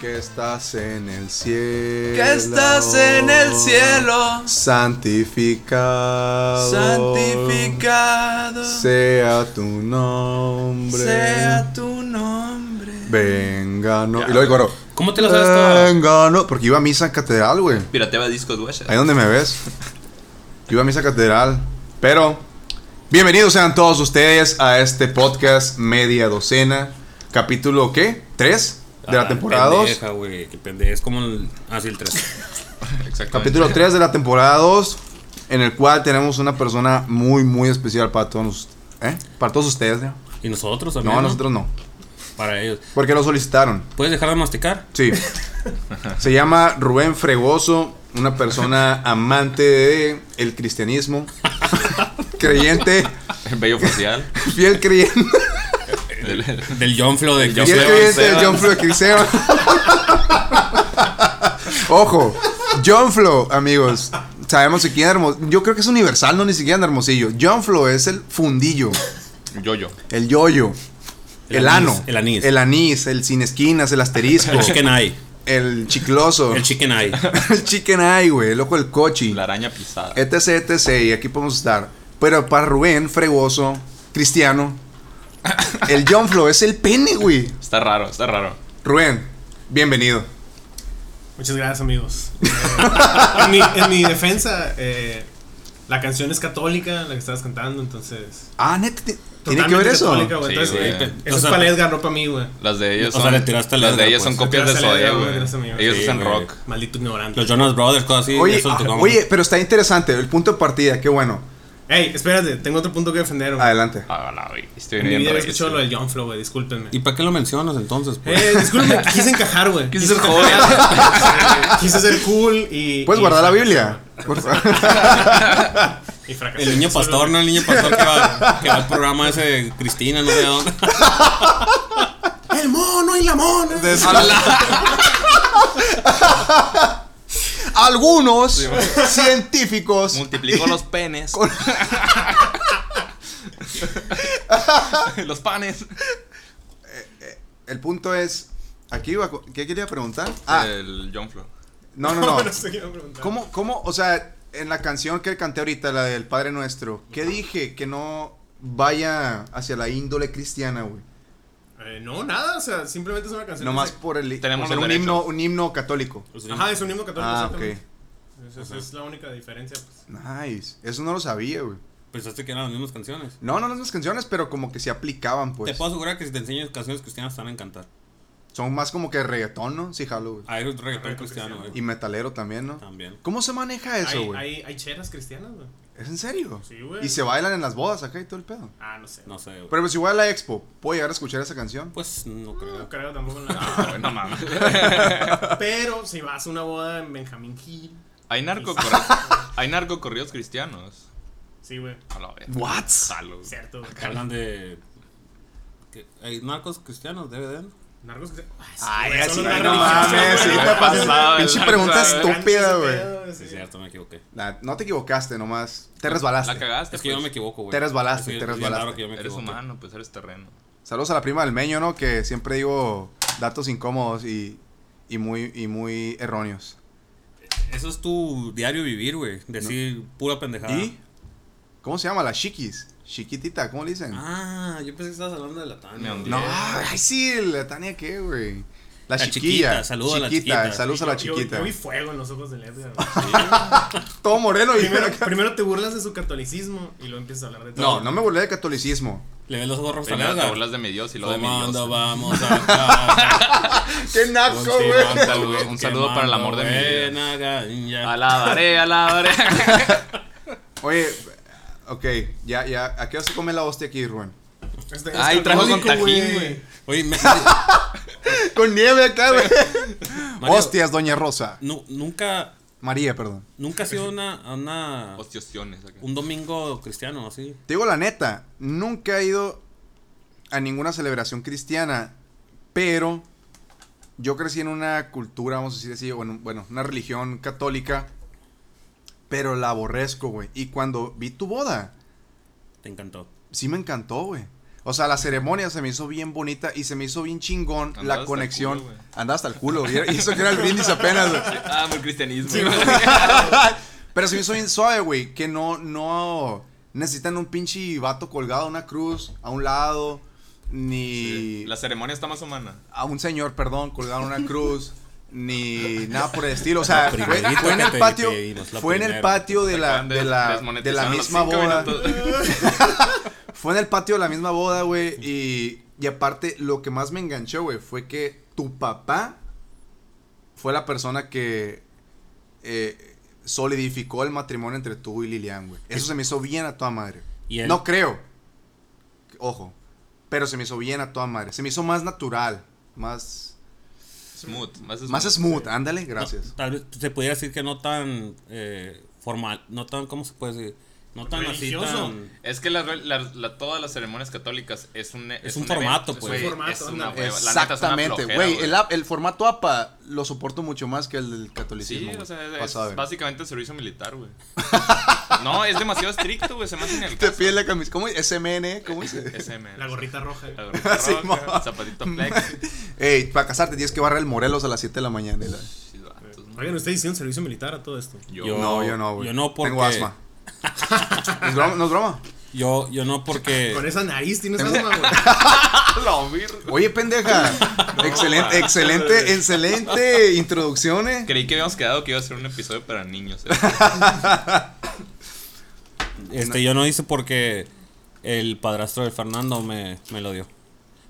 Que estás en el cielo. Que estás en el cielo. Santificado. Santificado. Sea tu nombre. Sea tu nombre. Venga, no. Y luego el coro. ¿Cómo te lo sabes todo? Venga, no. Porque iba a misa en catedral, güey. Pirateaba discos, güey. Ahí donde me ves. Yo iba a misa catedral. Pero, bienvenidos sean todos ustedes a este podcast Media Docena. Capítulo, ¿qué? ¿Tres? De la Ah, temporada 2. Pendeja, güey. Qué pendeja. Es como el. Ah, sí, el 3. Capítulo 3 de la temporada 2. En el cual tenemos una persona muy, muy especial para todos, nos- ¿eh? para todos ustedes. ¿no? Y nosotros No, también. nosotros no. Para ellos. Porque lo solicitaron. ¿Puedes dejar de masticar? Sí. Se llama Rubén Fregoso, una persona amante de el cristianismo, creyente, El bello facial. fiel creyente. El- el- Del John Flo de Y el Flo creyente de Evans. John Flo de Chris Evans. Ojo, John Flo, amigos. Sabemos que aquí en Hermosillo. Yo creo que es universal, no ni siquiera en Hermosillo. John Flo es el fundillo, Yo-yo. el yoyo, el, El anís, ano, el anís. el anís, el sin esquinas, el asterisco, El Chicken Eye. el chicloso, El Chicken Eye. el chicken eye, güey, el ojo del cochi, La araña pisada. Eh. etc, etc. Y aquí podemos estar. Pero para Rubén, fregoso, cristiano, el John Flo es el pene, güey. Está raro, está raro. Rubén, bienvenido. Muchas gracias, amigos. Eh, en, mi, en mi defensa, eh, la canción es católica, la que estabas cantando, entonces. Ah, neta, ti- tiene que totalmente ver eso. Católica, güey. Sí, entonces, güey. eso O es sea, para Edgar, no para mí, güey. Las de ellos O son. sea, le tiraste la las de edad, ellos pues. son copias de Le tiraste la Zoé, edad, güey. güey, gracias, amigo. Ellos Sí, usan güey. rock. Maldito ignorante. Los Jonas Brothers, cosas así. Oye, ah, eso lo tocamos. oye, pero está interesante el punto de partida, qué bueno. Ey, espérate, tengo otro punto que defender, güey. Adelante. Ah, la vi. Estoy En mi bien vida había rayado. escuchado lo del John Flow, güey, discúlpenme. ¿Y para qué lo mencionas entonces? pues? Eh, discúlpenme, quise encajar, güey. Quise ser encajar. Sí, Quise ser cool y. ¿Puedes y guardar la fracasé, Biblia? Por favor. güey, Y fracasé. El niño Solo- pastor, no el niño pastor que va, que va al programa ese de Cristina, no sé de dónde. El mono y la mona. Algunos científicos Multiplicó los penes. Con- los panes. El punto es aquí iba co- ¿qué quería preguntar? Ah, El John Flo. no, no, no. No sé qué iba a preguntar. ¿Cómo cómo, o sea, en la canción que canté ahorita, la del Padre Nuestro, ¿qué dije que no vaya hacia la índole cristiana, güey? Eh, no, nada, o sea, simplemente es una canción. Nomás que se- por el Tenemos por ser los un derechos. himno un himno católico. Pues Ajá, es un himno católico. Ah, exactamente. ok. Esa esa es la única diferencia. Pues. Nice. Eso no lo sabía, güey. Pensaste que eran las mismas canciones. No, no, no las canciones, pero como que se aplicaban, pues. Te puedo asegurar que si te enseño canciones cristianas te van a encantar. Son más como que reggaetón, ¿no? Sí, jalo, güey. Ah, es un reggaetón cristiano, güey. Y metalero también, ¿no? También. ¿Cómo se maneja eso, hay, güey? hay, hay cheras cristianas, güey. ¿Es en serio? Sí, güey. Y se bailan en las bodas acá y todo el pedo. Ah, no sé. No sé, güey. Pero pues, si voy a la expo, ¿puedo llegar a escuchar esa canción? Pues no No creo. creo tampoco en la. Ah, güey, no mames. Pero si vas a una boda en Benjamín Gil. Hay narco Hay narco corridos cristianos. Sí, güey. A la vez. What? Jalo. Cierto, güey. Que Hablan de. que- eh, Hay narcos cristianos, deben. Narcos cristianos. Ay, güey, así, son ay, una no religión, mames, sí güey. te Pasado pasas. de Pinche lanza, pregunta güey. estúpida, güey. Sí, es cierto, me equivoqué. Nah, No te equivocaste nomás. Te La resbalaste. cagaste. Es que yo pues. me equivoco, güey. Te resbalaste, Es que te es bien resbalaste. raro que yo me Eres equivoque. humano, pues eres terreno. Saludos a la prima del Meño, ¿no? Que siempre digo datos incómodos y, y muy, y muy erróneos. Eso es tu diario vivir, güey. Decir pura pendejada. ¿Y? ¿Cómo se llama? La chiquis. Chiquitita, ¿cómo le dicen? Ah, yo pensé que estabas hablando de la Tania. Me hundí. No, Eh. ay, sí, la Tania, ¿qué, güey? La, La chiquilla. chiquita, saludos a la chiquita. Saludos a la Yo- chiquita. Yo, vi fuego en los ojos del Edgar. güey. Todo moreno y primero, primero te burlas de su catolicismo y luego empiezas a hablar de todo. No, no me burlé de catolicismo. Le ves los ojos rojos a Primero te Pues, la burlas de mi Dios y luego de mi Dios. eh? Comando, vamos a casa. ¡Qué naco, Sí, un güey! saludo, Un saludo para el amor de mi vida. mi vida. Alabaré, alabaré. Oye, ok, ya, ya. ¿A qué hora se come la hostia aquí, Rubén? Este- Ay, este trajo con alcohólico, tajín, güey. Oye, me- Con nieve acá, güey. Mario, Hostias, Doña Rosa. nu- nunca, María, perdón. nunca ha sido una, una- Ostiosiones. acá. un domingo cristiano así. Te digo la neta, nunca he ido a ninguna celebración cristiana, pero yo crecí en una cultura, vamos a decir así, o en un- bueno, una religión católica, pero la aborrezco, güey. Y cuando vi tu boda, Te encantó. sí me encantó, güey. O sea, la ceremonia se me hizo bien bonita y se me hizo bien chingón Andaba hasta la el conexión. culo, güey. Andaba hasta el culo. güey. Y eso que era el brindis apenas, güey. Ah, por el cristianismo. Sí, güey. güey. Pero se me hizo bien suave, güey. Que no, no necesitan un pinche vato colgado a una cruz a un lado. Ni Sí. La ceremonia está más humana. a un señor, perdón, colgado en una cruz. Ni nada por el estilo. O sea, fue, primerito fue en que el te patio. pedimos, lo Fue en el primero. patio de la, Acaban de la, de desmonetizar la a los misma cinco boda. minutos. Fue en el patio de la misma boda, güey. Y, y aparte, lo que más me enganchó, güey, fue que tu papá fue la persona que eh, solidificó el matrimonio entre tú y Lilian, güey. Eso se me hizo bien a toda madre. Y él- No creo. Ojo. Pero se me hizo bien a toda madre. Se me hizo más natural. Más. Smooth. Más smooth. Más smooth. sí. Ándale, gracias. No, tal vez se pudiera decir que no tan eh, formal, no tan, ¿cómo se puede decir? No tan así, Religioso. tan... Es que la, la, la- todas las ceremonias católicas es un es, un formato, evento, pues. güey, Es un formato, es una ándale. hueva. La neta, es una Exactamente, flojera, güey. El, ap- el formato APA lo soporto mucho más que el del catolicismo. Sí, o güey. sea, es, Pasado de- básicamente servicio militar, güey. no, es demasiado estricto, güey. Se me hace en el Te pide la camisa. ¿Cómo es? SMN, ¿cómo es? SM. La gorrita roja. La gorrita Sí, roja, mo. zapatito flex. Ey, para casarte tienes que barrer el Morelos a las 7 de la mañana. y la- Sí, vatos, ¿no? Oigan, ¿ustedes hicieron servicio militar a todo esto? Yo, Yo- No, yo no, güey. yo no Tengo porque- asma. ¿No es broma? ¿No es broma? Yo, yo no porque... Con esa nariz tienes asma, güey. La vir- Oye, pendeja. excelente, man. excelente, excelente introducción, eh. Creí que habíamos quedado que iba a ser un episodio para niños. eh. Este, yo no hice porque el padrastro de Fernando me, me lo dio.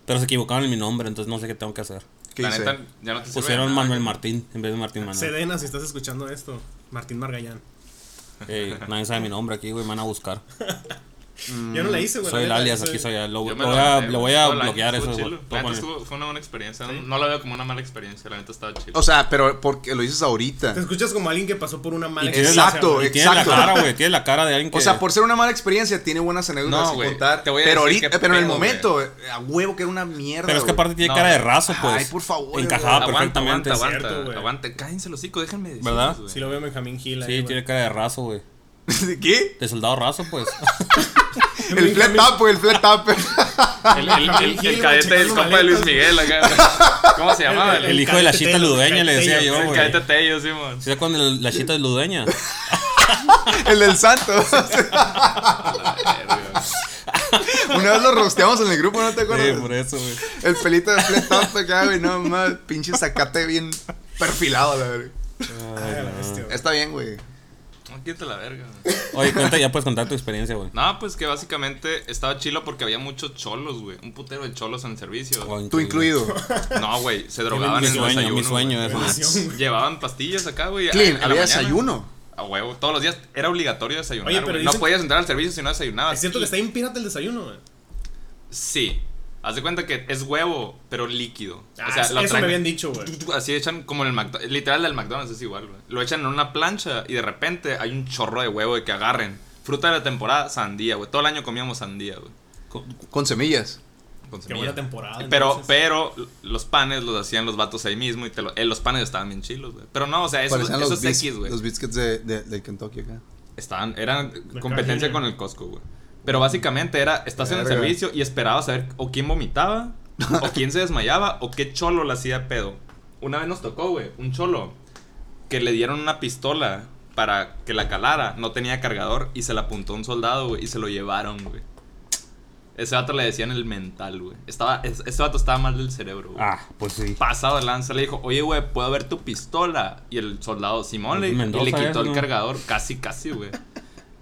Pero se equivocaron en mi nombre, entonces no sé qué tengo que hacer. ¿Qué La hice? neta, ya no te sirve Pusieron de nada. Manuel Martín en vez de Martín Manuel. Sedena, si estás escuchando esto. Martín Margallán. Ey, nadie sabe mi nombre aquí, güey, me van a buscar. Yo no la hice, güey. Mm, Soy el la neta, alias, soy- aquí soy el- Lo, Yo lo me voy a, levanté, lo voy güey, a todo el año, bloquear estuvo eso. chilo. La güey. Todo neta con el- estuvo- fue una buena experiencia. No, no la veo como una mala experiencia. La neta estaba chido. O sea, pero porque lo dices ahorita. Te escuchas como alguien que pasó por una mala Y tienes Exacto, güey. Y tiene eh. la exacto. cara, güey, tiene la cara de alguien que... O sea, por ser una mala experiencia, tiene buenas anécdotas No, que güey, contar. te voy a pero decir ahorita, qué pero en el pedo, momento, eh, a huevo que era una mierda. Pero es que güey. aparte tiene No, cara de raso, pues. Ay, por favor, Encajaba güey. aguanta, perfectamente. aguanta, aguanta, cierto, güey. aguanta. Cállense los hocico, déjenme decir. ¿Verdad? Sí lo veo a Benjamín Gil. ahí, Sí, güey. tiene cara de raso, güey. ¿Qué? De soldado raso, pues. El flat tap, güey, el flat tap. El, el, el, el Gil, cadete güey, del checando compa de Luis maletas. Miguel acá. güey. ¿Cómo se llamaba? El, Ah, El hijo de la cadete chita Tello, ludeña, le decía Tello, yo, el güey. cadete Tello, sí, man. ¿Se acuerdan de la- la chita ludeña? El del santo. Una vez lo rosteamos en el grupo, ¿no te Sí, acuerdas? por eso, güey. El pelito de flat tap acá, güey, no más. Pinche sacate bien perfilado, la verga. Ay, la bestia, güey. Está bien, güey. No, quítate la verga. güey. Oye, cuenta, ya puedes contar tu experiencia, güey. No, pues que básicamente estaba chilo porque había muchos cholos, güey. Un putero de cholos en el servicio. Oye, Tú incluido. No, güey, se Mi drogaban en el sueño, desayuno. mi sueño güey. eso. Bendición, güey. Llevaban pastillas acá, güey. a- en Clean, la había mañana. desayuno. A huevo, todos los días era obligatorio desayunar. Oye, pero güey. dicen- No podías entrar al servicio si no desayunabas. Es cierto Y- que está bien pirata el desayuno, güey. Sí. Haz de cuenta que es huevo, pero líquido. Ah, o sea, lo eso me traen- habían dicho, güey. tu, tu, Así echan como en el McDonald's. Literal del McDonald's es igual, güey. Lo echan en una plancha y de repente hay un chorro de huevo de que agarren. Fruta de la temporada, sandía, güey. Todo el año comíamos sandía, güey. Con semillas. Con Qué semilla. buena temporada. Pero, entonces. pero los panes los hacían los vatos ahí mismo y te lo- eh, los panes estaban bien chilos, güey. Pero no, o sea, eso, Parecían eso los, es X, bis- güey. los biscuits de, de- del Kentucky acá. Estaban, eran La competencia cajilla. con el Costco, güey. Pero básicamente era, estás en el Verga. servicio y esperabas a ver o quién vomitaba, o quién se desmayaba, o qué cholo le hacía pedo. Una vez nos tocó, güey, un cholo que le dieron una pistola para que la calara, no tenía cargador y se la apuntó un soldado, güey, y se lo llevaron, güey. Ese vato le decían el mental, güey. Estaba, es- ese vato estaba mal del cerebro, güey. Ah, pues sí. Pasado de lanza, le dijo, oye, güey, ¿puedo ver tu pistola? Y el soldado Simón le, y Mendoza, le quitó eso, el ¿no? cargador, casi, casi, güey.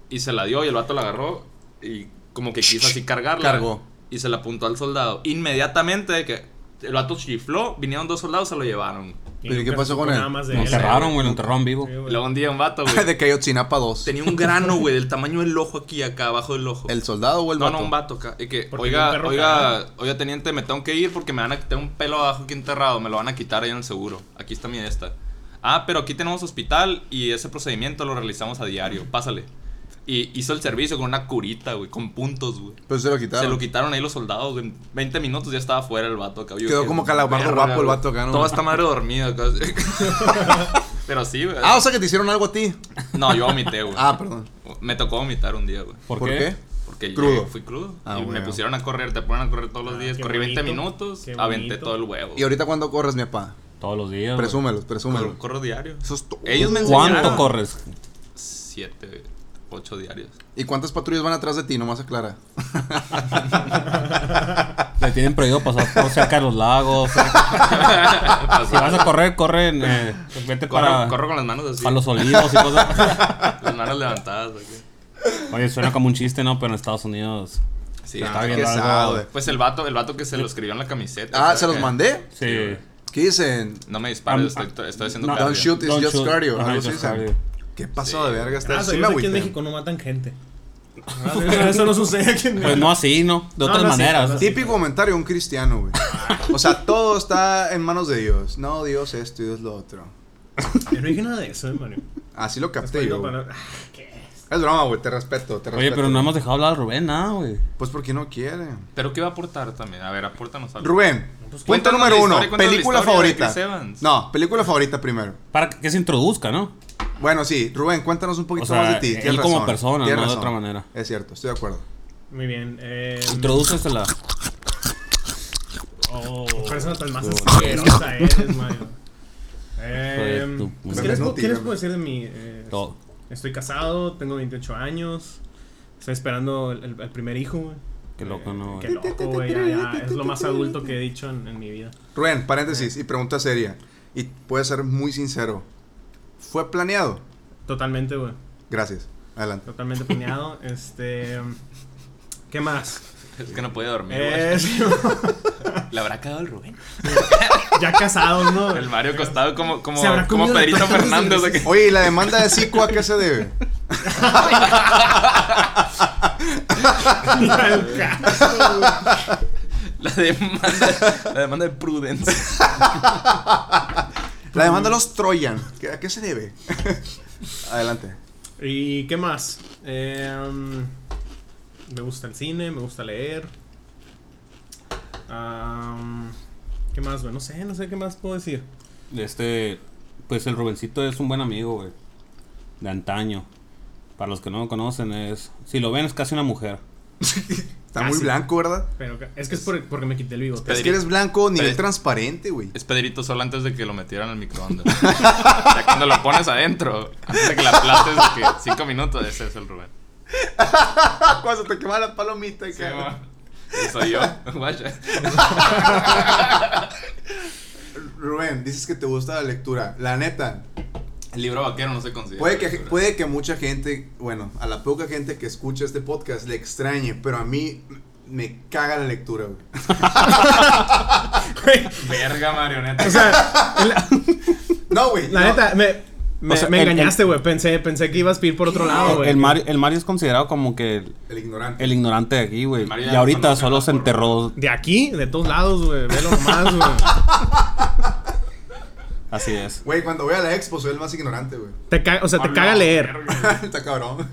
Y se la dio y el vato la agarró y como que quiso así cargarla. Cargó. Y se la apuntó al soldado. Inmediatamente de que el vato chifló, vinieron dos soldados, se lo llevaron. Y ¿Pero qué nunca pasó supo con él? nada más de Lo él, enterraron, güey, lo enterraron vivo. güey. Sí, güey. Luego un día un vato, güey. De Cayotzinapa 2. tenía un grano, güey, del tamaño del ojo aquí, acá, abajo del ojo. ¿El soldado o el no, vato? no, un vato acá. Y que, Porque un oiga, perro oiga, cagado. oiga, teniente, me tengo que ir porque me van a quitar un pelo abajo aquí enterrado. Me lo van a quitar ahí en el seguro. Aquí está mi esta. Ah, pero aquí tenemos hospital y ese procedimiento lo realizamos a diario. Pásale. Y hizo el servicio con una curita, güey, con puntos, güey. Pues se lo quitaron. Se lo quitaron ahí los soldados, güey. En 20 minutos ya estaba fuera el vato acá. Yo Quedó dije, como calamardo "Verga, guapo el güey". vato acá, ¿no? Toda esta madre dormida acá. pero sí, güey. Ah, o sea que te hicieron algo a ti. No, yo vomité, güey. Ah, perdón. Me tocó vomitar un día, güey. ¿Por, qué? porque Crudo. crudo. fui crudo. Ah, y me huevo. pusieron a correr, te ponen a correr todos los Ah, días. qué Corrí 20 bonito, minutos, qué aventé bonito. todo el huevo. ¿Y ahorita cuándo corres, mi papá? Todos los días. güey. Presúmelos, presúmelos. Corro, corro diario. Eso es todo. Ellos me enseñaron. ¿Cuánto corres? 7, 8 diarios. ¿Y cuántas patrullas van atrás de ti? Nomás aclara. Le tienen prohibido pasar por cerca de los lagos. cerca- Si vas Ah, a correr, corre. en, eh, vete corro, para, corro con las manos así. para los olivos y cosas. Las manos levantadas. ok. Oye, suena como un chiste, ¿no? Pero en Estados Unidos. Sí, Está ah, bien qué raro. sad, güey. Pues el vato, el vato que se lo escribió en la camiseta. Ah, ¿sabes ¿se los qué? mandé? Sí. ¿Qué dicen? No me Am- dispares, estoy, estoy haciendo no. cardio. Don't shoot, it's Don't just shoot. cardio. Ajá, algo it's así just dicen. cardio. ¿Qué pasó de verga? Ah, Está Gracias a sí Dios, me aquí en agüité. México no matan gente. Ah, Eso no sucede aquí en México. Pues no así, ¿no? De No, otras no así, maneras. no así. Típico comentario de un cristiano, güey. O sea, todo está en manos de Dios. No, Dios esto y Dios lo otro. Yo no dije nada de eso, eh, Mario. Así lo capté Después yo. no güey. para- Ah, ¿qué? Es broma, güey. Te respeto, te respeto. Oye, pero no hemos dejado hablar a Rubén, nada, güey. Pues porque no quiere. Pero ¿qué va a aportar también? A ver, apórtanos algo. Rubén, pues, punto cuéntanos número la uno. historia, cuéntanos la película historia de favorita. Chris Evans. No, película favorita primero. Para que se introduzca, ¿no? Bueno, sí, Rubén, cuéntanos un poquito O sea, más de ti. él Tienes como razón, persona, tienes no de razón. otra manera. Es cierto, estoy de acuerdo. Muy bien. Eh, Introdúcesela. oh, persona tan más asquerosa eres, Mario. Eh, Hijo de tu pues, puta. ¿qué, les, puedo- Inútil, qué les güey. puedo decir de mí? Eh, Todo. Estoy casado, tengo 28 años. Estoy esperando el, el- el primer hijo, güey. Qué loco, ¿no? Qué güey? loco, güey. ya- ya, Es lo más adulto que he dicho en, en mi vida. Rubén, paréntesis Eh. y pregunta seria. Y puede ser muy sincero. ¿Fue planeado? Totalmente, güey. Gracias. Adelante. Totalmente planeado. este. ¿Qué más? Es que no puede dormir. güey. Eh, sí, ¿Le habrá quedado el Rubén? ya casados, ¿no? El Mario costado como, como, Se habrá como comido la Pedrito panza, Fernández. güey. o que- Oye, ¿y la demanda de Zico a qué se debe? Mira el caso, güey. La demanda, la demanda de Prudence. La demanda de los Troyan. ¿qué- ¿A qué se debe? Adelante. ¿Y qué más? Em, me gusta el cine, me gusta leer. Am, ¿Qué más, güey? No sé, no sé qué más puedo decir. Este, pues el Rubencito es un buen amigo, güey. De antaño. Para los que no lo conocen, es. Si lo ven, es casi una mujer. Ah, Está Casi. muy blanco, ¿verdad? Pero ca- es que es por- porque me quité el bigote. Es que eres blanco, nivel Pedri- transparente, güey. Es Pedrito solo antes de que lo metieran al microondas. o sea, cuando lo pones adentro, antes de que la aplates, de que cinco minutos, ese es el Rubén. Cuando te quema la palomita, Sí, ma. Y soy yo. Guacha. Rubén, dices que te gusta la lectura. La neta, El libro vaquero no se considera. Puede que, basura. puede que mucha gente, bueno, a la poca gente que escucha este podcast le extrañe, pero a mí me caga la lectura, güey. Güey, Verga, marioneta. o sea, la, No, güey. la no. neta, me, me, O sea, me el- engañaste, güey. Pensé, pensé que ibas a ir por otro lado, El, Ah, güey. el Mario, el Mario es considerado como que el, El ignorante. el ignorante de aquí, güey. El Mario Y ya lo ahorita conoce, solo ¿no? se enterró De aquí, de todos lados, güey. Velo nomás, güey. Así es. Güey, cuando voy a la expo soy el más ignorante, güey. Te ca- o sea, te Hola, caga leer. verga. Está cabrón.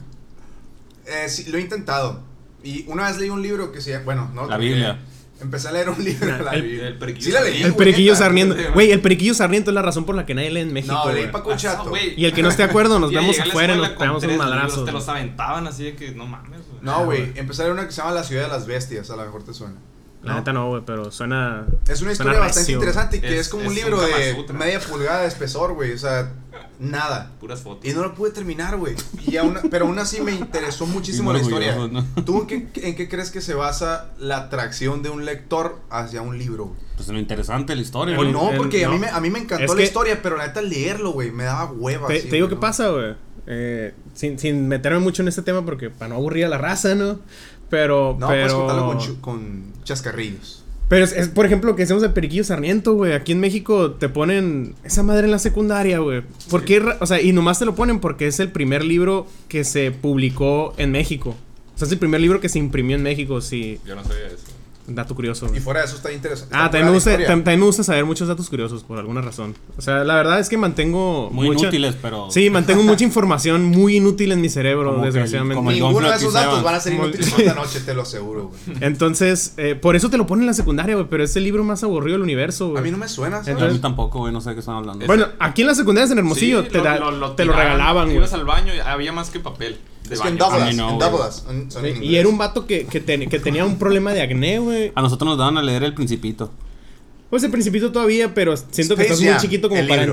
Eh, sí, lo he intentado. Y una vez leí un libro que se llama, bueno, no. La terminé. Biblia. Empecé a leer un libro. de La El- Biblia. el Periquillo Sí la leí, Sarmiento. El güey, periquillo neta. sarniento. Güey, el periquillo sarniento es la razón por la que nadie lee en México. No, leí güey. Paco Ah, Chato. güey. Y el que no esté de acuerdo, nos Yo vemos llegué a la afuera y nos escuela con pegamos un tres madrazo. libros, Te los güey. aventaban así de que no mames, Ah, güey. No, güey. Empecé a leer una que se llama La Ciudad de las Bestias. A lo mejor te suena. La No. neta no, güey, pero suena. Es una historia suena bastante recio, güey. interesante y que es, Es- como es un un libro Kama de Sutra. media pulgada de espesor, güey. O sea, nada. Puras fotos. Y no lo pude terminar, güey. Y aún- pero aún así me interesó muchísimo la Bien historia. orgulloso, ¿no? ¿Tú en qué, en qué crees que se basa la atracción de un lector hacia un libro? güey? Pues lo interesante de la historia, O ¿no? El- no, el- porque a, no. mí me, a mí me encantó Es la que- historia, pero la neta leerlo, güey, me daba hueva. Te, así, te digo qué güey, ¿no? pasa, güey. Eh, sin, sin meterme mucho en este tema porque para no aburrir a la raza, ¿no? Pero. No, puedes pero, contarlo con, chu- con chascarrillos. pero es, es, por ejemplo, lo que decimos de Periquillo Sarniento, güey. Aquí en México te ponen esa madre en la secundaria, güey. ¿Por qué ra- O sea, y nomás te lo ponen porque es el primer libro que se publicó en México. O sea, es el primer libro que se imprimió en México, sí. Yo no sabía eso. Dato curioso, Y güey. fuera de eso está interesante. Ah, está curada también me, la gusta, tam- historia. también me gusta saber muchos datos curiosos por alguna razón. O sea, la verdad es que mantengo. Muy mucha- inútiles, pero. Sí, mantengo mucha información muy inútil en mi cerebro, Como que el- desgraciadamente. como el- Ninguno de Don esos Floquis datos Evans. van a ser Como el- inútiles esta noche, te lo aseguro, güey. Entonces, eh, por eso te lo ponen en la secundaria, güey. Pero es el libro más aburrido del universo, güey. A mí no me suena, ¿sabes? A mí Entonces- tampoco, güey, no sé de qué están Pues hablando. Bueno, aquí en las secundarias en Hermosillo Sí, te, da- te lo tiraban, regalaban, güey. Ibas al baño y había más que papel. de Es que en baño. Douglas, A mí no, en güey. Douglas, en- son pues. en Y era un inglés. vato que, que, ten- que tenía un problema de acné, güey. A nosotros nos daban a leer El Principito. Pues el principito todavía, pero siento que Space estás Jam, muy chiquito como el para libro.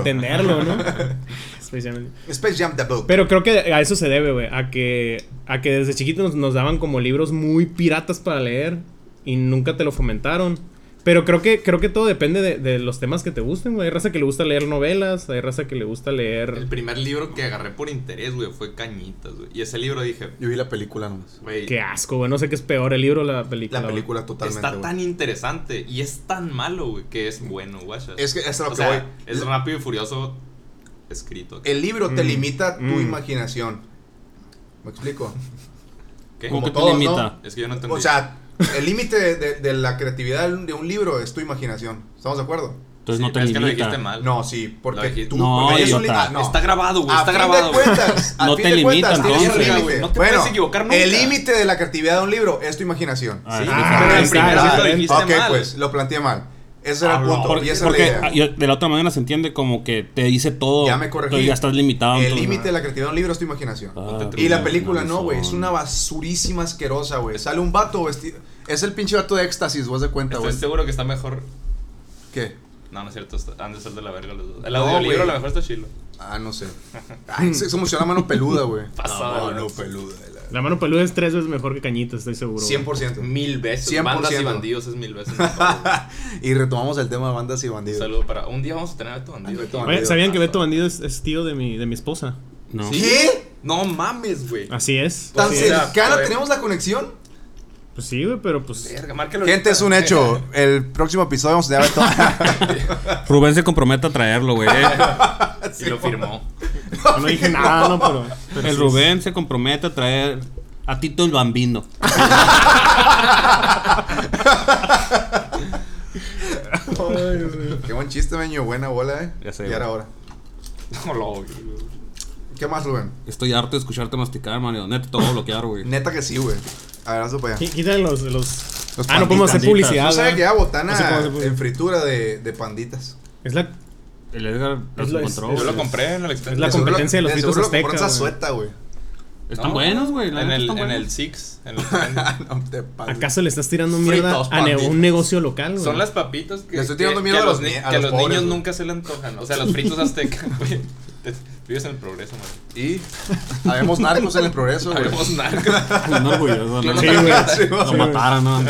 entenderlo, ¿no? Space Jam, el- Space Jam The Book. Pero creo que a eso se debe, güey. A que, a que desde chiquitos nos, nos daban como libros muy piratas para leer y nunca te lo fomentaron. Pero creo que, creo que todo depende de, de los temas que te gusten, güey. Hay raza que le gusta leer novelas, hay raza que le gusta El leer... primer libro que agarré por interés, güey, fue Cañitas, güey. Y ese libro dije, Yo vi la película nomás. güey, Qué asco, güey. No sé qué es peor, el libro o la película. La güey. película totalmente. está güey. tan interesante y es tan malo, güey, que es bueno, guachas. Es que es a lo O que sea, voy. es rápido y furioso escrito. El libro te Mm, limita tu mm. imaginación. ¿Me explico? ¿Qué? ¿Cómo Como que te todos, ¿no? limita? Es que yo no entendí. O sea, el límite de, de- de la creatividad de un- de un libro es tu imaginación. ¿Estamos de acuerdo? Entonces Sí, no te es limita. que lo dijiste mal. No, sí, Lo porque dijiste. tú No, porque es un idiota. li- ah, no. Está grabado, güey, A está fin grabado, de güey. cuentas, a No fin te de limita, cuentas, tienes un entonces, límite. güey, no te Bueno, puedes equivocar nunca. El límite de la creatividad de un libro es tu imaginación. Ah, Sí, sí, Ah, pero ahí el está, primero sí lo diferente. dijiste Ok, mal. pues lo planteé mal. Ese era el Habló. punto Ah, Por- y esa porque es la ah, idea. yo- de la otra manera se entiende como que te dice todo. Ya me tú corregí. ya estás limitado. el entonces- límite de la creatividad de un libro es tu imaginación. Ah, te Y Pero la no, película no, son. güey. Es una basurísima asquerosa, güey. Sale un vato vestido. Es el pinche vato de éxtasis, vos de cuenta, Estoy güey. este seguro que está mejor. ¿Qué? No, no es cierto, está- han de ser de la verga los dos. El No, audiolibro güey. a lo mejor está chilo. Ah, no sé. Ay, se se me echó la mano peluda, güey. Pasada, La güey. mano peluda. de la- La mano peluda es tres veces mejor que Cañita, estoy seguro. güey. 100%. Mil veces. 100%. Bandas y bandidos es mil veces. mejor, güey. Y retomamos el tema de bandas y Un bandidos. saludo para. Un día vamos a tener a Beto Bandido. Ay, Beto aquí. Oye, ¿Sabían que Beto Bandido es, es tío de mi, de mi esposa? No. Sí. ¿Qué? No mames, güey. Así es. Pues ¿Tan Sí, Pues Así es. cerca. cercana güey. tenemos la conexión? Pues sí, güey, pero pues... Verga, márcalo Gente, ahorita. es un hecho. El próximo episodio vamos a tener a Beto- Rubén se compromete a traerlo, güey. Y lo firmó. No dije nada, no, pero... pero El sí Rubén se compromete a traer a Tito el Bambino. Qué buen chiste, meño. Buena bola, eh. Ya sé, Y güey. ahora ahora. No lo oí, güey. ¿Qué más, Rubén? Estoy harto de escucharte masticar, Mario. Neta, te voy a bloquear, güey. Neta que sí, güey. Abrazo para allá. Qui- Quítale los, los... Los Ah, no podemos hacer panditas. publicidad. No sabía ¿verdad? que era botana No sé cómo se puso. en fritura de, de panditas. Es la, El Edgar los Es lo- es- encontró. es Yo güey. lo compré en el extenso. Es la De seguro- competencia de los fritos seguro lo compró en aztecas, güey. Zazueta, güey. Están buenos, güey. la En neta, el, están en el buenos. Six. en el- No te pases. ¿Acaso le estás tirando mierda Fritos, a ne- panditas. un negocio local, güey? Son las papitas que, Le estoy tirando que- miedo que a los ni- ni- a que los los pobres, niños güey. nunca se le antojan. O sea, los fritos aztecas, güey. Te- Vives en el progreso, güey. Y habemos narcos en el progreso, güey. Habemos narcos. Un orgulloso, ¿no? Sí, güey. Sí, Lo güey. mataron, ¿no?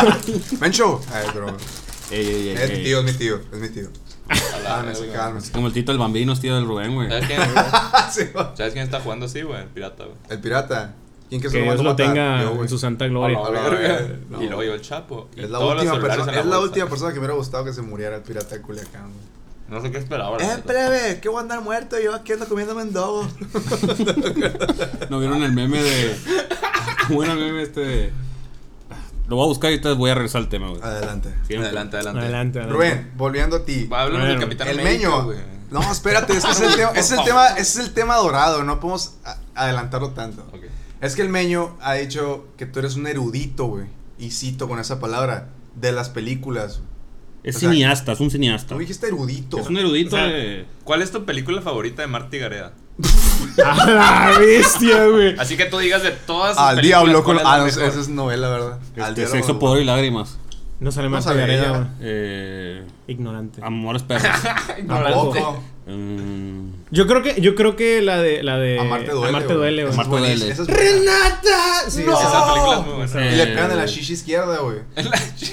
Mencho. Ay, pero. Eh, Ey, ey, ey, Es mi ey. tío, es mi tío. Es mi tío. A la Cálmese, verga. cálmese. Como el Tito el Bambino es tío del Rubén, güey. ¿Sabes quién, Sí, güey. ¿Sabes quién está jugando así, güey? El pirata, güey. El pirata. ¿Quién que se Que lo Dios mandó lo matar? tenga Yo, güey. en su santa gloria. A la la verga. verga. No. Y luego yo el Chapo. Y Es la, todos los última celulares persona, en es la bolsa. última persona que me hubiera gustado que se muriera el pirata de Culiacán. güey. No sé qué esperaba. la Eh, neta. plebe, que voy a andar muerto. Yo aquí ando comiéndome en dobo. ¿No vieron el meme de. ¿Cómo era el meme este de.? Lo voy a buscar y entonces voy a regresar al tema, güey. Ah, Adelante. Siempre. Adelante, adelante. Adelante, adelante. Rubén, volviendo a ti. Va, háblanos del Bueno, Capitán El América, meño. güey. No, espérate, es que es el tema, es el tema, es el tema dorado, no podemos a- adelantarlo tanto. Ok. Es que el meño ha dicho que tú eres un erudito, güey. Y cito con esa palabra, de las películas. Es O sea, cineasta, es un cineasta. Tú dijiste erudito. Es un erudito O sea, de. este, ¿Cuál es tu película favorita de Marty Gareda? A la bestia, güey. Así que tú digas de todas sus Al películas, diablo con ¿cuál es la ah, no, mejor? esa es novela, ¿verdad? Al Este, diablo sexo, con- poder y lágrimas. No sale más No sabía. Gareda, güey. Eh, Ignorante. amores perros. Tampoco. Mm, Yo creo que, yo creo que la de, la de Amarte duele. Amarte este, duele, güey. Esa es Amarte duele. buenísima, esa es buena. Sí, ¡No! esa- Esa película es muy buena. Y le Eh, pegan en la shishi izquierda, güey.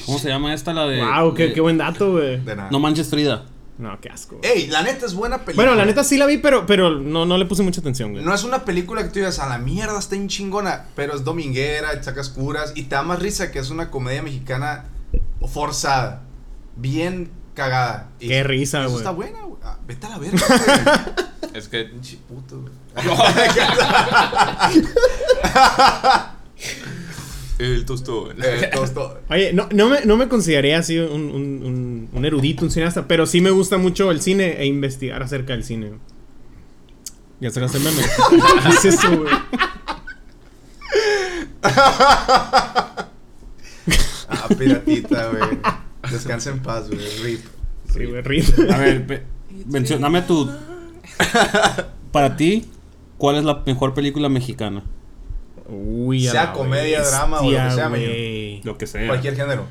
¿Cómo se llama esta? La de. Wow, qué, de- qué buen dato, güey. De nada. No manches Frida. No, qué asco. güey. Ey, la neta es buena película. Bueno, la neta sí la vi, pero, pero no, no le puse mucha atención, güey. No es una película que tú digas a la mierda, está en chingona, pero es dominguera, sacas curas y te da más risa que es una comedia mexicana forzada, bien cagada. Y Qué risa, eso güey. Está buena, güey. Ah, vete a la verga, güey. Es que. Pinche puto, güey. El tostón. Eh, todo, todo. Oye, no, no, me, no me consideraría así un, un- un- un erudito, un cineasta, pero sí me gusta mucho el cine e investigar acerca del cine. Ya sacaste el meme. ¿Qué es eso, güey? Ah, piratita, güey. Descansa en paz, güey. Rip. Sí, güey, ríe. A ver, ve- mencioname tu. Para ti, ¿cuál es la mejor película mexicana? Uy, a Sea la comedia, drama, o lo que bestia, sea, güey. Lo que sea. Cualquier género.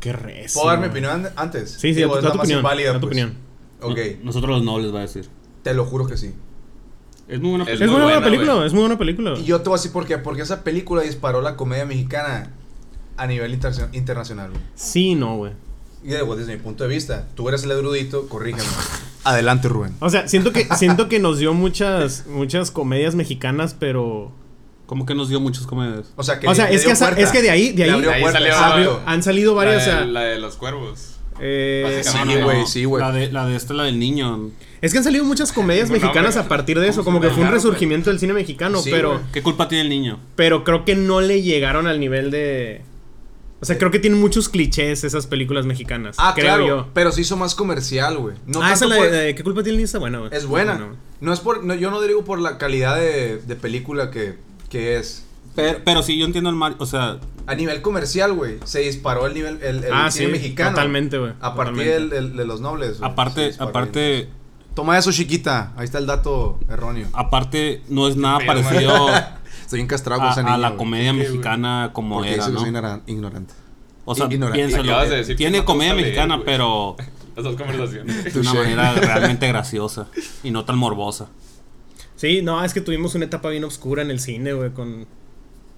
Qué recio. ¿Puedo dar mi güey. opinión an- antes? Sí, sí, Digo, da es tu, da la tu más opinión. inválida, da tu pues. opinión. Ok, No- nosotros los nobles va a decir. te lo juro que sí. Es muy buena Es Es muy buena, buena, película, güey. es muy buena película. Y yo te voy a decir por qué. Porque esa película disparó la comedia mexicana a nivel interse- internacional. güey. Sí, no, güey. Y digo, desde mi punto de vista, tú eres el erudito, corrígeme. Adelante, Rubén. O sea, siento que siento que nos dio muchas muchas comedias mexicanas, pero Como que nos dio muchas comedias. O sea, que O sea, le es dio que esa- puerta. es que de ahí- de Le ahí- abrió De ahí puerta, Ah, salió- exacto. abrió- han salido La, varias, de, o sea, la de los cuervos. eh, Básicamente. Sí, güey, sí, güey. La de, la de esta, la del niño. es que han salido muchas comedias Ninguna, mexicanas güey. a partir de eso, ¿Cómo como se que fue un llama, güey? resurgimiento del cine mexicano, pues? Sí, pero güey. ¿Qué culpa tiene el niño? pero creo que no le llegaron al nivel de o sea, creo que tienen muchos clichés esas películas mexicanas. Ah, creo claro. yo. Pero se hizo más comercial, güey. No ah, esa tanto la por- de, de ¿Qué culpa tiene el niño? Está buena, güey. Es buena. Está güey. No es por, no, yo no digo por la calidad de, de película que, que es. Pero, pero sí, yo entiendo el Mario. O sea, A nivel comercial, güey, se disparó el nivel el, el ah, cine sí, mexicano. totalmente, güey. A partir totalmente. del- del- de los nobles. güey, se aparte, disparó bien. aparte, Toma eso, chiquita. Ahí está el dato erróneo. Ah. aparte, no es nada pedo, parecido a, Estoy encastrado con esa niña. a la güey. comedia mexicana como Porque era, dice que ¿no? soy ignoran- ignorante. O sea, ignorante. piénsalo. Acabas de decir que Tiene no te comedia gusta leer, mexicana, güey. pero Las dos conversaciones. de una Touché. manera realmente graciosa y no tan morbosa. Sí, no, es que tuvimos una etapa bien oscura en el cine, güey, con,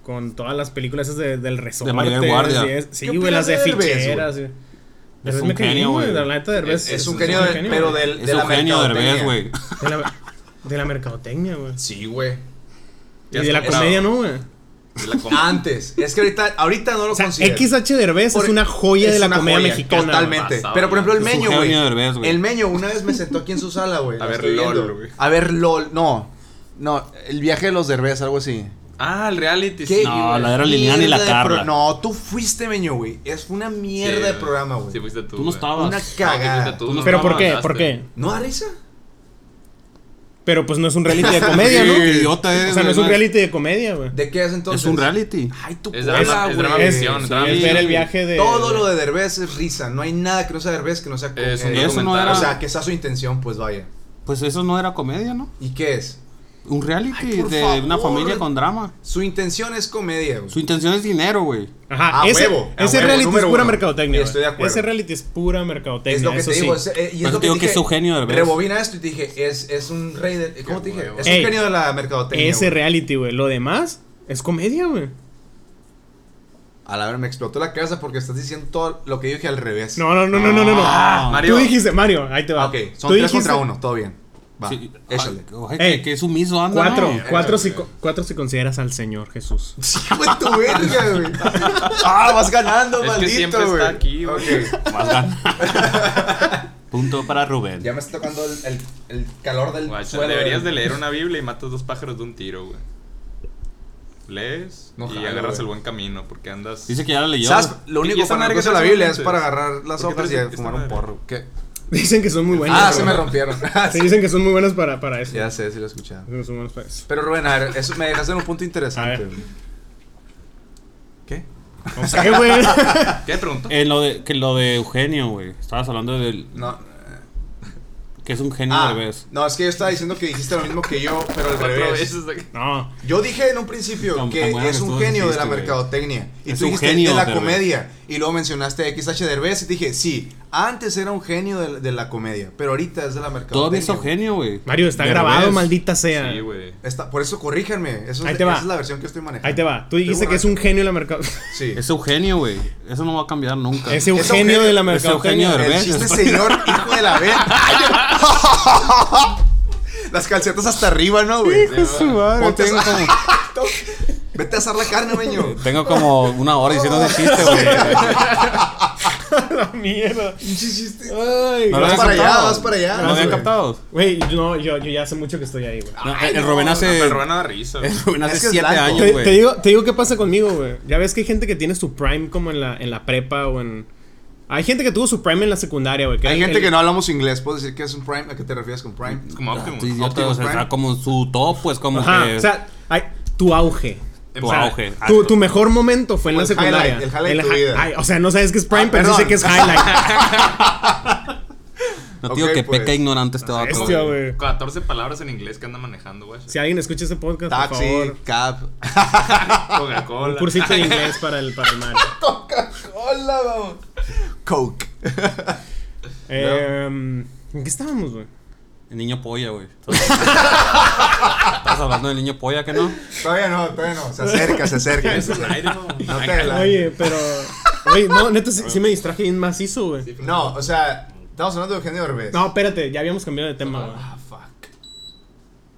con todas las películas esas de- del resorte. Maribel Guardia. sí, es- Sí, ¿Qué güey, las de opinas de Derbez, ficheras, güey. Derbez un me cae bien, genio, güey, güey. La neta, Derbez. Es- Es un es genio, un de- genio, pero güey. del, Es de la Eugenio mercadotecnia. Derbez, güey. De la, de la mercadotecnia, güey. Sí, güey. Y de la comprado. comedia, ¿no, güey? De la Ah, comedia. Antes. Es que ahorita, ahorita no lo O sea, considero. XH Derbez Por- es una joya de es la una comedia joya, mexicana. güey. Totalmente. Basado, Pero por ejemplo, el güey. Es un meño, genio de Derbez, güey. güey. El meño una vez me sentó aquí en su sala, güey. A la ver, estoy LOL, viendo. güey. A ver, LOL. No. No, el viaje de los Derbez, algo así. Ah, el reality. ¿Qué sí. No, la era Liliana y la mierda de pro- Carla. No, tú fuiste, meño, güey. Es fue una mierda de Sí, programa, güey. Sí, fuiste tú. Tú no güey. estabas. una No, sí cagada. fuiste tú, no Pero ¿por qué? mandaste. ¿Por qué? ¿No da risa? Pero pues no es un reality de comedia, ¿no? Sí, qué idiota eres, O sea, no es güey, un reality de comedia, güey. ¿De qué es entonces? Es un reality. Ay, tu Es cola, drama- es güey. drama ficción, Sí. drama Es ficción. ver el viaje de... Todo lo de Derbez es risa. No hay nada que no sea Derbez que no sea Es un eh, Eso no documental. era- O sea, que esa su intención, pues vaya. Pues eso no era comedia, ¿no? ¿Y qué es? Un reality Ay, por de una favor. familia con drama. Su intención es comedia, güey. Su intención es dinero, güey. Ajá, A ese, huevo, a ese huevo, reality es número pura uno. mercadotecnia. Estoy de güey. acuerdo. Ese reality es pura mercadotecnia. Es lo que eso te digo. sí. es- eh, y Por es eso lo que digo te que dije. es Eugenio Derbez. Rebobina esto y te dije, es, es un rey de. ¿Cómo te dije? huevo. Es Ey. un genio de la mercadotecnia. Ese güey. reality, güey. Lo demás es comedia, güey. A la verdad, me explotó la cabeza porque estás diciendo todo lo que yo dije al revés. No, no, no, no, no, no. Ah, Mario. Tú dijiste, Mario, ahí te va. Ah, ok, son Tú tres dijiste contra uno, todo bien. Va, Sí. ah, échale. Ay, Ey. que, que sumiso anda. Cuatro, ¿no? cuatro, si, co- cuatro si consideras al Señor Jesús. Sí, güey, tu verga, güey. Ah, vas ganando, Es que maldito, siempre está güey. aquí, güey. Ok. Vas ganando. Punto para Rubén. Ya me está tocando el, el- el calor del Guacha, suelo. deberías de güey. leer una Biblia y matas dos pájaros de un tiro, güey. Lees No y jalo, agarras güey. el buen camino porque andas. Dice que ya la leyó. ¿Sabes? Lo ¿Y único esa para madre que que uso la traes Biblia es antes? para agarrar las ¿Por qué hojas traes y esta fumar un madre? porro. ¿Qué? Dicen que son muy buenos. Ah, güey. se me rompieron. Sí, dicen que son muy buenas para, para eso. ya sé, sí lo he escuchado. Dicen que son buenas para eso. Pero Rubén, a ver, eso me dejaste en un punto A interesante. ver. güey. ¿Qué? No sé, güey. ¿Qué preguntó? En Eh, lo de, que lo de Eugenio, güey. Estabas hablando del. No. Que es un genio Ah, Derbez. no, es que yo estaba diciendo que dijiste lo mismo que yo, pero al Cuatro revés. veces de- No. Yo dije en un principio Tan- que tan buena es que un tú genio de dijiste, la güey. mercadotecnia. Y Es tú un dijiste genio de la Derbez. comedia. Y luego mencionaste a XH Derbez y te dije, sí, antes era un genio de, de la comedia, pero ahorita es de la mercadotecnia. Todavía es Eugenio, güey. Mario, está Derbez. grabado, maldita sea. Sí, güey. Está- por eso corríjanme. Eso es, Ahí te va. Esa es la versión que estoy manejando. Ahí te va. Tú dijiste que es un genio de la mercadotecnia. Sí. Es Eugenio, güey. Eso no va a cambiar nunca. Es Eugenio- Eugenio de la es Eugenio mercadotecnia. Derbez. El Derbez. chiste señor, hijo de la verga. Las calcetas hasta arriba, ¿no, güey? Ponte tengo, esa- como, Vete a asar la carne, meño. tengo como una hora diciendo ese chiste, güey. La mierda. Pinche chiste. Ay, No lo Vas habían para allá, captado. vas para allá. No lo habían güey. captado. Güey, no, yo, yo ya hace mucho que estoy ahí, güey. No, el Rubén hace. Pero Rubén no da risa. güey. el Rubén hace Es que es siete blanco. años, Te, te güey. digo, te digo qué pasa conmigo, güey. Ya ves que hay gente que tiene su prime como en la, en la prepa o en... Hay gente que tuvo su prime en la secundaria, güey. que Hay era el- gente que el- no hablamos inglés. ¿Puedo decir que es un prime? ¿A qué te refieres con prime? Es como óptimo. Tú idiota, Optimus o sea, Prime. está como en su top, pues como Ajá, que. o sea, hay, tu auge. tu O sea, auge. Tu, tu mejor momento fue en Como la el highlight, secundaria. el highlight En la de tu hi- vida. Ah, ay, o sea, no sabes que es prime, Ah, pero sí sé perdón. que es highlight. No te digo Ok, que pues. peca ignorante este vato. Bestia, güey. güey. 14 palabras en inglés que anda manejando, güey. Si alguien escucha este podcast, por Taxi, favor. cab. Un Coca-Cola. ah, cursito de inglés para el, para el Mario. Hola, vamos. Coke. Eh, ¿En qué estábamos, güey? El niño polla, güey. Estás hablando del niño polla, ¿que no? Todavía no, todavía no. Se acerca, se acerca. Es un aire, no. No te la- Oye, pero. Oye, no, neta, sí, sí me distraje bien macizo, güey. No, o sea, estamos hablando de Eugenio Derbez. No, espérate, ya habíamos cambiado de tema, güey. Ah, fuck.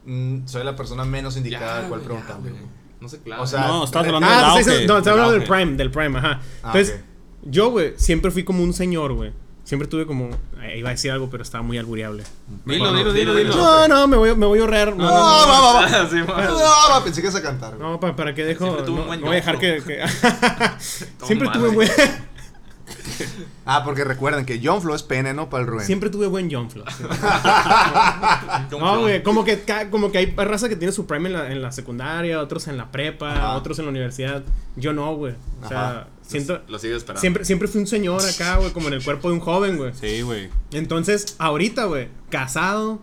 Mm, soy la persona menos indicada al cual güey, ya, preguntarle. güey. güey. No sé, claro. O sea, No, estabas hablando del Ah, auge. pues, eso- no, del estaba hablando del auge. Prime, del Prime, ajá. Ah, Entonces, yo, güey, siempre fui como un señor, güey. Siempre tuve como. eh, iba a decir algo, pero estaba muy albureable. Dilo, dilo, dilo, Dilo, dilo. dilo. No, no, me voy, me voy a ahorrar. No, no, no. No, va, va, va. Sí, ma. No, va, pensé que ibas a cantar, güey. No, pa- ¿para qué dejo? Siempre tuve un No, buen no voy a dejar que. yoclo. que- siempre Toma, tuve buen. Ah, porque recuerden que John Flo es pene, ¿no? Para el Rubén. siempre tuve buen John Flow. John No, Flon. güey, como que, ca- como que hay raza que tiene su prime en la, en la secundaria, otros en la prepa, Ajá. otros en la universidad. Yo no, güey. O sea, Ajá. siento. Lo sigo esperando. Siempre, siempre fui un señor acá, güey, como en el cuerpo de un joven, güey. Sí, güey. Entonces, ahorita, güey, casado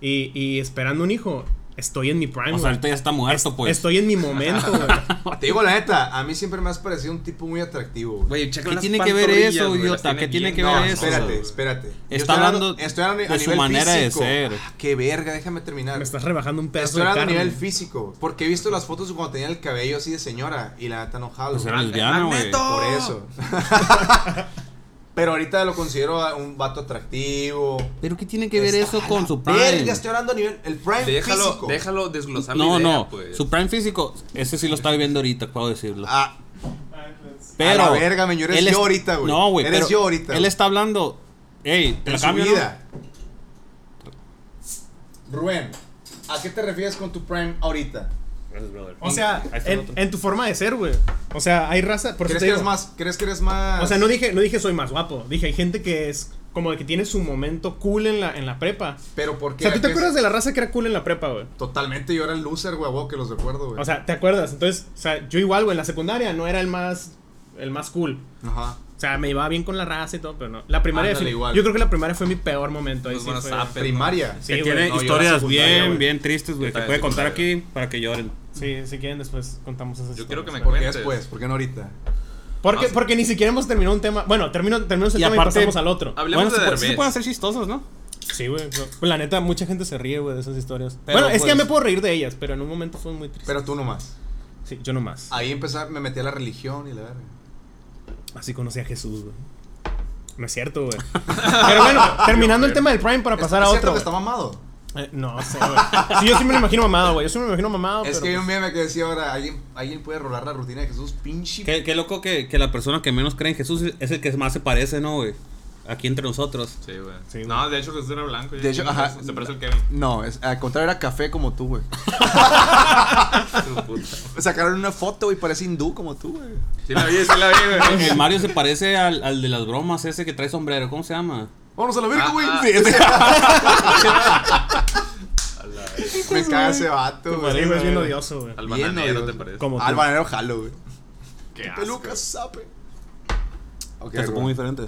y, y esperando un hijo, estoy en mi prime, O sea, güey. ahorita ya está muerto, pues. Estoy en mi momento, güey. Te digo la neta, a mí siempre me has parecido un tipo muy atractivo, güey. Güey, checa ¿Qué las tiene que ver pantorrillas, eso, güey, las idiota? ¿Qué tiene bien que ver grandes, eso? espérate, güey. espérate. Yo Está hablando de su manera de ser. Ah, qué verga, déjame terminar. Me estás rebajando un pedazo Estoy de hablando a carne. nivel físico, porque he visto las fotos de cuando tenía el cabello así de señora y la neta no jalo. Pues era Ah, lesbiana, güey. Magneto. Por eso. Pero ahorita lo considero a un vato atractivo. ¿Pero qué tiene que ver eso con su prime? Verga, este estoy hablando a nivel. El prime Déjalo, físico. déjalo desglosar No, mi idea, no. pues. Su prime físico, ese sí lo está viviendo ahorita, puedo decirlo. Ah, Pero. A la verga, men, eres él yo es- ahorita, güey. No, güey. Eres pero yo ahorita, Él güey. está hablando. Ey, te en la su cambio. ¿no? vida. Rubén, ¿a qué te refieres con tu prime ahorita? O sea, Ahí está el en, otro. en tu forma de ser, güey. O sea, hay raza. Por ¿Crees eso te que eres digo. más? ¿Crees que eres más? O sea, no dije, no dije soy más guapo. Dije, hay gente que es como que tiene su momento cool en la, en la prepa. Pero O porque. sea, ¿tú te acuerdas de la raza que era cool en la prepa, güey? Totalmente, yo era el loser, güey, a huevo que los recuerdo, güey. O sea, ¿te acuerdas? Entonces, o sea, yo igual, güey, en la secundaria no era el más, el más cool. Ajá. O sea, me llevaba bien con la raza y todo, pero no. La primaria, Ándale, sí- igual. yo creo que la primaria fue mi peor momento. Ahí Los sí buenos fue- zapes. Primaria. Sí, Que güey. tiene No, yo era historias secundaria, bien, güey. bien tristes, güey. Yo Te también puede contar secundaria. aquí para que lloren. Sí, si quieren después contamos esas Yo quiero que me historias, ¿Por qué cuentes. después? ¿Por qué no ahorita? güey. porque, No, sí. porque ni siquiera hemos terminado un tema. Bueno, termino, terminamos el Y tema y aparte- pasamos al otro. Hablemos de bueno, se, puede- sí se Derbez. pueden hacer chistosos, ¿no? Sí, güey. pero- pues, La neta, mucha gente se ríe, güey, de esas historias. Pero, bueno, es que ya pues- me puedo reír de ellas, pero en un momento fue muy triste. Pero tú nomás. sí, yo nomás. Ahí empecé, me metí a la religión y la verga. Así conocí a Jesús, güey. No es cierto, güey. Pero bueno, terminando el tema del Prime para pasar a ¿Es cierto otro. que está mamado? güey. Eh, no sé, güey. Sí, yo sí me lo imagino mamado, güey. Yo sí me lo imagino mamado. es pero que hay un pues- meme que decía ahora, ¿alguien, alguien puede rolar la rutina de Jesús, pinche. Qué, qué loco que, que la persona que menos cree en Jesús es el que más se parece, ¿no, güey? Aquí entre nosotros. Sí, güey. Sí, güey. no, de hecho Jesús era blanco. De hecho, ajá. Se parece el Kevin. No, es- al contrario era café como tú, güey. Su puta. Sacaron una foto, y parece hindú como tú, güey. Sí la vi, sí la vi, güey. El Mario se parece al, al de las bromas, ese que trae sombrero. ¿Cómo se llama? Vamos a la verga, Ah, güey. ah. me caga ese vato, pues, Sí, güey. güey, es bien odioso, güey. Al Bien bananero, odioso. ¿te parece? Como Al tú. bananero jalo, güey. Qué asco. Peluca, sape. Ok, Que se güey. pone diferente.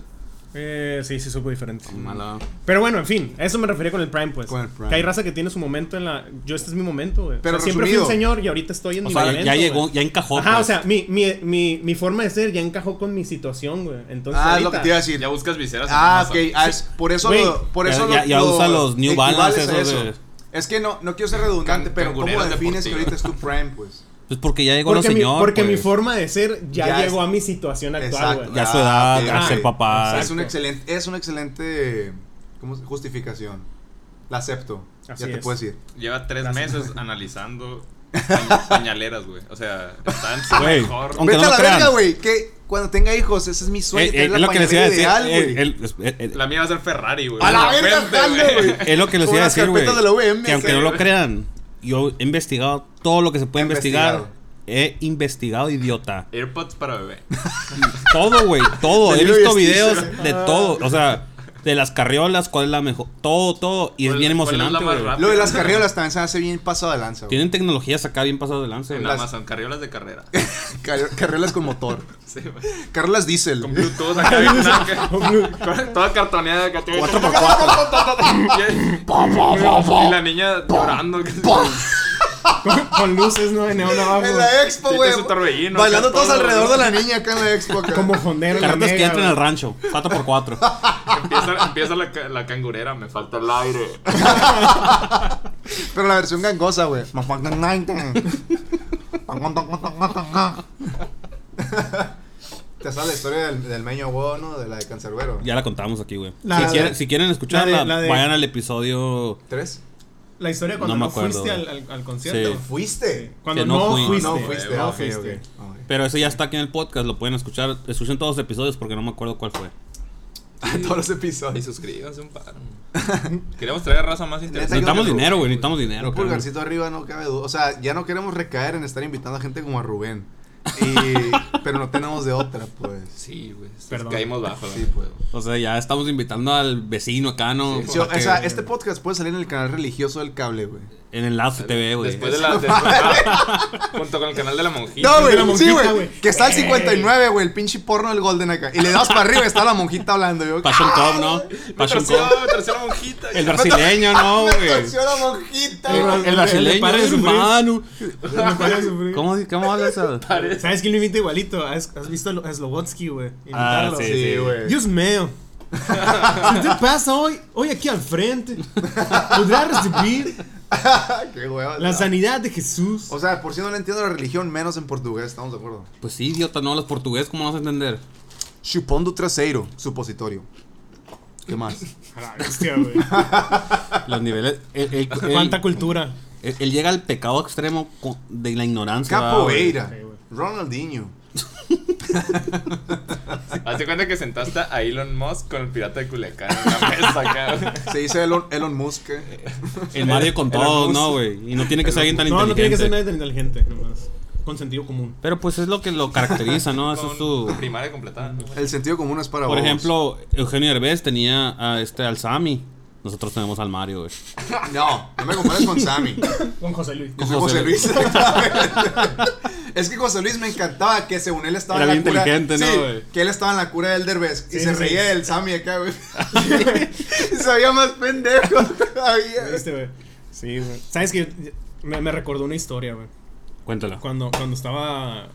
Eh, sí, sí, supo diferente. Mala. Pero bueno, en fin, a eso me refería con el Prime, pues. Con el Prime. Que hay raza que tiene su momento en la. Yo, este es mi momento, güey. Pero O sea, siempre fui un resumido. señor y ahorita estoy en O mi sea, momento, ya llegó, güey. ya encajó. Ajá, pues. o sea, mi, mi, mi, mi forma de ser ya encajó con mi situación, güey. Entonces, Ah, es ahorita, lo que te iba a decir. Ya buscas viseras. en Ah, Amazon. ok. ah, es- por eso, Güey, lo, por ya- eso ya- lo- ya lo usa los New equivales Balance a esos eso. de- Es que no, no quiero ser redundante, Can- pero ¿cómo cangureros defines que ahorita es deportivos. tu prime, pues? Pues porque ya llegó Porque, la mi, señora. porque mi pues. forma de ser ya, Ya es- llegó a mi situación actual, Exacto. güey. Ya a su Ah, edad, ok, a ser ok. papá. Es una Exacto. excelente, es una excelente ¿cómo se- justificación. La acepto. Así ya te es. puedo decir. Lleva tres Gracias. meses analizando pañ- pañaleras, güey. O sea, está en su Güey. mejor. Aunque Vete no a la crean. verga, güey. Que cuando tenga hijos, ese es mi Eh, sueño. eh, tener la es lo que les iba a pañalera decir. ideal, eh, güey. el- es- eh, eh, La mía va a ser Ferrari, güey. A la De verga, repente, jalo, güey. es lo que les Como iba a las decir, güey. carpetas de la UVM, Que aunque sí, no lo güey. crean, yo he investigado todo lo que se puede investigar. Investigado. He investigado, idiota. AirPods para bebé. Todo, güey, todo. He Delivery visto Station. videos de todo. O sea, de las carriolas, cuál es la mejor, todo, todo. Y es ¿Cuál- bien cuál es la emocionante. más güey. rápida? Lo de las carriolas también se me hace bien pasado de lanza. güey. Tienen tecnologías acá bien pasadas de lanza. En güey. Amazon, carriolas de carrera. Car- carriolas con motor. Sí, güey. Carriolas diésel. Con Bluetooth acá bien acá. Con- Toda cartoneada acá. 4x4. Y la niña llorando. que- Con, con luces, ¿no? De neón abajo. En la E. expo, Sí, güey. tiene su torbellino, Bailando acá, todos todo, alrededor de la güey. niña acá en la expo. acá. Como fondero. en la Carretas que mega, entran al güey. rancho, 4x4. Empieza, empieza la, ca- la cangurera, me falta el aire. Pero la versión gangosa, güey. Te sale la historia del, del meño huevo, ¿no? De la de Cancerbero. Ya la contamos aquí, güey. La si, de- quieren, si quieren escucharla, la de- la de- vayan al episodio ¿Tres? La historia cuando No no, me acuerdo, fuiste güey. al, al- al concierto. Sí. ¿Fuiste? Cuando Que no no, fui. fuiste. No No fuiste, Ah, No ok, fuiste. ok, ok. Pero ese ya está aquí en el podcast, lo pueden escuchar. Escuchen todos los episodios porque no me acuerdo cuál fue. Todos los Y episodios. suscríbanse un par. Queremos traer raza más interesante. Necesitamos yo- dinero, güey, necesitamos dinero. Un cabrón. pulgarcito arriba no cabe duda. O sea, ya no queremos recaer en estar invitando a gente como a Rubén. Y, pero no tenemos de otra, pues. Sí, güey. sí, Perdón. Caímos bajo. Sí, pues. güey. O sea, ya estamos invitando al vecino acá, ¿no? Sí, Para o que- sea, este podcast puede salir en el canal religioso del cable, güey. en Enlace TV, güey. Después de la. después- junto con el canal de la pues monjita. No, güey, la sí, monjita, güey. güey. Que está el 59, güey, el pinche porno del Golden acá. Y le das para arriba y está la monjita hablando, yo. Passion "Ah, Cop, Ah, ¿no? Me Passion torció, Cop. me torció la monjita. El brasileño, ¿no, Me güey? torció la monjita, El- güey. El brasileño, Para de sufrir. hermano. No puedes sufrir. ¿Cómo, cómo habla esa? Parece- ¿Sabes quién lo invita igualito? ¿Has, has visto a Slobotsky, güey? Ah, Imitarlo. sí, Sí, sí, güey. Dios mío. ¿Qué te pasa hoy? Hoy aquí al frente. Podrá recibir Ah, Qué hueva. la sanidad de Jesús. O sea, por si no le entiendo la religión, menos en portugués, estamos de acuerdo. Pues sí, idiota, no hablas portugués, ¿cómo vas a entender? Chupondo traseiro, supositorio. ¿Qué más? Pues A la bestia, güey. Los niveles. Él, él- él- ¿Cuánta cultura? él- él llega al pecado extremo con- de la ignorancia. ¿verdad, güey? Capoeira. Sí, güey. Ronaldinho. Hazte cuenta que sentaste a Elon Musk con el pirata de Culiacán en la mesa acá. güey. Se dice Elon, Elon Musk. ¿eh? El Mario con El todos, Armus. ¿no, güey? Y no tiene que ser alguien tan No, inteligente. no tiene que ser nadie tan inteligente. nomás. Con sentido común. Pero pues es lo que lo caracteriza, ¿no? Eso es Con su. Primaria completada. ¿no? El sentido común es para Por bobos. ejemplo, Eugenio Herbés tenía a este al Sammy. Nosotros tenemos al Mario, güey. No, no me compares con Sammy. Con José Luis. Con José Luis. es que José Luis me encantaba que según él estaba Era en la bien cura. inteligente, ¿no, sí, güey? Que él estaba en la cura del Derbez y Sí, se sí. reía del Sammy acá, güey. Y se veía más pendejo todavía. ¿Viste, este, güey? Sí, güey. ¿Sabes que Me, me recordó una historia, güey. Cuéntala. Cuando, cuando estaba...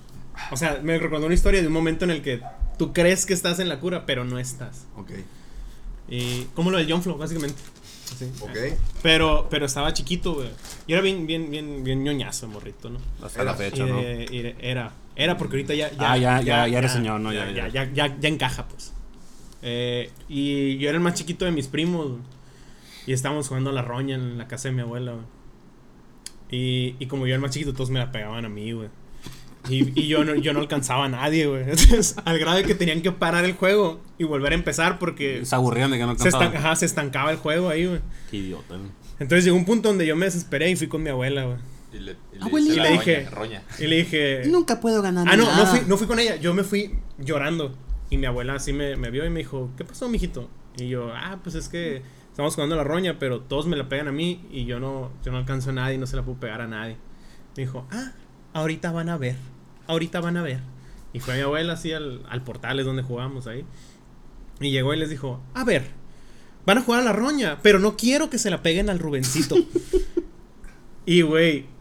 O sea, me recordó una historia de un momento en el que tú crees que estás en la cura, pero no estás. Ok, Y como lo del John Flow, básicamente. Sí. ok. Pero, pero estaba chiquito, güey. Y era bien, bien, bien, bien ñoñazo, morrito, ¿no? Hasta la Y, fecha, ¿no? eh, y era, era porque ahorita ya, Ah, ya, ya, ya eres señor, ¿no? Ya, Ya, ya, ya, ya, ya encaja, pues. Eh, y yo era el más chiquito de mis primos. güey. Y estábamos jugando a la roña en la casa de mi abuela, güey. Y, y como yo era el más chiquito, todos me la pegaban a mí, güey. Y, y yo, no, yo no alcanzaba a nadie, güey. Entonces, al grado de que tenían que parar el juego y volver a empezar porque Se aburrían de que no se, alcanzaban. estan- ajá, se estancaba el juego ahí, güey. Qué idiota, ¿no? Entonces llegó un punto donde yo me desesperé y fui con mi abuela, güey. Y le, y le Abuelita. hice la Y le dije- roña, roña. Y le dije... Nunca puedo ganar. Ah, no, no fui, no fui con ella. Yo me fui llorando. Y mi abuela así me, me vio y me dijo, ¿qué pasó, mijito? Y yo, ah, pues es que estamos jugando a la roña, pero todos me la pegan a mí y yo no, yo no alcanzo a nadie, no se la puedo pegar a nadie. Me dijo, ah, ahorita van a ver, ahorita van a ver. Y fue mi abuela así al, al portal, es donde jugábamos ahí. Y llegó y les dijo, a ver, van a jugar a la roña, pero no quiero que se la peguen al Rubencito. y, güey,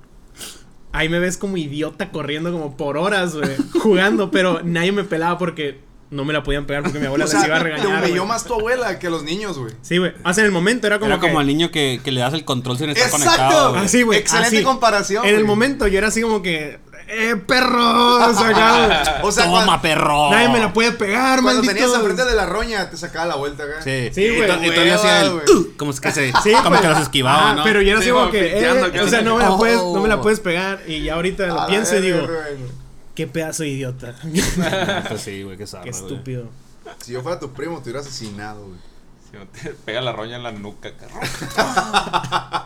Ahí me ves como idiota corriendo como por horas, güey, jugando, pero nadie me pelaba porque no me la podían pegar porque mi abuela O sea, les iba a te regañar. humilló güey. más tu abuela que los niños, güey. Sí, güey. Hace en el momento era como Era que- Ah, como al niño que, que le das el control sin estar conectado. Exacto. güey. Así, güey, Excelente así. comparación. En el güey. momento yo era así como que eh perros acá. O sea, Toma, cuando, perro. güey. Nadie me la puede pegar, cuando maldito. tenías enfrente de la roña, te sacaba la vuelta acá. Sí, Sí, güey, Y to- Y todavía hueva, hacía el. güey. "Uh", Como es que se. Sí, como pues. que los esquivaba, Ah, ¿no? Pero yo era Sí, así como como que piteando eh, acá. o sea, no me la puedes, no me la Oh. puedes pegar y ya ahorita A lo la pienso y verga, digo, güey. qué pedazo de idiota. Pues sí, güey, qué zarra, Qué güey. estúpido. Si yo fuera tu primo, te hubiera asesinado, güey. Si no te pega la roña en la nuca, cabrón.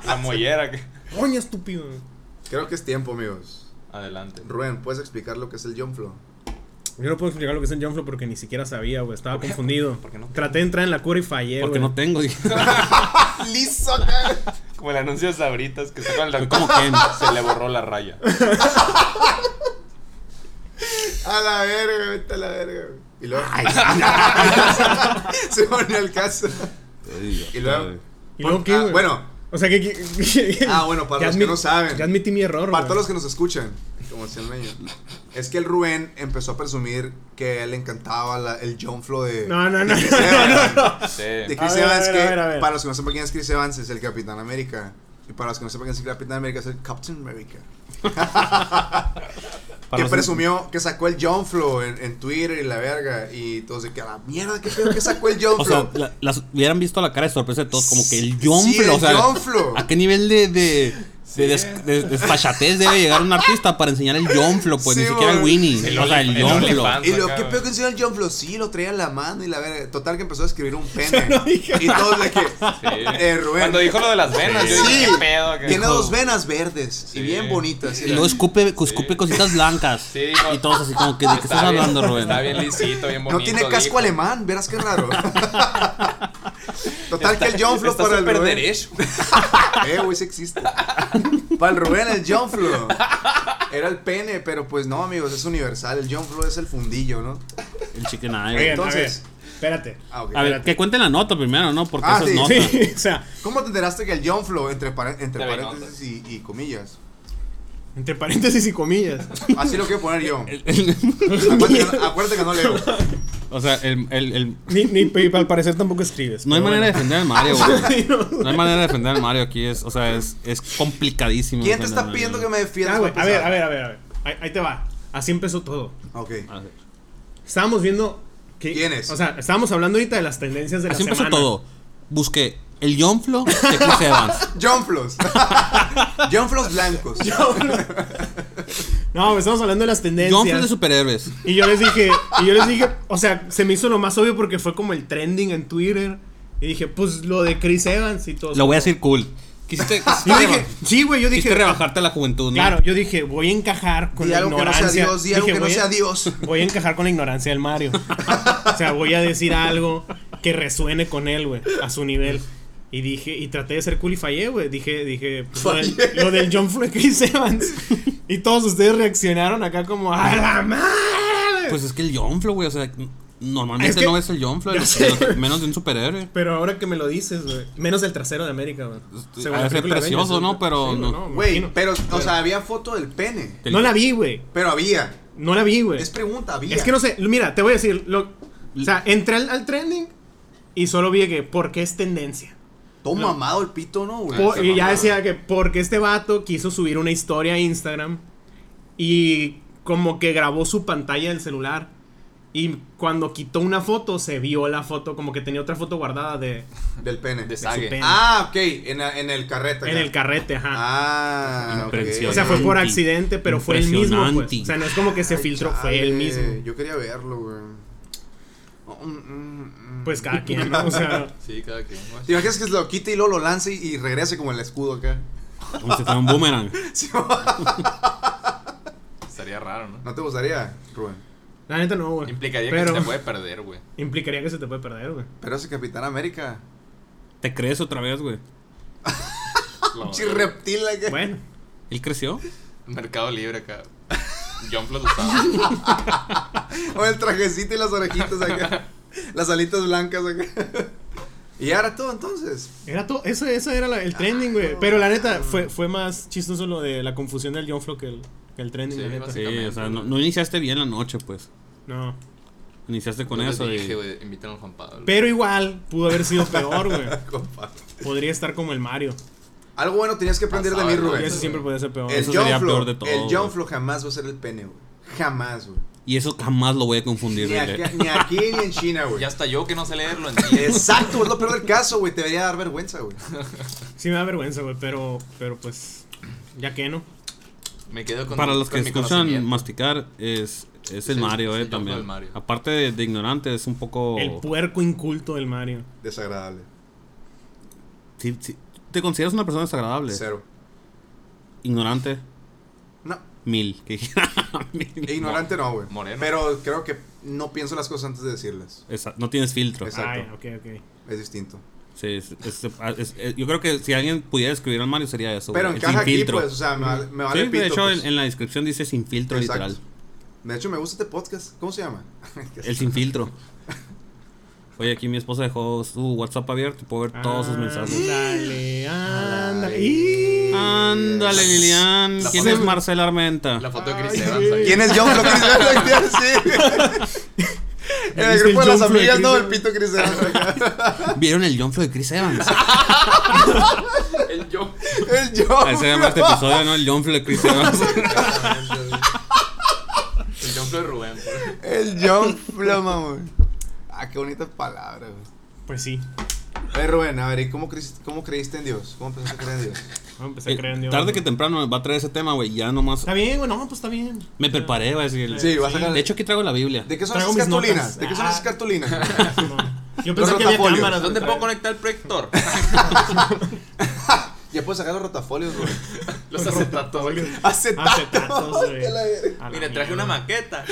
La mollera. que- Coño, estúpido. Creo que es tiempo, amigos. Adelante. Rubén, ¿puedes explicar lo que es el John Flow? Yo no puedo explicar lo que es el Jonflo porque ni siquiera sabía, güey. Estaba confundido. Traté de entrar en la cura y fallé, Porque güey. no tengo. dije. Liso acá. Como el anuncio de Sabritas que está con el Como Ken. Se le borró la raya. A la verga, vete a la verga. güey. Y luego. Ay, se pone al caso. Y luego- ¿Y luego qué, Ah, güey? bueno, O sea, que... que- Ah, bueno, para ya los que no saben. Ya admití mi error, para güey. todos los que nos escuchan, como decía el niño, es que el Rubén empezó a presumir que a él le encantaba la- el John Flo de. No, no, no. de Chris Evans. Sí. De A Chris ver, a Evans, ver, que a ver, a ver. para los que no sepan quién es Chris Evans, es el Capitán América. Y para los que no sepan quién es el Capitán América, es el Captain America. Para que los- presumió que sacó el John Flo en, en Twitter y la verga. Y todos de que a la mierda, que pedo que sacó el John O sea, Flo. la- las hubieran visto la cara de sorpresa de todos, como que el Sí, Jonflo, el o sea, Jonflo. ¿a qué nivel de, de, de des- de- de desfachatez debe llegar un artista para enseñar el Jonflo? Pues ni Sí, siquiera el güey. Winnie, El o sea, el Only- el Jonflo. OnlyFans. Y luego, acá, ¿qué güey. pedo que enseñó el John Flo? Sí, lo traía en la mano y la verga. Total que empezó a escribir un pene. no dije y todos de que. Sí. Eh, Rubén. Cuando dijo lo de las venas, yo Sí. dije, ¿qué pedo? ¿Qué Tiene dijo? dos venas verdes Sí. y bien bonitas. Y luego escupe, escupe cositas blancas. Sí, dijo- y todos así como que, ¿de qué Ah, Está estás bien- hablando, Rubén? Está bien lisito, bien bonito. no tiene casco dijo. alemán, verás qué raro. Total que el John Flo Está para el súper Rubén. derecho. Eh, güey, sí existe. Para el Rubén, el John Flo. Era el pene, pero pues no, amigos, es universal. El John Flo es el fundillo, ¿no? El chicken eye. Oigan, Entonces- a ver, espérate. Ah, ok. A ver, que cuenten la nota primero, ¿no? Porque Ah, esas sí, notas. Sí, o sea, ¿Cómo te enteraste que el John Flo, entre, pare- entre Te paréntesis y, y comillas? entre paréntesis y comillas. Así lo quiero poner yo. Acuérdate que, no- acuérdate que no leo. o sea, el, el, el- Ni, ni, y al parecer tampoco escribes. no hay pero manera de bueno. defender al Mario, güey. Sí, no. No hay manera de defender al Mario aquí. Es, o sea, es, es complicadísimo. ¿Quién te defender está al pidiendo que Mario. me defiendas? Ah, güey, para a ver, empezar? a ver, a ver, a ver. Ahí, ahí te va. Así empezó todo. Ok. A ver. Estábamos viendo. Que, ¿Quién es? O sea, estábamos hablando ahorita de las tendencias de Así la empezó semana. todo. Busqué el Jonflo de Chris Evans. John Flos. John Flos blancos. No, estamos hablando de las tendencias. Jonflo de superhéroes. Y yo les dije, y yo les dije, o sea, se me hizo lo más obvio porque fue como el trending en Twitter. Y dije, pues lo de Chris Evans y todo. Lo voy a decir cool. Quisiste, Y quisiste, yo reba- dije, sí, güey, yo quisiste dije. rebajarte a la juventud, ¿no? Claro, yo dije, voy a encajar con Di la algo que no sea ignorancia. Dios, di algo Dije, que no voy a- sea Dios. Voy a encajar con la ignorancia del Mario. O sea, voy a decir algo que resuene con él, güey, a su nivel. Y dije, y traté de ser cool y fallé, güey. Dije, dije, pues, lo, del, lo del John Floyd Chris Evans. Y todos ustedes reaccionaron acá como, ¡a la madre! Pues es que el Jonflo, güey. O sea, n- normalmente Es que- no ves el Jonflo. Ya el- sé, el- güey. menos de un superhéroe. Pero ahora que me lo dices, güey. Menos el trasero de América, güey. Este, Según ha la de ser película de precioso, Avengers, ¿no? güey. Pero Sí, no. me Güey, imagino. pero, o sea, había foto del pene. No la vi, güey. Pero había. No la vi, güey. Es pregunta, había. Es que no sé, mira, te voy a decir, lo, o sea, entré al, al trending y solo vi que porque es tendencia. Todo mamado el pito, ¿no, güey? Po- Ah, y ya mamada. decía que porque este vato quiso subir una historia a Instagram y como que grabó su pantalla del celular y cuando quitó una foto se vio la foto, como que tenía otra foto guardada de, Del pene. De de su sague. pene. Ah, ok. En, la- en el carrete. en acá. el carrete, ajá. Ah, ok. Impresión. O sea, fue por Impresionante. accidente, pero fue el mismo. pues. Impresionante. O sea, no es como que se Ay, filtró, chale, fue el mismo. Yo quería verlo, güey. Oh, mm, mm, mm. Pues cada quien, ¿no? O sea, Sí, cada quien. güey. ¿Te imaginas que se lo quite y luego lo lance y, y regrese como el escudo acá? Como si fuera un boomerang. Estaría raro, ¿no? ¿No te gustaría, Rubén? la neta no, güey. Implicaría Pero- que se te puede perder, güey. Implicaría que se te puede perder, güey. Pero ese Capitán América. Te crees otra vez, güey. Lo- Sí, reptil acá. Bueno, Él creció. Mercado Libre acá. John Flos usaba. O el trajecito y las orejitas acá. las alitas blancas acá. y ahora todo entonces. era todo. Eso, eso era la- el trending, güey. Pero la neta, fue, fue más chistoso lo de la confusión del John Flo que el, que el trending, Sí, la neta. Sí, Básicamente, o sea, güey. no, no iniciaste bien la noche, pues. No. Iniciaste con Yo les eso. y- dije, güey, invítanos a Juan Pablo. Pero igual, pudo haber sido peor, güey. Compa. Podría estar como el Mario. Algo bueno tenías que aprender de mí, Pasaba, Rubén. Y güey. eso siempre podría ser peor. El Eso John sería Flo, peor de todo, El güey. John Flo jamás va a ser el pene, güey. Jamás, güey. Y eso jamás lo voy a confundir, Ni, güey. acá- ni aquí ni en China, güey. Ya hasta yo que no sé leerlo entiendo. Exacto, es lo peor del caso, güey. Te debería dar vergüenza, güey. Sí me da vergüenza, güey, pero, pero pues. Ya que no. Me quedo con Para los con que mi escuchan conocimiento. masticar, es, es el Sí, Mario, sí, eh, yo también. fui el Mario. Aparte de, de ignorante, es un poco... El puerco inculto del Mario. Desagradable. Sí, sí. ¿Te consideras una persona desagradable? Cero. Ignorante, No. mil. Que dijera mil. E ignorante no, güey. Moreno. Pero creo que no pienso las cosas antes de decirlas. Esa- no tienes filtro. Esa- Exacto. Ay, ok, ok. Es distinto. Sí, es- es- es- es- yo creo que si alguien pudiera escribir al Mario sería eso. Pero güey, el encaja sin aquí, filtro. pues, o sea, me, vale- me vale sí, pito, de hecho, pues. en, en la descripción dice sin filtro, Exacto. literal. De hecho, me gusta este podcast. ¿Cómo se llama? El sin filtro. Oye, aquí mi esposa dejó su WhatsApp abierto. Puedo ver todos sus mensajes. Ándale, Ah, ándale. Y- Ándale, Lilian. La ¿Quién foto- es Marcela Armenta? La foto de Chris Ay, Evans. ahí. ¿Quién es John Flo Chris Evans? Te iba a decir. En Ya el viste grupo de las el John Flo de amigas, Chris no, el Evans. pito Chris Evans. ¿Vieron el John Flo de Chris Evans? El yo. El John. Ese se llama este episodio, ¿no? El John Flo de Chris Evans. El yo de Rubén. güey. El John Flo, mamón. Ah, qué bonita palabra, güey. Pues sí, Oye, Rubén, a ver, ¿y cómo, creíste- cómo creíste en Dios? ¿Cómo empezaste a creer en Dios? vamos a empezar Eh, a creer en Dios. tarde que temprano va a traer ese tema, güey. Ya nomás Está bien, güey, no, pues está bien. me preparé, va a decir. Sí, va a sacar- De hecho, aquí traigo la Biblia. ¿De qué son Traigo esas mis notas. cartulinas? ¿De qué son esas Ah. cartulinas? No. Yo Los pensé que había rotafolios. cámaras. ¿Dónde güey. puedo conectar el proyector? Ya puedes sacar los rotafolios, güey. Los acetatos. güey. Ah, Acetato. Acetatos, güey. Qué la verga. A la Mira, traje mierda. una maqueta.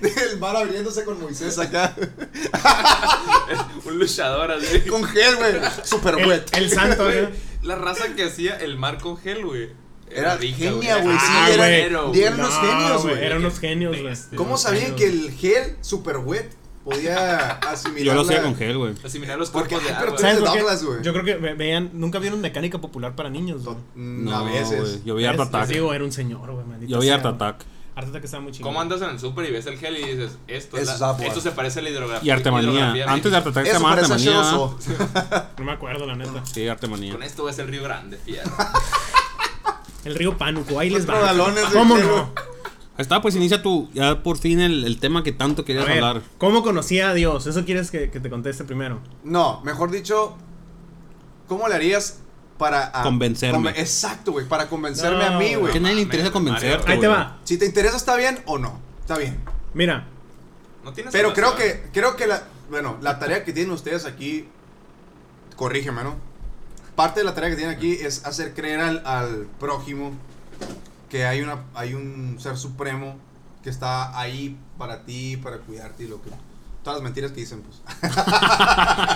El mar abriéndose con Moisés acá. Un luchador así. Con gel, güey. Super El, wet. el santo, ¿eh? Güey, güey. La raza que hacía el mar con gel, güey. Era genia, güey. Sí, Ah, era- güey. eran, güey. unos genios, güey. Eran unos genios, güey. Este, ¿Cómo Unos sabían genios. que el gel super wet podía asimilar? Yo lo hacía la- con gel, güey. Asimilar los Porque- cuerpos de ah, pero agua. tú- ¿Sabes por qué? Douglas, güey. Yo creo que ve- vean, nunca vieron mecánica popular para niños, güey. To- mm, No, a veces. güey, Yo vi Art Es- les Attack. digo, era un señor, güey, maldita Yo vi sea, Art güey. Attack. Art Attack estaba muy chido. ¿Cómo andas en el súper y ves el gel y dices, esto, es Eso la- es agua. esto se parece a la hidrografía? Y Artemanía. hidrografía Antes de Art mexicana. Attack se Eso llamaba parece Artemanía. asqueroso. No me acuerdo, la neta. Sí, Artemanía. Con esto ves el Río Grande, fierro. El río Pánuco, ahí les Los va. rodalones, güey. ¿Cómo no? Ahí está, pues inicia tú. Ya por fin el, el tema que tanto A querías ver, hablar. ¿Cómo conocía a Dios? Eso quieres que, que te conteste primero. No, mejor dicho, ¿cómo le harías para. a- Convencerme. Exacto, güey. Para convencerme No, a mí, Que güey. a nadie le mames, interesa convencerte. Ahí te güey. va. Si te interesa, ¿está bien o no? Está bien. Mira, No tienes Pero creo razón. que, creo que la, bueno, la tarea que tienen ustedes aquí, corrígeme, ¿no? Parte de la tarea que tienen aquí es hacer creer al, al prójimo que hay, una, hay un ser supremo que está ahí para ti, para cuidarte y lo que... Todas las mentiras que dicen, pues.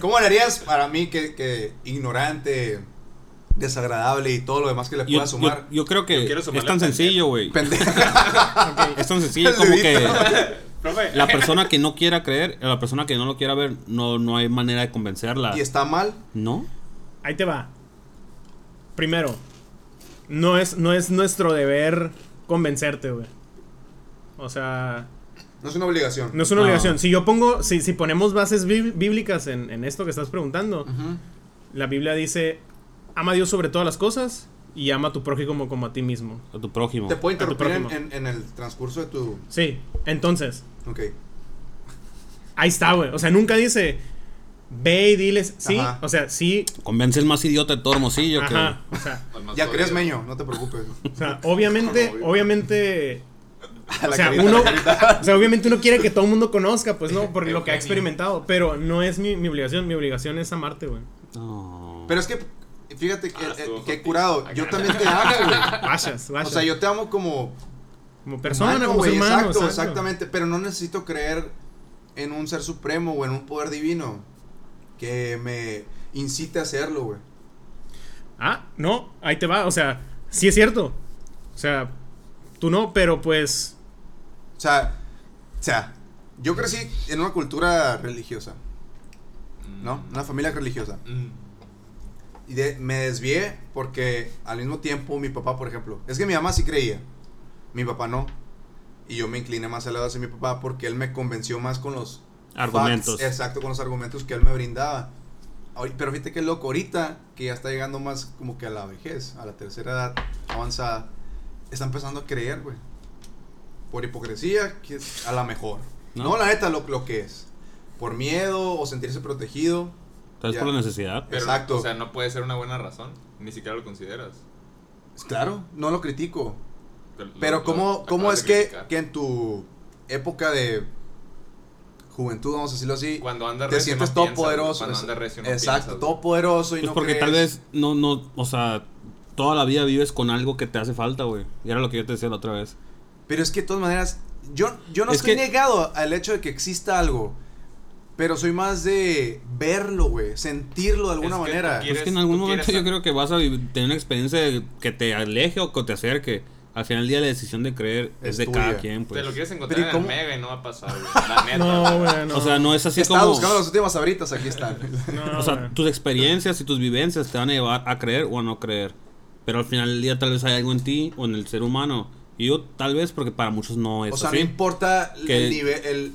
¿Cómo le harías para mí que, que ignorante, desagradable y todo lo demás que le Yo, pueda yo- sumar? yo creo que Yo quiero sumarle es tan a Pendejo. sencillo, güey. Pendejo. Es tan sencillo El como que dedito. Profe, la persona que no quiera creer, a la persona que no lo quiera ver, no, no hay manera de convencerla. ¿Y está mal? ¿No? ahí te va. Primero, no es, no es nuestro deber convencerte, güey. O sea, No es una obligación. No es una No. obligación. Si yo pongo, si, si ponemos bases bí- bíblicas en, en esto que estás preguntando, la Biblia dice, ama a Dios sobre todas las cosas y ama a tu prójimo como, como a ti mismo. A tu prójimo. Te puedo A tu interrumpir en, prójimo. en- en el transcurso de tu... Sí, entonces, Ok. ahí está, güey. O sea, nunca dice, ve y diles, sí, Ajá. o sea, sí, Convence el más idiota de todo hermosillo ajá. O sea, el más Ya crees jodido. meño, no te preocupes. o sea, obviamente, obviamente... A O la sea, carita, uno, a la carita. o sea, obviamente uno quiere que todo el mundo conozca, pues no, por El lo que ha genio. experimentado, pero no es mi, mi obligación, mi obligación es amarte, güey. que. No. Pero es que, fíjate que, Ah, eh, estuvo que he fuerte. curado. Yo también te amo, güey. Vayas, vayas. O sea, yo te amo como Como persona, humano, como güey, ser humano. Exacto, exacto. exactamente. Pero no necesito creer en un ser supremo o en un poder divino que me incite a hacerlo, güey. Ah, no, ahí te va. O sea, sí es cierto. O sea, tú no, pero pues. O sea, o sea, yo crecí en una cultura religiosa, ¿no? Una familia religiosa. Mm. Y de- me desvié porque al mismo tiempo mi papá, por ejemplo, es que mi mamá sí creía, mi papá no. Y yo me incliné más al lado de mi papá porque él me convenció más con los Argumentos. facts, exacto, con los argumentos que él me brindaba. Ahori- Pero fíjate que loco, ahorita que ya está llegando más como que a la vejez, a la tercera edad avanzada, está empezando a creer, güey. Por hipocresía, que es a la mejor. No. No, la neta, lo, lo que es. Por miedo o sentirse protegido. Entonces, por ya. la necesidad. Pero, Exacto. O sea, no puede ser una buena razón. Ni siquiera lo consideras. Claro, no lo critico. Pero, Pero lo- ¿cómo, lo cómo acabas es de que, criticar. que en tu época de juventud, vamos a decirlo así, Cuando andas te recio sientes no todo piensas, güey. poderoso? Cuando andas recio no Exacto, piensas, güey. todo poderoso y Pues no porque tal crees. vez no, no, o sea, toda la vida vives con algo que te hace falta, güey. Y era lo que yo te decía la otra vez. Pero es que de todas maneras, yo, yo no Es estoy que- negado al hecho de que exista algo. Pero soy más de verlo, güey. Sentirlo de alguna Es que tú manera. quieres- Es que en algún tú momento quieres- yo creo que vas a vivi- tener una experiencia de- que te aleje o que te acerque. Al final del día la decisión de creer es, Es de tuya. cada quien, pues. Te lo quieres encontrar Pero ¿y en cómo? el Mega y no va a pasar, güey. La neta. No, güey. güey, no. O sea, no es así Estaba como... buscando las últimas abritas, aquí están. No, O sea, güey. tus experiencias y tus vivencias te van a llevar a creer o a no creer. Pero al final del día tal vez hay algo en ti o en el ser humano. Y yo tal vez porque para muchos no es O sea, así. no importa Que- el nivel. el-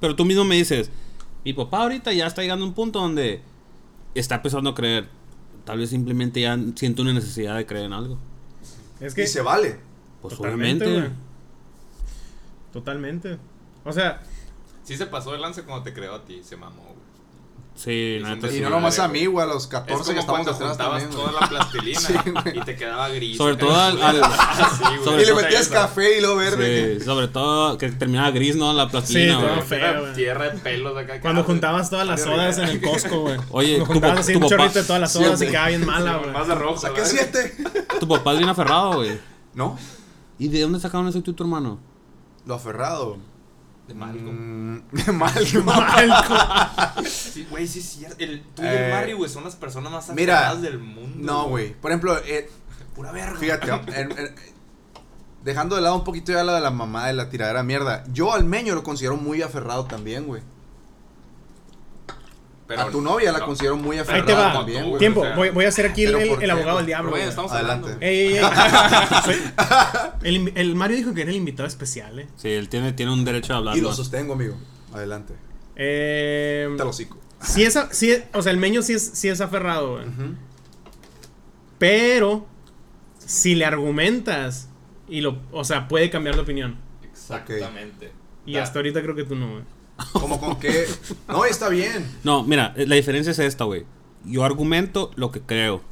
Pero tú mismo me dices, mi papá ahorita ya está llegando a un punto donde está empezando a creer. Tal vez simplemente ya siento una necesidad de creer en algo. es que Y se vale. Pues Totalmente, obviamente. güey. totalmente. O sea, Sí se pasó el lance cuando te creó a ti, se mamó, güey. Sí, Y la son neta de- Y sí. no Pues sí, nomás vale, a mí, güey. A los Es 14 que como estamos cuando atrás juntabas también. toda güey. la plastilina Sí, güey. y te quedaba gris. Sobre acá todo al- azul. al- Sí, güey. sobre Y le todo- metías café y lo verde. Sí, sobre todo que terminaba gris, ¿no? La plastilina, Sí, güey. todo Era feo, güey. Tierra de pelos acá. Ah, cuando acá, güey. juntabas todas las sodas en el Costco, güey. Oye, Cuando tu juntabas pa- así tu un papá- chorrito de todas las Sí, sodas y güey. quedaba bien mala, güey. Más de rojo. Saqué ¿verdad? 7. Tu papá es bien aferrado, güey. este? ¿No? ¿Y de dónde sacaron eso tú y tu hermano? Lo aferrado. De Malcolm. Mm, mal, mal. Sí, güey, sí, sí. El, tú y Eh, el Mario, güey, son las personas más mira, aferradas del mundo. No, güey. Por ejemplo, eh, Pura verga. Fíjate, en- en- dejando de lado un poquito ya la de la mamá de la tiradera de mierda. Yo al meño lo considero muy aferrado también, güey. Pero A tu novia la no. considero muy Ahí aferrada te va. también, güey. Tiempo. o sea, voy, voy a ser aquí el, Pues, pero el- ¿por el qué, abogado güey? del diablo. Pero, güey, güey. estamos Adelante. hablando. güey. Ey, ey, ey. el, invi- el Mario dijo que era el invitado especial, eh. Sí, él tiene, tiene un derecho a hablar. Y lo más. sostengo, amigo. Adelante. Eh, Te lo cico. sí es, a- sí es- o sea, el meño sí es, sí es aferrado, güey. Pero si le argumentas y lo, o sea, puede cambiar de opinión. Exactamente. Y Da. hasta ahorita creo que tú no, güey. Como con que. No, está bien. No, mira, eh, la diferencia es esta, güey. Yo argumento lo que creo.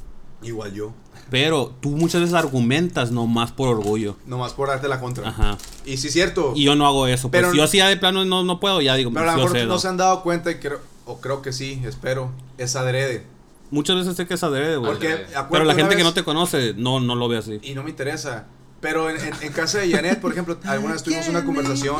Igual yo. Pero tú muchas veces argumentas nomás por orgullo. Nomás por darte la contra. Ajá. Y sí, es cierto. Y yo no hago eso. Pues Pero- si yo sí ya de plano no, no puedo, ya digo, pero a lo yo mejor cedo. no se han dado cuenta, y creo, o creo que sí, espero. Es adrede. Muchas veces sé que es Pues adrede, güey. Porque, Adrede. acuérdate Pero la una gente que vez- no te conoce, no, no lo ve así. y no me interesa. Pero en, en- en casa de Janet, por ejemplo, alguna vez tuvimos una conversación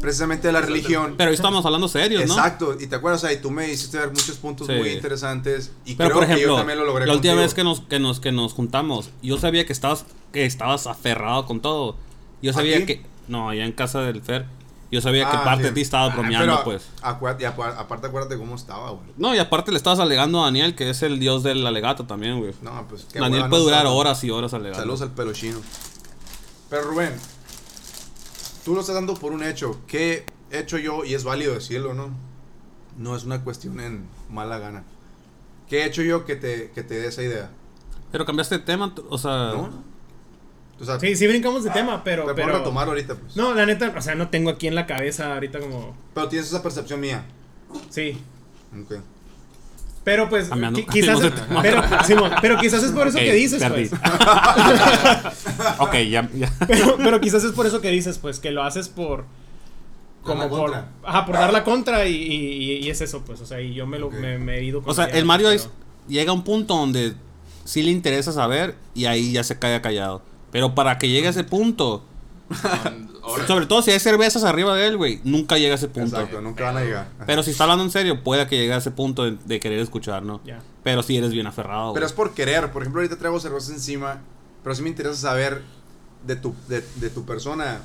precisamente de la religión. Pero ahí estamos hablando serios, ¿no? Exacto, y te acuerdas, ahí tú me hiciste ver muchos puntos Sí. muy interesantes. Y Pero creo por ejemplo, que yo también lo logré. la última contigo. vez que nos, que nos, que nos juntamos, yo sabía que estabas, que estabas aferrado con todo. Yo sabía ¿Aquí? que. No, allá en casa del Fer. Yo sabía que Ah, parte sí. de ti estaba Ah, bromeando, pero pues. acuérdate- y apar- aparte, acuérdate cómo estaba, güey. No, y aparte le estabas alegando a Daniel, que es el dios del alegato también, güey. No, pues qué Daniel hueva, puede no durar estaba. horas y horas alegando. Saludos al pelo chino. Pero Rubén, tú lo estás dando por un hecho. ¿Qué he hecho yo? Y es válido decirlo, ¿no? No es una cuestión en mala gana. ¿Qué he hecho yo que te, que te dé esa idea? Pero cambiaste de tema, tú- o sea. ¿No? O sea, Sí, sí brincamos de tema, pero... te pero puedo retomar ahorita, pues. No, la neta, o sea, no tengo aquí en la cabeza ahorita como... Pero tienes esa percepción mía. Sí. Ok. Pero pues, Cambiando- qui- quizás... cambiamos de tema. pero, Simón, pero quizás es por eso Ok, que dices, perdí. pues. ok, ya. ya. Pero, pero quizás es por eso que dices, pues, que lo haces por... Como la por... contra. Ajá, por dar la contra y, y- y es eso, pues. O sea, y yo me lo... Ok. Me, me he ido con O sea, ideas, el Mario pero- es- llega a un punto donde sí le interesa saber y ahí ya se cae callado. Pero para que llegue a ese punto, Son- ahora- sobre todo si hay cervezas arriba de él, güey, nunca llega a ese punto. Exacto, nunca van a llegar. Pero si está hablando en serio, puede que llegue a ese punto de, de querer escuchar, ¿no? Ya. Pero si eres bien aferrado. Pero güey. es por querer. Por ejemplo, ahorita traigo cerveza encima. Pero sí me interesa saber de tu, de, de tu persona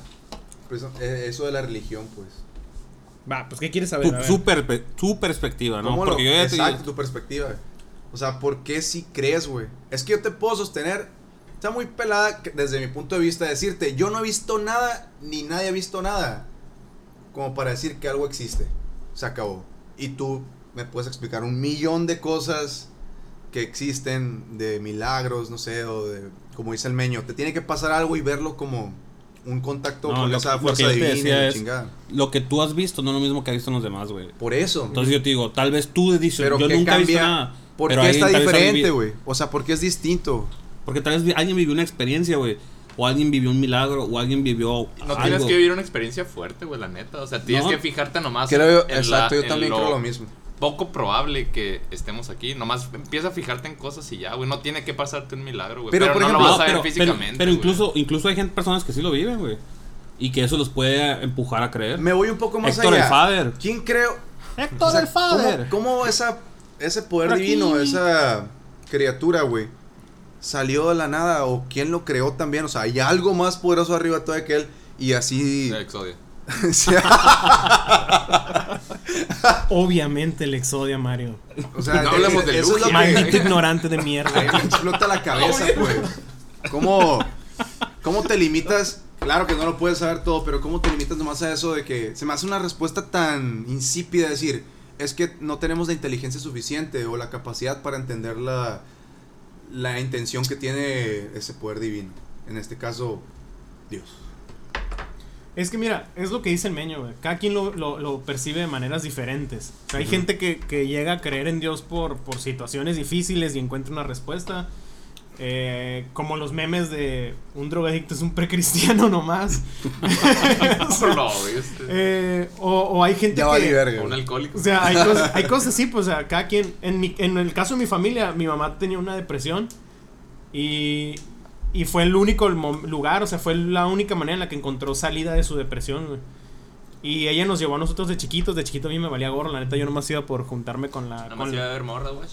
pues, eh, eso de la religión, pues. Va, pues, ¿qué quieres saber? A tu, ver. su, perpe- su perspectiva, ¿no? ¿Cómo Porque lo- yo ya te- exacto, tu perspectiva. O sea, ¿por qué si crees, güey? Es que yo te puedo sostener. Está muy pelada que- desde mi punto de vista decirte, yo no he visto nada, ni nadie ha visto nada. Como para decir que algo existe. Se acabó. Y tú me puedes explicar un millón de cosas que existen, de milagros, no sé, o de, como dice el meño. Te tiene que pasar algo y verlo como un contacto No, con lo- esa lo que fuerza yo te divina. y decía la es- chingada. Lo que tú has visto no es lo mismo que has visto en los demás, güey. Por eso. Entonces yo te digo, tal vez tú dices, Pero yo ¿qué nunca he visto cambia? nada. ¿Por pero qué alguien está tal vez ha diferente, vivido- güey? O sea, ¿por qué es distinto? Porque tal vez vi- alguien vivió una experiencia, güey. O alguien vivió un milagro, o alguien vivió No algo. tienes que vivir una experiencia fuerte, güey, la neta. O sea, tienes No. que fijarte nomás. Creo yo, en la- exacto, yo en también creo lo mismo. poco probable que estemos aquí. Nomás empieza a fijarte en cosas y ya, güey. No tiene que pasarte un milagro, güey. Pero, Pero, por no ejemplo- lo No, vas a ver pero, físicamente. pero- pero güey. incluso, incluso hay gente, personas que sí lo viven, güey. Y que eso los puede empujar a creer. Me voy un poco más Héctor el allá. Father. ¿Quién creo? Héctor O sea, ¿Cómo, cómo esa, ese poder Aquí. divino, esa criatura, güey, salió de la nada? ¿O quién lo creó también? O sea, hay algo más poderoso arriba todavía que él. Y así. El Exodia. Obviamente el exodia, Mario. o sea, No hablemos de eso es lo Luke, que Maldito ignorante de mierda. me explota la cabeza, güey. ¿Cómo, ¿Cómo te limitas? Claro que no lo puedes saber todo, pero ¿cómo te limitas nomás a eso de que se me hace una respuesta tan insípida? Decir, es que no tenemos la inteligencia suficiente o la capacidad para entender la, la intención que tiene ese poder divino. En este caso, Dios. Es que mira, es lo que dice el meño, güey. Cada quien lo, lo- lo percibe de maneras diferentes. O sea, hay gente que, que llega a creer en Dios por, por situaciones difíciles y encuentra una respuesta. Eh, como los memes de un drogadicto es un precristiano nomás. No, güey, este- Eh, o, o hay gente Ya que... vale verga. Un güey. alcohólico. O sea, hay cosas, hay cosas así, pues, o sea, cada quien. En, mi, en el caso de mi familia, mi mamá tenía una depresión y, y fue el único mo- lugar, o sea, fue la única manera en la que encontró salida de su depresión, güey. Y ella nos llevó a nosotros de chiquitos, de chiquito a mí me valía gorro, la neta yo nomás iba por juntarme con la... Nada con más la- iba a ver morra, güey.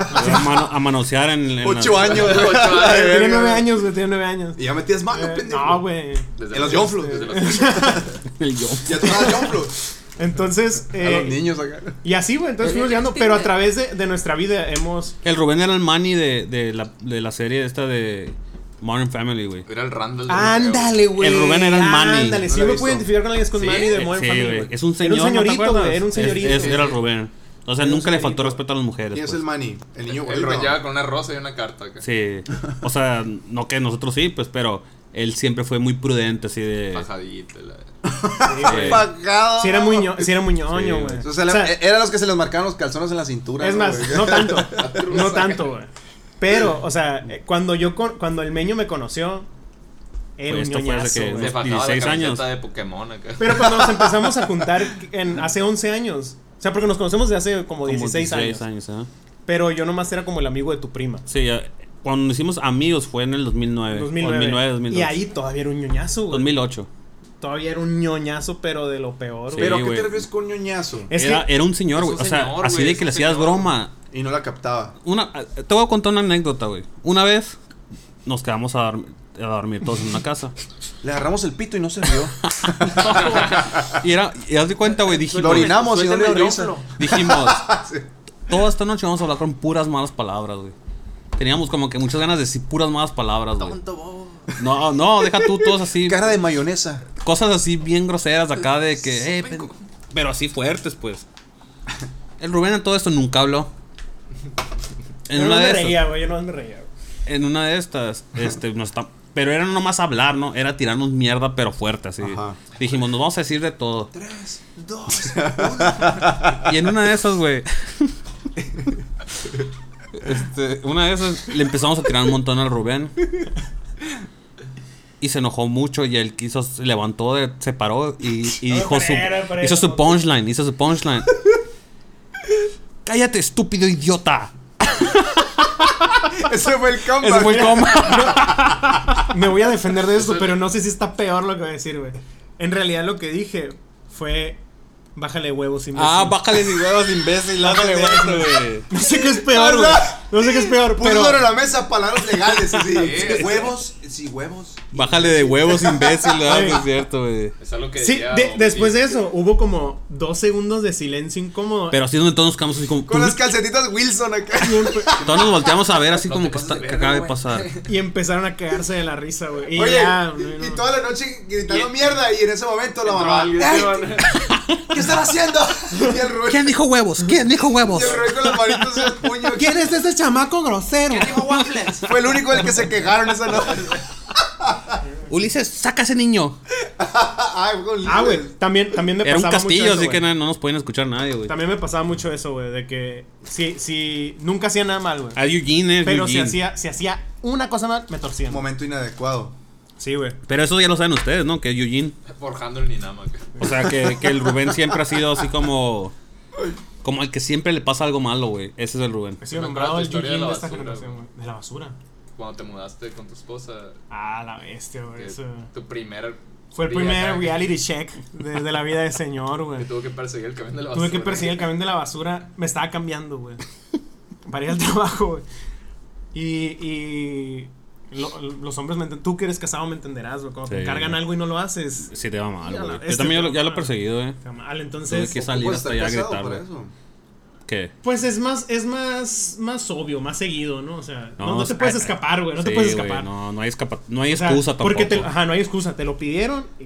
A, mano- a manosear en, en Ocho las- años, güey. Ocho años. Ay, Tenía verga, nueve güey. años, güey, tenía nueve años. Y ya metías mano, Eh, pendejo. no, güey. En los John Flow. Desde los- El yo. Ya te daba John Entonces... A los eh, niños acá. y así, güey, entonces fuimos llegando, pero a través de, de nuestra vida hemos... El Rubén era el Manny de, de la, de la serie esta de Modern Family, güey. Era el Randall. de- güey. El Rubén era el Manny. Ándale, No si lo yo he me visto. puedo identificar con alguien es con Sí, Manny de eh, Modern Sí, Family. güey. güey. Es un señor. Era un ¿no te señorito, acuerdas? güey. Era un Es- señorito. es- era el güey. Rubén. O sea, Era un nunca le faltó señorito. respeto a las mujeres. ¿Quién es pues. el Manny? El niño El gordito. Ron llegaba con una rosa y una carta. acá. Sí. O sea, no que nosotros sí, pues, pero él siempre fue muy prudente, así de. Fajadita. la- eh, Pagado. Sí, era muy ño- sí era muy ñoño, Sí, güey. O sea, la- O sea, eran los que se les marcaban los calzones en la cintura. es ¿no, más, güey? no tanto. No tanto, güey. Pero, o sea, eh, cuando yo con- cuando el meño me conoció, era Pues un esto fue hace ñoñazo, que- güey. Se fajaba 16 la años. camiseta de Pokémon acá. Pero cuando nos empezamos a juntar en, hace 11 años. O sea, porque nos conocemos de hace como como 16, años. años. ¿eh? Pero yo nomás era como el amigo de tu prima. Sí, ya- cuando nos hicimos amigos fue en el 2009. 2009. 2009, 2008. Y ahí todavía era un ñoñazo, güey. 2008. Todavía era un ñoñazo, pero de lo peor, Sí, güey. Pero ¿a qué güey. te refieres con ñoñazo? Es era, que- era un señor, Es güey. un O sea, señor, así güey, de es que le un hacías señor. broma. Y no la captaba. Una, te voy a contar una anécdota, güey. Una vez nos quedamos a, dorm- a dormir todos en una casa. Le agarramos el pito y no se vio. Y era, y haz de cuenta, güey, dijimos, Lo orinamos y no Suéltame le el orisa. yoflo. dijimos, toda esta noche vamos a hablar con puras malas palabras, güey. Teníamos como que muchas ganas de decir puras malas palabras, güey. No, no, deja tú todos así, Cara de mayonesa. cosas así bien groseras acá de que, eh, pen- pero así fuertes, pues. El Rubén en todo esto nunca habló. En yo no una de me esas- reía, güey. Yo no me reía. güey. en una de estas, este, nos está, pero era nomás hablar, ¿no? Era tirarnos mierda, pero fuerte, así. Ajá. Dijimos, nos vamos a decir de todo. Tres, dos. Y en una de esas, güey. este, una de esas le empezamos a tirar un montón al Rubén. Y se enojó mucho y él quiso, se levantó, de- se paró y, y No, dijo su. espera, espera. hizo su punchline, hizo su punchline. ¡Cállate, estúpido idiota! Ese fue el campo. Eso fue el coma. Me voy a defender de esto, pero no sé si está peor lo que voy a decir, güey. En realidad lo que dije fue... Bájale huevos, imbécil. ah, bájale mis huevos, imbécil. Bájale huevos, güey. No sé qué es peor, güey. No sé qué es peor, Puso pero... sobre la mesa palabras legales. Así. eh, Sí. Huevos, sí, huevos. Bájale de huevos, imbécil. Ah, Güey. es cierto, güey. Es algo que Sí, decía de- Don después de Vic. eso hubo como dos segundos de silencio incómodo. Pero así es donde todos nos quedamos así como. Con las calcetitas Wilson acá. Todos nos volteamos a ver así No como te que, pases de está- que verga, acaba de güey. pasar. Y empezaron a cagarse de la risa, güey. Y Oye, ya, y, güey, y no. toda la noche gritando Y- mierda. Y en ese momento la Entró mamá. alguien, "Ey, Esteban. ¿Qué están haciendo? Y el Rubén. ¿Quién dijo huevos? ¿Quién dijo huevos? Y el Rubén con las manitos en el puño. es ese chamaco grosero? Fue el único del que se quejaron esa noche. Ulises, saca a ese niño. Ah, fue con Ah, güey. Luis. También, también me Era un pasaba mucho castillo, eso, así güey. que no, no nos pueden escuchar nadie, güey. También me pasaba mucho eso, güey. De que... Si, si... Nunca hacía nada mal, güey. Ah, Eugene, es Pero si Eugene. hacía, si hacía una cosa mal, me torcían. Momento inadecuado. Sí, güey. Pero eso ya lo saben ustedes, ¿no? Que es Eugene. Forjando el Ninama acá. O sea, que, que el Rubén siempre ha sido así como. Como al que siempre le pasa algo malo, güey. Ese es el Rubén. He sido nombrado tu el historia de Yujin la de esta basura, generación, güey. De la basura. Cuando te mudaste con tu esposa. Ah, la bestia, güey. que eso. Tu primer. Fue el día acá primer que reality check de, de la vida del señor, Te güey. tuvo que perseguir el camión de la basura. Tuve que perseguir el camión de la basura. Me estaba cambiando, güey. Para ir al trabajo, güey. Y, y lo- los hombres me enten- Tú que eres casado me entenderás, güey. Cuando te Sí. encargan algo y no lo haces. Sí, te va mal, Ya güey. la- Yo este también ya lo, te ya va lo he mal. perseguido, eh. está mal. Tuve Entonces, que salir Pues hasta estar allá a casado gritar, por güey. eso. ¿Qué? pues es más, es más, más obvio, más seguido, ¿no? O sea, no, No, no o te sea, eh, puedes escapar, güey. No te Sí, puedes güey, escapar. No, no hay, escapa- no hay O sea, excusa tampoco. porque te, ajá, no hay excusa, te lo pidieron. y-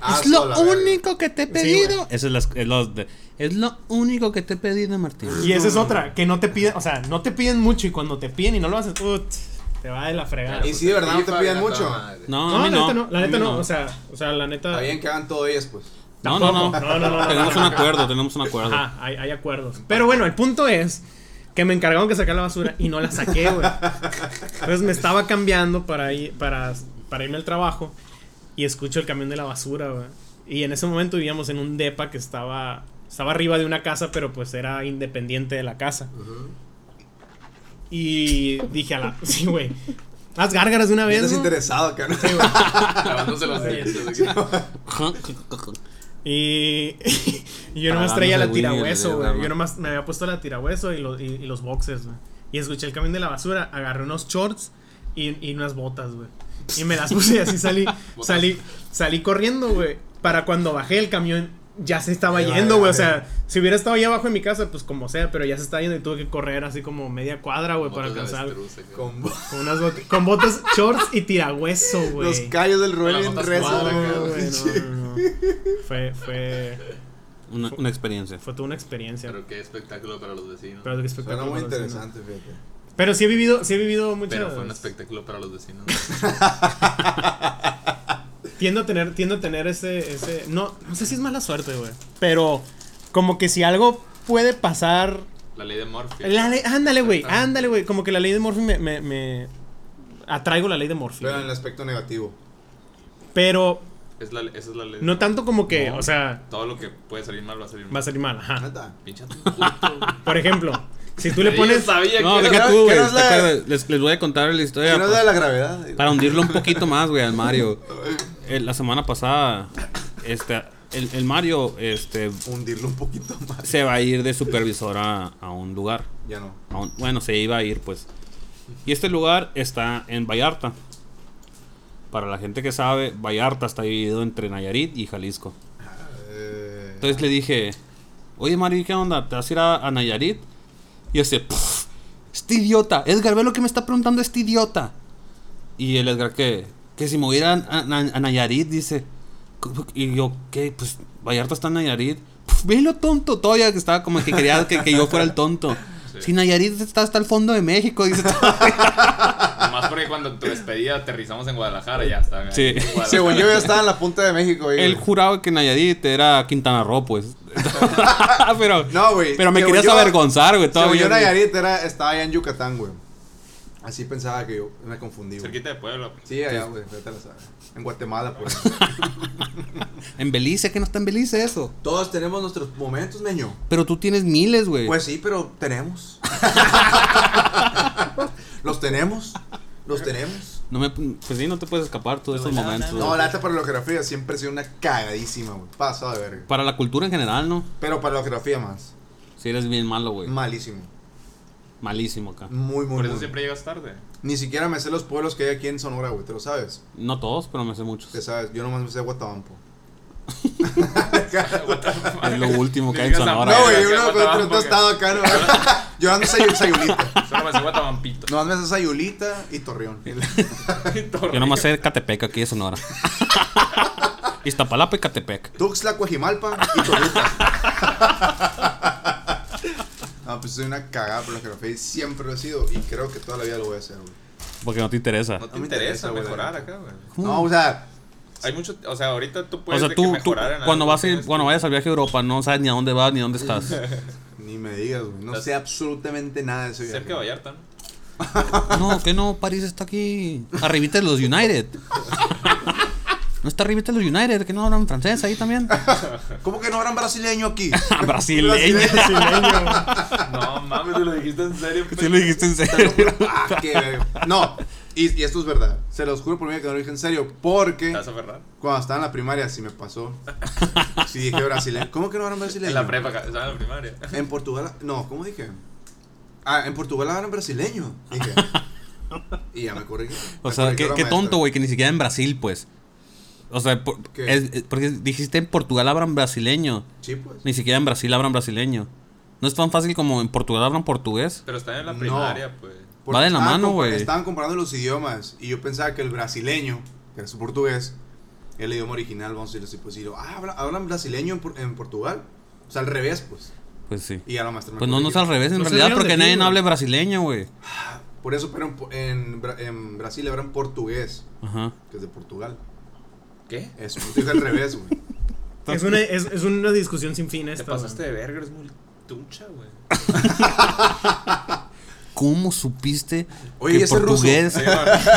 Ah, es lo sola, verga. único que te he güey. pedido. Esa es, la, es, la de- es lo único que te he pedido, Martín. Y esa es otra, que no te piden, o sea, no te piden mucho y cuando te piden y no lo haces, ut, te va de la fregada. Y si de verdad no te piden mucho. No, No, a la mí no. neta no, la a mí neta no, no. o sea, o sea, la neta. Está bien que hagan todo ellas, pues. No, no, no. No, no, no, no, Tenemos no, un no. acuerdo, tenemos un acuerdo. Ajá, hay, hay acuerdos. Pero bueno, el punto es que me encargaron que sacar la basura y no la saqué, güey. Entonces me estaba cambiando para, ir, para, para irme al trabajo y escucho el camión de la basura, güey. Y en ese momento vivíamos en un depa que estaba, estaba arriba de una casa, pero pues era independiente de la casa. Y dije a la... Sí, güey. Haz gárgaras de una ¿Estás vez. ¿no? interesado, cabrón? Lavándose los dientes. así que- Y, y yo nomás Pagándose traía la Winnie el tirahueso, dedo, güey. ¿no? Yo nomás me había puesto la tirahueso y, lo- y, y los boxes, güey. Y escuché el camión de la basura, agarré unos shorts y, y unas botas, güey. Y me las puse y así salí, salí, salí corriendo, güey. Para cuando bajé el camión, ya se estaba yendo, güey. O sea, si hubiera estado ahí abajo en mi casa, pues como sea, pero ya se estaba yendo y tuve que correr así como media cuadra, güey, para Botas de alcanzar. avestruz, acá. Con bo- Con, unas bot- con botas, shorts y tirahueso, güey. los callos del Rubén Con en las botas rezo. cuadras, No, güey. güey, no, no, no. Fue, fue. Una, una experiencia. Fue toda una experiencia. Pero qué espectáculo para los vecinos. Pero, qué Suena espectáculo, muy ¿no? Sí, ¿no? interesante, fíjate. Pero sí he vivido, sí he vivido muchas. Pero fue un espectáculo para los vecinos. tiendo a tener, tiendo a tener ese, ese. No, no sé si es mala suerte, güey. Pero como que si algo puede pasar. La ley de Murphy. La ley- ah. ándale, güey. Ándale, güey. Como que la ley de Morphy me, me, me- atraigo la ley de Morphy. Pero en el aspecto negativo. Pero Es la- esa es la ley. de no Murphy. tanto como que, No. o sea, Todo lo que puede salir mal va a salir mal. va a salir mal. Ah. Ajá. Neta. Pincha tu puto. Por ejemplo, si tú le pones. sabía No, que deja era- tú, que güey. no es ¿te la- acuerdas? Les, les voy a contar la historia. Que no es la de pues, la gravedad. Para hundirlo un poquito más, güey, al Mario. Eh, la semana pasada, este, el, el Mario este, Hundirlo un poquito más. se va a ir de supervisor a, a un lugar. Ya no. a un- bueno, se iba a ir, pues. Y este lugar está en Vallarta. Para la gente que sabe, Vallarta está dividido entre Nayarit y Jalisco. Eh, Entonces le dije, oye Mario, ¿y ¿qué onda? ¿Te vas a ir a, a Nayarit? Y yo decía, "Pff, este idiota, Edgar, ve lo que me está preguntando este idiota. Y el Edgar, que, que si me voy a ir a, a- a Nayarit, dice. "¿Cómo que?" Y yo, ¿qué? Pues Vallarta está en Nayarit. "Pff, Velo tonto, todavía que estaba como que quería que, que yo fuera el tonto. Si Nayarit está hasta el fondo de México, dice. Más porque cuando tu despedida aterrizamos en Guadalajara ya está. Sí. Guadalajara. Según yo ya estaba en la punta de México. ahí, Él güey. juraba que Nayarit era Quintana Roo, pues. pero, No, güey. pero me según querías yo- avergonzar, güey. Según Todavía. yo, güey. Nayarit era, estaba allá en Yucatán, güey. Así pensaba que yo me confundí, güey. Cerquita de Puebla. Sí, allá, güey. vete a la saga. En Guatemala, pues. En Belice, que no está en Belice eso. Todos tenemos nuestros momentos, niño. Pero tú tienes miles, güey. Pues sí, pero tenemos. los tenemos. Los tenemos. No me, pues sí, no te puedes escapar tú de esos momentos. No, güey. la neta para la geografía siempre ha sido una cagadísima, güey. Pasado de verga. Para la cultura en general, ¿no? Pero para la geografía más. Si eres bien malo, güey. Malísimo. Malísimo acá. Muy, muy, Por eso muy. siempre llegas tarde. Ni siquiera me sé los pueblos que hay aquí en Sonora, güey. Te lo sabes. No todos, pero me sé muchos. Te sabes. Yo nomás me sé Guatabampo. Es lo último que hay en Digas a- Sonora. No, Ahora, güey, acá uno con otro Guatabampo, no acá. estado acá, no. Yo ando Sayu- Sayulita. Solo me hace guatamampito. Nomás me sé Sayulita y Torreón. Yo nomás sé Catepec aquí de Sonora. Iztapalapa y Catepec. Tuxtla, Coajimalpa y Toluca. No, pues soy una cagada por la geografía y siempre lo he sido y creo que toda la vida lo voy a hacer, güey. Porque no te interesa. No te No me interesa, interesa güey, mejorar la acá, güey. No, o sea, Hay mucho, o sea, ahorita tú o puedes sea, de que tú, tú mejorar en cuando, algo, vas a ir- tienes cuando que- vayas al viaje a Europa, no sabes ni a dónde vas ni dónde estás. ni me digas, güey. No sé absolutamente nada de eso. cerca de Vallarta, ¿no? No, que no, París está aquí. Arribita de los United. No está arribita los United, que no hablan francés ahí también. ¿Cómo que no habrán brasileño aquí? Brasileño. No mames, te lo dijiste en serio. Sí Pues lo dijiste en serio. Ah, qué verga. No, y, y esto es verdad. Se los juro por mí que no lo dije en serio. Porque ¿Te vas a aferrar? cuando estaba en la primaria sí me pasó. Sí dije brasileño. ¿Cómo que no hablan brasileño? En la prepa, estaba en la primaria. En Portugal. No, ¿cómo dije? Ah, en Portugal hablan brasileño. Dije. Y ya me corregí. O Me sea, corrigió qué, la qué maestra. tonto, güey, que ni siquiera en Brasil, pues. O sea, por- ¿Qué? es- es- porque dijiste en Portugal hablan brasileño. Sí, pues. Ni siquiera en Brasil hablan brasileño. No es tan fácil como en Portugal hablan portugués. Pero estaba en la No. primaria, pues. Porque Va de la estaban mano, compa- güey. Estaban comparando los idiomas y yo pensaba que el brasileño, que era su portugués, era el idioma original, vamos a decirlo así, pues y yo, ah, habla- hablan brasileño en, Por- en Portugal. O sea, al revés, pues. Pues sí. Y ya la maestra me Pues no, no es corrigió. al revés, en No se realidad, rieron porque de ti, nadie güey. habla brasileño, güey. Por eso, pero en, Po- en, Bra- en Brasil hablan portugués, Ajá. que es de Portugal. ¿Qué? Eso, es al revés, güey. Es una, es, es una discusión sin fin Te esta. güey. pasaste de verga, eres muy tucha, güey. ¿Cómo supiste Oye, que ese ruso. portugués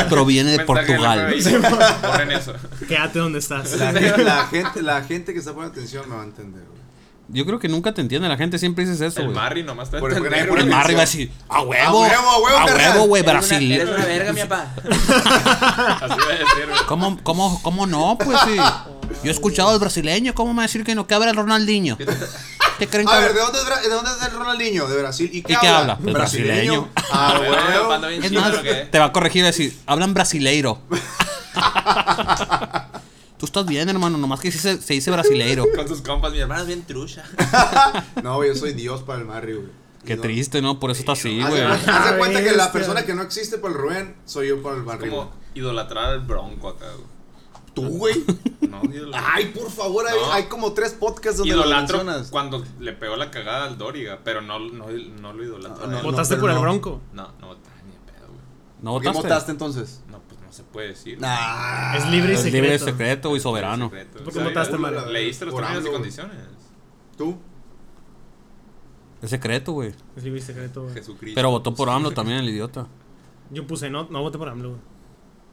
proviene de Mensaje del Portugal? FBI. Ponen eso. Quédate donde estás. La, gen- la gente, la gente que está poniendo atención me va a entender, güey. Yo creo que nunca te entiende, la gente siempre dices eso, El güey. Marri nomás está Por- por- entender, por- El güey. mar iba así, a huevo, A huevo, a huevo, a carnal. huevo, güey, Eres una- Brasil. Eres una verga, mi papá. Así va a decir, güey. ¿Cómo, cómo, cómo no? Pues sí. Yo he escuchado al brasileño, ¿cómo me va a decir que no cabra el Ronaldinho? ¿Qué creen que A ver, ¿de dónde es, Bra- de dónde es el Ronaldinho? ¿De Brasil? ¿Y qué, qué habla? Pues brasileño. Ah, Bueno, huevo. pando bien Es chido, más, ¿lo que es? te va a corregir y decir, hablan brasileiro. Tú estás bien, hermano, nomás que sí se, se dice brasileiro. Con sus compas, mi hermana es bien trucha. No, yo soy Dios para el Mario, güey. Qué No. Ah, triste, ¿no? Por eso está así, Haz de- güey. haz de cuenta que la bestia. persona que no existe para el Rubén soy yo para el barrio. Como idolatrar al bronco acá, güey. tú, güey. No, idolatrar. Ay, por favor, hay, No. hay como tres podcasts donde lo Idolatro mencionas. cuando le pegó la cagada al Dóriga, pero no, no, no lo idolatro. No, No, no, Votaste pero por el no. bronco. no, votaba ni de pedo, güey. ¿No ¿Por ¿Qué votaste? votaste entonces? Ah. No, pues no se puede decir. Nah. Es libre y Es secreto. libre, secreto y soberano. Secreto. ¿Por qué votaste, Mario? Leíste los Por términos y AMLO, condiciones. ¿Tú? Es secreto, güey. Es libre y secreto, güey. Jesucristo. Pero votó por AMLO también, el idiota. Yo puse no, no voté por AMLO, güey.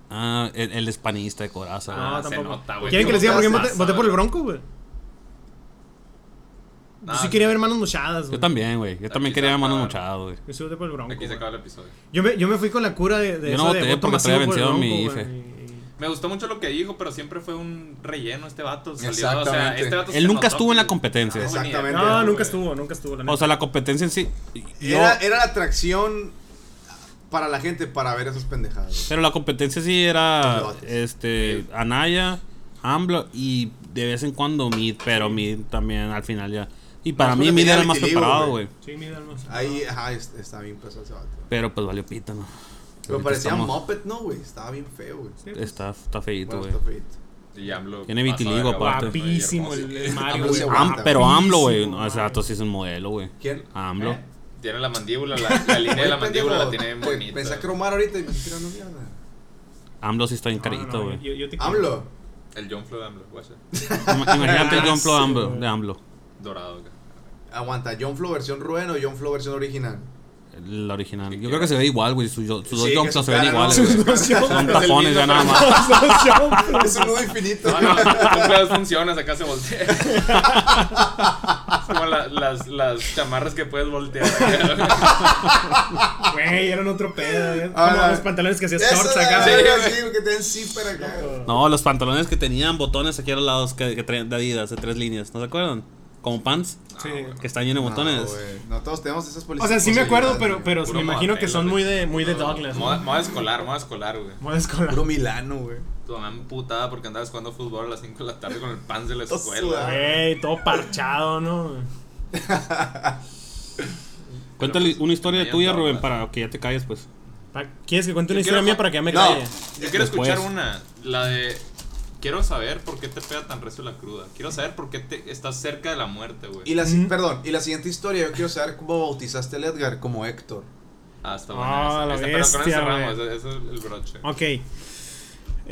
Ah, el, el hispanista de coraza. güey. Ah, No, se tampoco. nota, güey. ¿Quieren que les diga por qué voté, voté por el bronco? bronco, güey? Yo Ah, sí quería ver manos mochadas, Yo güey. también, güey. Yo también Aquí quería se manos acaba. mochadas, güey. Yo sí voté por el bronco. Aquí se güey. acaba el episodio. Yo me, yo me fui con la cura de, de Yo no eso de voté voto porque masivo traía por el vencido mi bronco, güey. Me gustó mucho lo que dijo, pero siempre fue un relleno este vato. Salió, o sea, Exactamente. este vato se Él nunca notó estuvo en que- la competencia. No, güey, ni de Exactamente. pedo, No, nunca güey. estuvo, nunca estuvo. La neta. O sea, la competencia en sí. yo- Era, era la atracción para la gente para ver esas pendejadas. Pero la competencia sí era Los lotes. este Anaya, AMLO y de vez en cuando Mid, pero Mid también al final ya. Y para Más mí porque Mid tenía era el más equilibrio, preparado, güey. güey. sí, mira, no sé. Ahí, ajá, es- está bien pesado ese vato. Pero pues valió pita, ¿no? Pero Ahorita parecía estamos- Muppet, ¿no, güey? Estaba bien feo, güey. Está, está feito, Bueno, güey. está feito. Y AMLO Tiene pasó de vitiligo, verga, aparte. güey, Guapísimo hermoso. el- el Mario, AMLO güey. se Am- aguanta, Ah, pero güey. AMLO, güey. Guapísimo, No, ese dato sí es un modelo, güey. ¿Quién? AMLO. ¿Eh? Tiene la mandíbula, la, la línea de la Oye, mandíbula la pendejo, tiene pues, bonita. Pensé que era Omar ahorita y me estoy tirando mierda. AMLO sí está bien No, no, carito, güey. yo- yo te quiero. AMLO. El John Flo de AMLO, guacha. Ima- Imagínate el Ah, John Flo sí, AMLO- güey. de AMLO. Dorado acá. Aguanta, John Flo versión Rubén o John Flo versión original. La original. Yo creo que se ve igual, güey. Sus yo- sus dos Sí, John que Flo su se ven cara, ¿no? iguales, Sus güey. dos Son tapones ya nada más. Es un nudo infinito. No, no, nunca funciona, acá se voltea. Es como la- las, las chamarras que puedes voltear. Güey, eran otro pedo, güey. Ah, Como ah. los pantalones que hacías Eso shorts era, acá, era güey. así, que te den zipper acá. No, los pantalones que tenían botones aquí a los lados que, que traían de Adidas de tres líneas, ¿no se acuerdan? Como pants Sí. que están llenos de No, botones. Ah, güey, no, todos tenemos esas O policías. sea, sí me acuerdo, pero, pero Puro me imagino que modelo, son muy güey. de, muy de Douglas. Moda, ¿no? moda escolar, moda escolar, güey. Moda escolar. Puro Milano, güey. Tu mamá emputada porque andabas jugando fútbol a las 5 de la tarde con el pan de la Todo sudado. escuela. güey. Güey, todo parchado, ¿no? Cuéntale una historia tenían tuya, tablas. Rubén, para que ya te calles, pues. Pa- ¿Quieres que cuente Yo una historia quiero- mía para que ya me No. calle? Yo quiero Después. escuchar una, la de... Quiero saber por qué te pega tan recio la cruda. Quiero saber por qué te estás cerca de la muerte, Y güey. la, si- Mm. Perdón, y la siguiente historia, yo quiero saber cómo bautizaste al Edgar como Héctor. Hasta Este, Ah, la Pero con eso bestia, cerramos, güey. ese ese es el broche. Ok.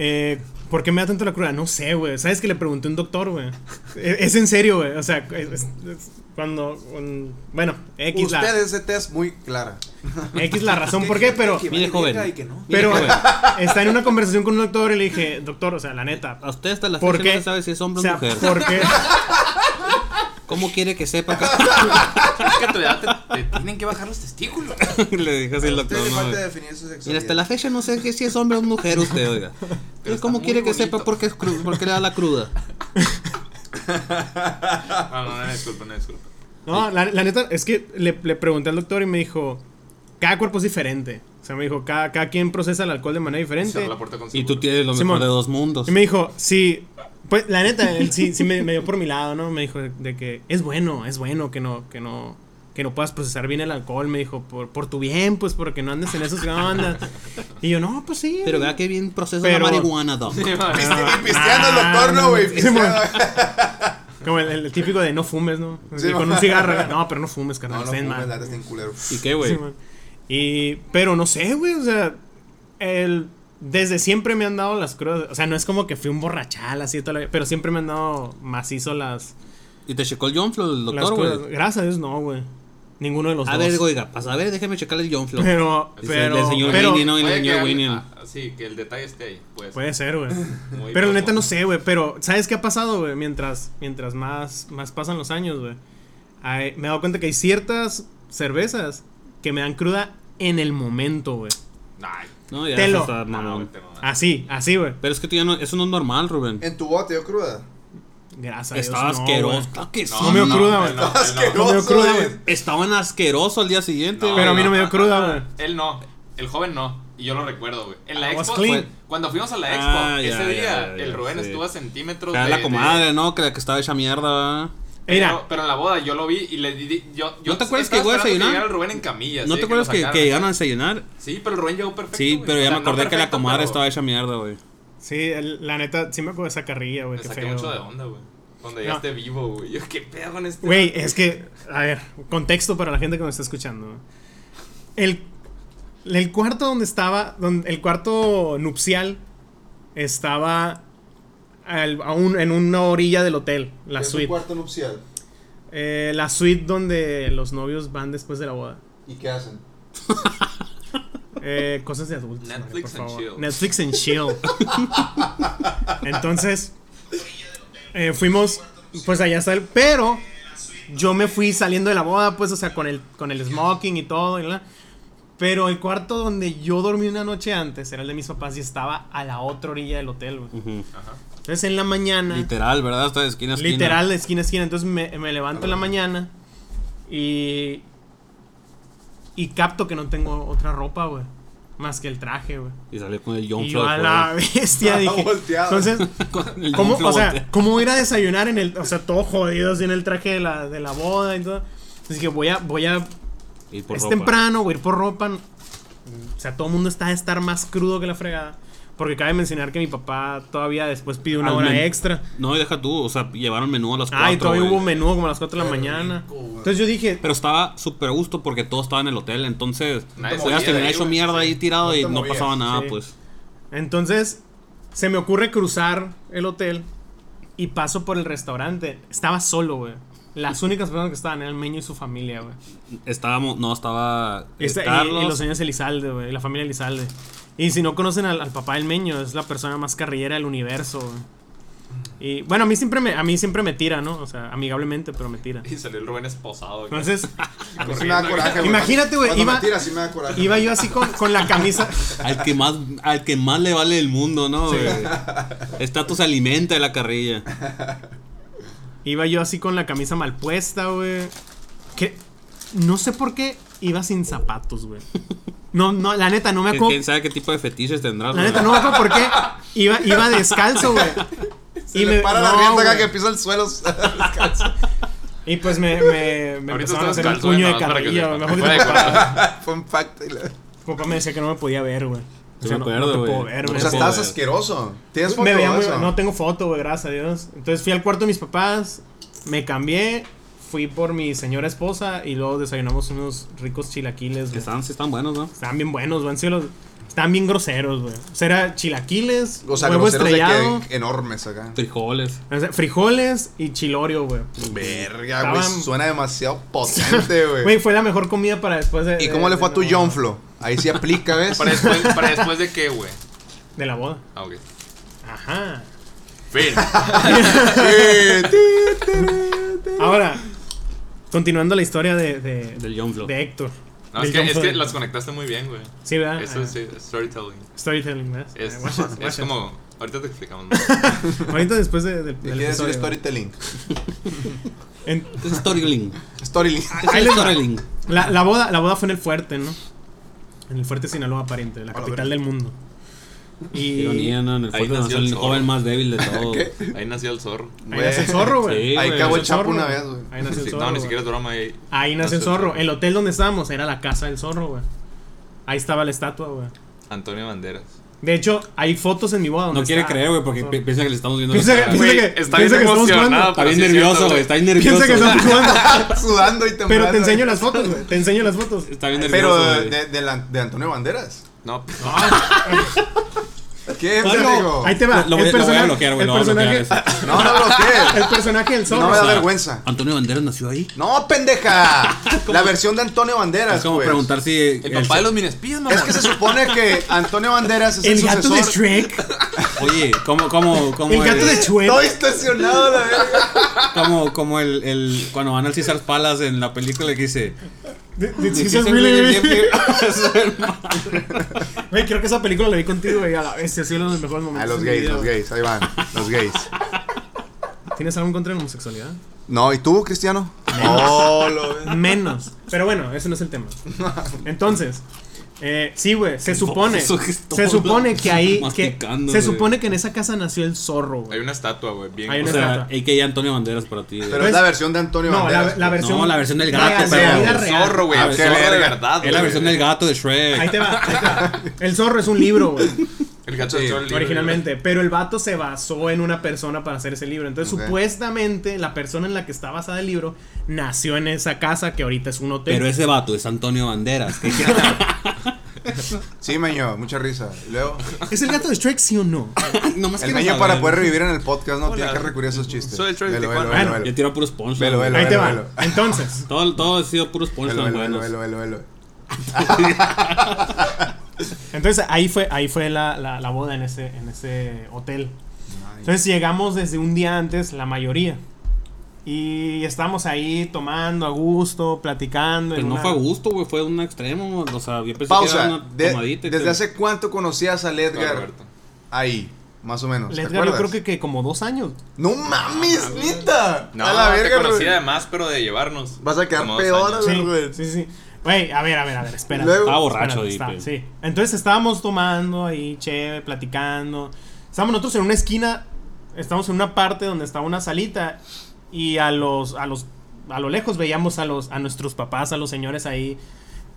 Eh, ¿Por qué me da tanto la cruda? No sé, güey. ¿Sabes que le pregunté a un doctor, güey? E- Es, en serio, güey. O sea, es- es- es- cuando... un- bueno, X la, Usted es de test muy clara. X la razón por qué, pero... Que Mire, vale joven. verga y que no. Pero Mire, está en una conversación con un doctor y le dije, doctor, o sea, la neta. A usted hasta la ¿Por fecha qué? no se sabe si es O hombre o, sea, mujer. ¿por qué? ¿Cómo quiere que sepa Es que a tu edad te, te tienen que bajar los testículos. que le dijo así el Usted doctor? le ¿no, falta güey? definir su sexualidad. Mira, hasta la fecha no sé que si es hombre o mujer usted, oiga. Pero está ¿Cómo muy quiere que bonito. sepa por qué, es cru- por qué le da la cruda? Ah, no, no, disculpa, no, disculpa. No, la, la neta, es que le, le pregunté al doctor y me dijo, cada cuerpo es diferente. O sea, me dijo, cada, cada quien procesa el alcohol de manera diferente. Cerra la puerta con Y seguro. tú tienes lo Simón. mejor de dos mundos. Y me dijo, sí, pues la neta, él sí, sí me, me dio por mi lado, ¿no? Me dijo de, de que es bueno, es bueno que no, que no, que no puedas procesar bien el alcohol. Me dijo, por, por tu bien, pues, porque no andes en esos andas Y yo, no, pues sí. Pero vea qué bien procesa Pero- la marihuana, Doc. Y pisteando el doctor, no, güey. Ah, Sí, mon. Pisteando. Como el, el típico de no fumes, ¿no? Sí, Y con mon. un cigarro, no, pero no fumes, No, carnal. no, estén fumes, mal. la neta está en culero. ¿Y qué, Sí, güey? man. y, pero no sé, güey, o sea, el, desde siempre me han dado las crudas. O sea, no es como que fui un borrachal así, toda la vida, pero siempre me han dado macizo las, ¿Y te checó el John Flow, el las doctor, crudas. güey? Gracias a Dios, no, güey. Ninguno de los A dos. ver, oiga, pues a ver, déjeme checar el John Flow. Pero, Dice pero, el señor pero- Winnie, ¿no? Y el Oye, que señor al- Winnie. ah, sí, que el detalle esté ahí. Pues, Puede ser, güey. Muy Pero poco. la neta no sé, güey. Pero, ¿sabes qué ha pasado, güey? Mientras, mientras más, más pasan los años, güey. hay- Me he dado cuenta que hay ciertas cervezas que me dan cruda en el momento, güey. Ay, Ah, No, ya Telo. eso está no, mamón. güey, te mamaste. Así, así, güey. Pero es que tú ya no, eso no es normal, Rubén. En tu bote, yo cruda. Gracias. a Dios, Estaba no, asqueroso. güey. Claro que sí. No me dio cruda, él güey. no, él no. No me dio cruda, güey. güey. Estaban asqueroso al día siguiente, No, güey. Pero a mí no me dio cruda, güey. Él no, el joven no. Y yo lo recuerdo, güey. En la I was expo, clean. fue- cuando fuimos a la expo, Ah, ya, ese día, ya, ya, el Rubén sí. estuvo a centímetros Era de. la de- comadre, ¿no? Que la que estaba hecha mierda. pero, Mira. pero en la boda yo lo vi y le di. Yo, yo ¿No te acuerdas estaba que llegó a esperando desayunar? llegara el Rubén en camilla. ¿No así te de acuerdas lo que, que sacaran. llegaron a desayunar? Sí, pero el Rubén llegó perfecto. Sí, güey. pero O ya sea, me no acordé que la perfecto, comadre pero estaba hecha mierda, güey. Sí, el- la neta, sí me acuerdo de esa carrilla, güey. Me Qué saqué feo. mucho de onda, güey. Cuando llegaste vivo, güey. Yo, qué pedo con este. Güey, es que, a ver, contexto para la gente que nos está escuchando. El, el cuarto donde estaba, donde, el cuarto nupcial estaba al- a un- en una orilla del hotel, la Es un suite. cuarto nupcial. Eh, la suite donde los novios van después de la boda. ¿Y qué hacen? Eh, cosas de adultos. Mario, Netflix por and favor. chill. Netflix and chill. Entonces, eh, fuimos, pues allá está el. Pero yo me fui saliendo de la boda, pues, o sea, con el, con el smoking y todo. y la- pero el cuarto donde yo dormí una noche antes era el de mis papás y estaba a la otra orilla del hotel, güey. Ujú. Entonces en la mañana. Literal, ¿verdad? Está de esquina a esquina. Literal, de esquina a esquina. Entonces me, me levanto en la mañana y. Y capto que no tengo otra ropa, güey. Más que el traje, güey. Y salió con el John Y Flow. yo a la bestia dije. Volteado. Entonces, con el ¿cómo, John Flow o sea, volteado. ¿cómo voy a ir a desayunar en el. O sea, todo jodido así en el traje de la, de la boda y todo. Entonces dije, voy a. Voy a Y por es ropa. temprano, voy a ir por ropa. O sea, todo el mundo está a estar más crudo que la fregada. Porque cabe mencionar que mi papá todavía después pide una Al hora men- extra. No, y deja tú. O sea, llevaron menú a las 4. Ah, y todavía hubo menú como a las 4 de la mañana. Entonces yo dije, Pero estaba súper a gusto porque todo estaba en el hotel. Entonces, Nadie se podías movía de terminar ahí, hecho güey. mierda ahí tirado No te y no movías, pasaba nada, sí. pues. entonces se me ocurre cruzar el hotel y paso por el restaurante. Estaba solo, güey. Las únicas personas que estaban eran el meño y su familia, güey. Estábamos. No, estaba. eh, Esta- Este, y- Carlos. Y, los señores Elizalde, güey. La familia Elizalde. Y si no conocen al, al papá del meño, es la persona más carrillera del universo, güey. Y bueno, a mí siempre me, a mí siempre me tira, ¿no? O sea, amigablemente, pero me tira. Y salió el Rubén esposado. güey. Entonces, Sí me da coraje, güey. Imagínate, Ah, güey, Cuando iba- me tira, sí me da coraje. iba yo así con, con la camisa. Al que más, al que más le vale el mundo, ¿no? Eh, güey? Estatus alimenta de la carrilla. Iba yo así con la camisa mal puesta, güey. Que no sé por qué iba sin zapatos, güey. No, no, la neta, no me ¿Quién, acuerdo. quién sabe qué tipo de fetiches tendrás? Ah, La güey? neta, no me acuerdo por qué iba, iba descalzo, güey. Y me para la no, rienda acá que güey. pisa el suelo. Y pues me, me, me Ahorita empezaron estás a hacer el calzo, puño nada de más para que carrilla, sepas. güey. Me Fuera acuerdo que de papá, Fue un pacto. y la- papá me decía que no me podía ver, güey. Sí me acuerdo, no, no te güey. puedo ver, No O güey. sea, puedo estabas ver. asqueroso. ¿Tienes foto Me de veía muy- eso? No tengo foto, güey, gracias a Dios. Entonces fui al cuarto de mis papás, me cambié, fui por mi señora esposa y luego desayunamos unos ricos Que chilaquiles, güey. están, sí están buenos, ¿no? Estaban bien buenos, güey. han sido los- Estaban bien groseros, güey. O sea, era chilaquiles, O sea, huevo groseros de estrellado, que enormes acá. Frijoles. o sea, frijoles y chilorio, güey. Verga, güey. Estaban- Suena demasiado potente, güey. Güey, fue la mejor comida para después de... ¿Y de- cómo le fue a de tu la boda. John Flo? Ahí sí aplica, ¿ves? Para después, para después de qué, güey. De la boda. Ah, ok. Ajá. Fin. Sí, sí. Ahora, continuando la historia de, de, Del John Flow. de Héctor. No, es Del que, John es Flo. que las conectaste muy bien, güey. Sí, ¿verdad? Eso Ah, sí, es storytelling. Storytelling, ¿verdad? Es, Eh, Ah, guacha, es guacha. como. Ahorita te explicamos. ¿no? Ahorita después de- del- ¿Qué quiere del decir episodio. storytelling? En- Es Storyling. Storytelling. Es Storyling. la, la boda, la boda fue en el fuerte, ¿no? En el fuerte Sinaloa, aparente, la la capital del mundo. Y Ironía, ¿no? En el Ahí fuerte nació nació el el zorro. joven más débil de todos. Ahí nació el zorro. ahí nació el zorro, güey. Sí, Ahí cagó güey. nació el Chapo zorro. una vez, güey. Ahí nació el Sí, zorro. no, ni güey. siquiera es broma. Ahí, Ahí nació el nació el zorro. zorro. El hotel donde estábamos era la casa del zorro, güey. Ahí estaba la estatua, güey. Antonio Banderas. De hecho, hay fotos en mi boda donde No quiere está. creer, güey, porque pi- piensa que le estamos viendo. Piensa la que- cara. piensa Güey, que- está piensa bien que estamos jugando. emocionado. Está pero bien sí es nervioso, cierto, güey. Está bien nervioso. Piensa que estamos jugando. Sudando y temblando. Pero te enseño las fotos, güey. Te enseño las fotos. Está bien nervioso. Pero güey. de, de la- de Antonio Banderas. No, ¿Qué, Pablo, pendejo? Ahí te va. Lo- lo voy- lo el voy a personaje, bloquear, güey, el lo voy a bloquear personaje- No, no lo El sé. personaje del zorro. No Ah, me da güey. vergüenza. Antonio Banderas nació ahí. No, pendeja. La versión de Antonio Banderas. Es como pues. preguntar si. el el- papá de los minespías, mamá. Es que se supone que Antonio Banderas Pues es el, El gato de sucesor. Shrek. Oye, ¿cómo, cómo, cómo? El gato el- de Shrek. Estoy estacionado, la verga. Como, como el, el. Cuando van al César Palas en la película que dice. Sí, sí, es really, really- Güey, creo que esa película la vi contigo, güey. A la bestia, ha sido uno de los mejores A momentos. los de mi gays, vida, los güey. gays, ahí van, los gays. ¿Tienes algo en contra de la homosexualidad? No, ¿y tú, Cristiano? No, lo ves. Menos. Pero bueno, ese no es el tema. Entonces, eh, sí, güey, se supone. Eso que estoy Se supone que ahí. Que, masticando, se güey. supone que en esa casa nació el zorro, Hay güey. una estatua, güey. Bien. Hay O una- sea, hay que ir Antonio Banderas para ti. güey. Pero es la versión de Antonio No, la, Banderas. la versión. No, la versión del gato, real, pero- la vida El real. zorro, güey. Ah, El qué zorro de verga. verdad, es la güey. versión eh, del gato de Shrek. Ahí te va, ahí te va. El zorro es un libro, güey. El gato de Charlie, güey. Originalmente, pero el vato se basó en una persona para hacer ese libro. Entonces, Ok. supuestamente, la persona en la que está basada el libro nació en esa casa que ahorita es un hotel. Pero ese vato es Antonio Banderas. que- Sí, meño, mucha risa. Y luego, ¿Es el gato de Shrek, sí o no? no más el quiero meño saber. para poder revivir en el podcast, ¿no? Hola. Tiene que recurrir a esos chistes. Soy el Troy de Velo, velo, Tijuana. velo, Yo velo. tiro puros punchlines. Velo, güey. velo. Ahí te va. velo. Entonces, Todo, todo ha sido puros punchlines Velo, velo, buenos. velo, velo, velo. entonces ahí fue, ahí fue la, la- la boda en ese, en ese hotel. Entonces llegamos desde un día antes, la mayoría. Y estamos ahí tomando a gusto, platicando. Pues en no una- fue a gusto, güey. Fue un extremo. O sea, yo pensé que era Pausa. una De- tomadita. y ¿Desde que- hace cuánto conocías al No, Edgar Roberto. ahí? Más o menos. ¿te Edgar, yo creo acuerdas? que, que como dos años. ¡No mames, neta! No, a la verga, te conocía güey. de más, pero de llevarnos. Vas a quedar Como dos peor, años. güey. Sí, sí, sí. Güey, a ver, a ver, a ver, espera. Luego- Estaba borracho, Espérate, di, está- pues. sí. Entonces estábamos tomando ahí, chévere, platicando. Estábamos nosotros en una esquina, estamos en una parte donde estaba una salita y a los a los a lo lejos veíamos a los a nuestros papás, a los señores ahí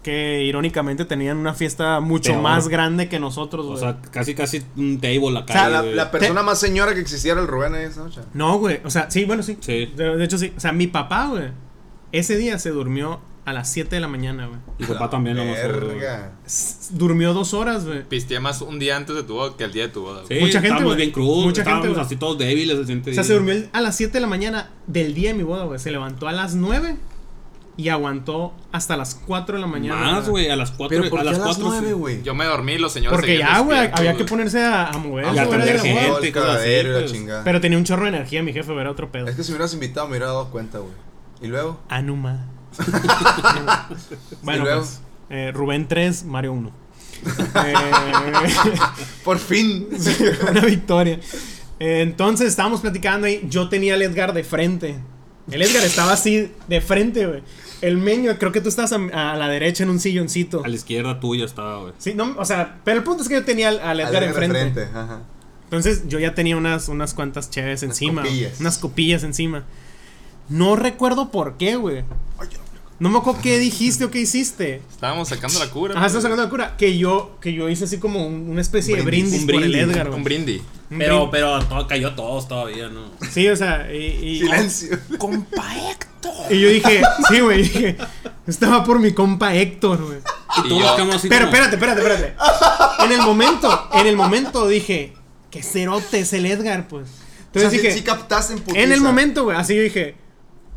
que irónicamente tenían una fiesta mucho Peor. más grande que nosotros, O güey. sea, casi, casi un table acá. O sea, La, güey. la persona más señora que existiera el Rubén ahí esa noche. no, güey, o sea, sí, bueno, sí. Sí. De, de hecho sí, o sea, mi papá, güey, ese día se durmió a las 7 de la mañana, güey. Mi papá también lo más seguro, güey. Verga. S- Durmió dos horas, güey. Pisteé más un día antes de tu boda que el día de tu boda. Sí, Mucha gente, estábamos güey. bien crudos, Mucha estábamos gente, güey. así todos débiles el siguiente O sea, día. se durmió el- a las 7 de la mañana del día de mi boda, güey. Se levantó a las 9 y aguantó hasta las 4 de la mañana. Más, güey, a las 4. Pero ¿por a qué las a las 4 nueve, güey? Yo me dormí, los señores Porque seguían ya, güey, despiertos, había que güey. ponerse a, a mover. Y a güey, atender era de la gente, boda. El cosas así, cagadero y la pues. chingada. Pero tenía un chorro de energía, mi jefe, era otro pedo. Es que si me hubieras invitado me hubiera dado cuenta, güey. Y luego, Anuma. bueno, Y luego. pues, eh, Rubén 3, Mario Eh, 1. por fin. una victoria. Eh, Entonces estábamos platicando y yo tenía al Edgar de frente. El Edgar estaba así, de frente, güey. El meño, creo que tú estás a, a la derecha en un silloncito. A la izquierda tuya estaba, güey. Sí, no, o sea, pero el punto es que yo tenía al, al Edgar Alegre enfrente. frente, ajá. Entonces yo ya tenía unas, unas cuantas chéves encima. güey. copillas. Unas copillas encima. No recuerdo por qué, güey. No me acuerdo qué dijiste o qué hiciste. Estábamos sacando la cura. Ajá, güey. estás sacando la cura. Que yo, que yo hice así como un- una especie Brindis, de brindis, un por el brindis, Edgar, güey. Un brindis. Un Pero, brindis. pero todo, cayó todos todavía, ¿no? Sí, o sea, y, y- Silencio. y yo dije, sí, güey, dije, estaba por mi compa Héctor, güey. Y todos yo- nos quedamos así Pero como- espérate, espérate, espérate. En el momento, en el momento dije, que cerote es el Edgar, pues. Entonces o sea, sí- dije, sí captaste en putiza. en el momento, güey, así yo dije,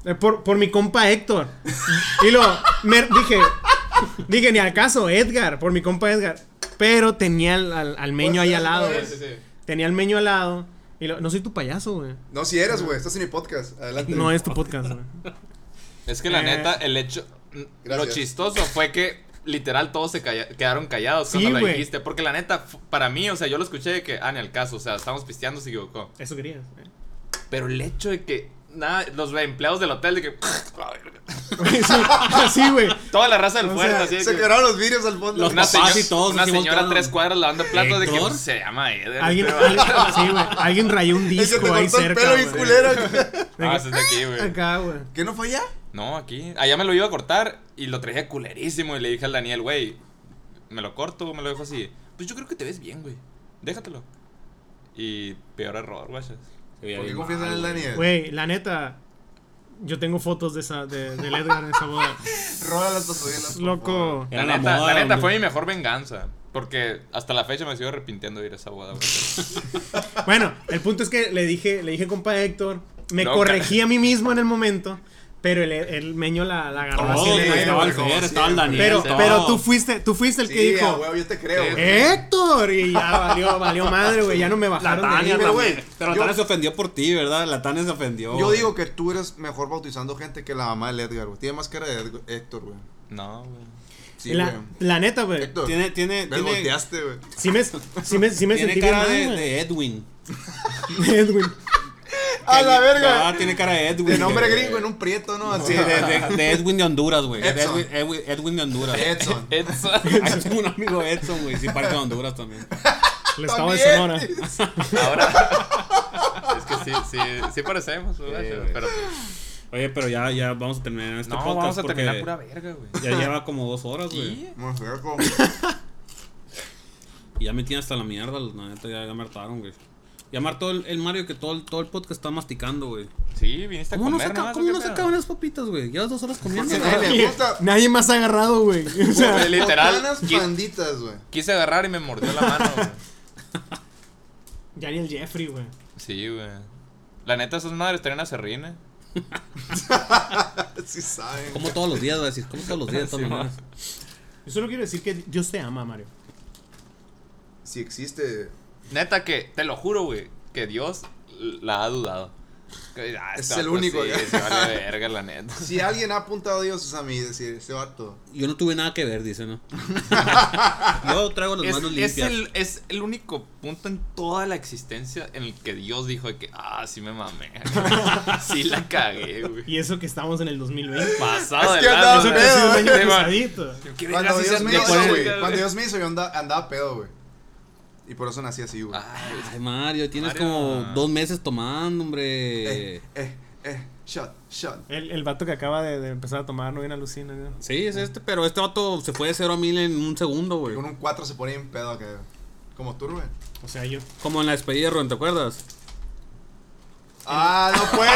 eh, por, por mi compa Héctor. Y lo me, dije, dije, ni al caso, Edgar, por mi compa Edgar. Pero tenía al, al- al meño ahí al lado, güey. Tenía al meño al lado. Y lo- no soy tu payaso, güey. No, si eres, güey. Estás en mi podcast. Adelante. No es tu podcast, güey. Es que la Eh. neta, el hecho. n- Lo Gracias. chistoso fue que literal todos se calla- quedaron callados Sí, cuando lo güey. dijiste. Porque la neta, fu- para mí, o sea, yo lo escuché de que, ah, en el caso, o sea, estamos pisteando, se equivocó. Eso querías. eh. Pero el hecho de que, nada, los empleados del hotel, de que. Sí, Así, güey. toda la raza del O fuerte, sea, así de se que. quedaron los vidrios al fondo. Los una papás señora, y todos una así señora a voltearon. tres cuadras lavando platos de que ¿Héctor? se llama Eder. este Alguien, pero- alguien- sí, güey. Alguien rayó un Es que te disco ahí cortó el cerca. pelo güey. bien culero. Ah, ese es de aquí, güey. Acá, güey. ¿Qué no falla? No, aquí. Allá me lo iba a cortar y lo traía culerísimo y le dije al Daniel, güey, ¿me lo corto o me lo dejo así? Pues yo creo que te ves bien, güey. Déjatelo. Y peor error, güey. Se veía ¿Por qué bien confías en mal, el güey. Daniel? Güey, la neta, yo tengo fotos de esa, de, del Edgar en esa boda. Rola las pasarelas. Loco. La Era la neta, moda, la neta hombre. fue mi mejor venganza. Porque hasta la fecha me sigo arrepintiendo de ir a esa boda, güey. Bueno, el punto es que le dije, le dije compa Héctor, me No, corregí a mí mismo en el momento, pero el, el meño la, la agarró Todos, así. Oh, güey, en el- estaba el como Fer, estaba el siempre. Daniel. pero, todo. pero tú fuiste, tú fuiste el que Sí, dijo, ¿Eh? a huevo, yo te creo, güey. Héctor, y ya valió, valió madre, güey, ya no me La bajaron de ahí, Tania, güey. pero, también. güey, Pero la yo- Tania se ofendió por ti, ¿verdad? La Tania se ofendió. Yo güey. digo que tú eres mejor bautizando gente que la mamá del Edgar, güey. Tiene más cara de Edg- Héctor, güey. No, güey. Sí, güey. la, la neta, güey, Héctor, Tiene, tiene, me tiene, volteaste, güey. sí me, sí me, sí me tiene sentí bien cara de, mal, güey. de Edwin. Edwin. ¡A la Ah, verga! tiene cara de Edwin. De nombre güey. gringo en un prieto, ¿no? Así Sí, de, de- de Edwin de Honduras, güey. De Edson. Edwin, Edwin- Edwin de Honduras. Edson. Edson. Ay, tengo un amigo Edson, güey. Sí, parte de Honduras también. El estado de También. Sonora. Ahora. es que sí, sí, sí parecemos, güey. pero. Oye, pero ya, ya vamos a terminar este No, podcast. vamos a porque terminar pura verga, güey. Ya lleva como dos horas, güey. Y- Más feo. Y ya me tiene hasta la mierda, la neta, ya, ya me hartaron, güey. Ya me hartó el, el Mario que todo el, todo el podcast está masticando, güey. Sí, viniste a ¿Cómo no comer. se, nomás, acaba- ¿o cómo qué no se pedo? acaban las papitas, güey? Llevas dos horas comiendo. Porque güey. nadie le gusta. Nadie más ha agarrado, güey. O sea, Literal. Botanas qui- panditas, güey. Quise agarrar y me mordió la mano, güey. ya ni el Jeffrey, güey. Sí, güey. La neta, esas madres traen a serrina. Sí saben. Como todos los días, voy a decir. Como todos los días, de todas Sí, maneras. Yo solo quiero decir que Dios te ama, Mario. Si existe. Neta que, te lo juro, güey, que Dios la ha dudado. Que, ah, Es este el vato único, sí, güey. se vale verga, la neta. Si alguien ha apuntado a Dios es a mí, es decir, ese vato. Yo no tuve nada que ver, dice, ¿no? Yo traigo las Es, manos es limpias. el, es el único punto en toda la existencia en el que Dios dijo de que, ah, sí me mamé. sí la cagué, güey. Y eso que estamos en el 2020. Pasado Es de que lado, andaba güey. pedo, Ha sido un año Sí, güey. pesadito. ¿Qué Cuando vergas Dios, hice me en hizo, mi vida, güey, güey? cuando Dios me hizo, yo anda- andaba pedo, güey. Y por eso nací así, güey. Ay, Ay, Mario, tienes Mario. como dos meses tomando, hombre. Eh, eh, eh, shot, shot. El, el vato que acaba de, de empezar a tomar no bien alucina. ¿no? Sí, es este, pero este vato se fue de 0 a 1000 en un segundo, güey. Con un 4 se pone en pedo acá. Como tú, güey. O sea, yo. Como en la despedida de Rubén, ¿te acuerdas? Ah, no puede.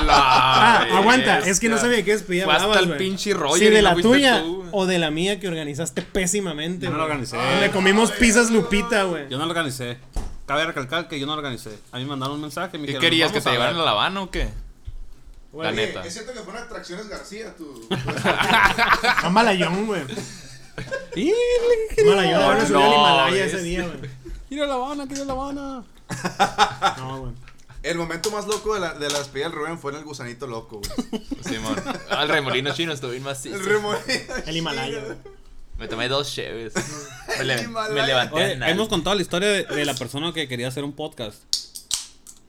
hola, Ah, aguanta. Es que no bestia. sabía de qué despedía. Fue hasta hablabas, el güey. pinche rollo. Si de la tuya o de la mía que organizaste pésimamente. Yo no güey. lo organicé. Le comimos pizzas Lupita, güey. Yo no lo organicé. Cabe recalcar que yo no lo organicé. A mí me mandaron un mensaje. Me ¿Qué dijeron, querías? ¿Que "Vamos te a ver". llevaran a La Habana o qué? La Oye, neta. Es cierto que fueron atracciones García, tú. Amalayón, güey. ¡Y! Amalayón. Ahora subió al No, Himalaya es- ese día, güey. ¡Tira la Habana! ¡Tira la Habana! No, güey. El momento más loco de la, de la despedida del Rubén fue en el gusanito loco, güey. Simón. Al remolino chino estuve bien macizo. El remolino. El Himalaya, güey. Me tomé dos cheves. Me, le- El Himalaya. me levanté. Oye, anal. hemos contado la historia de, de la persona que quería hacer un podcast.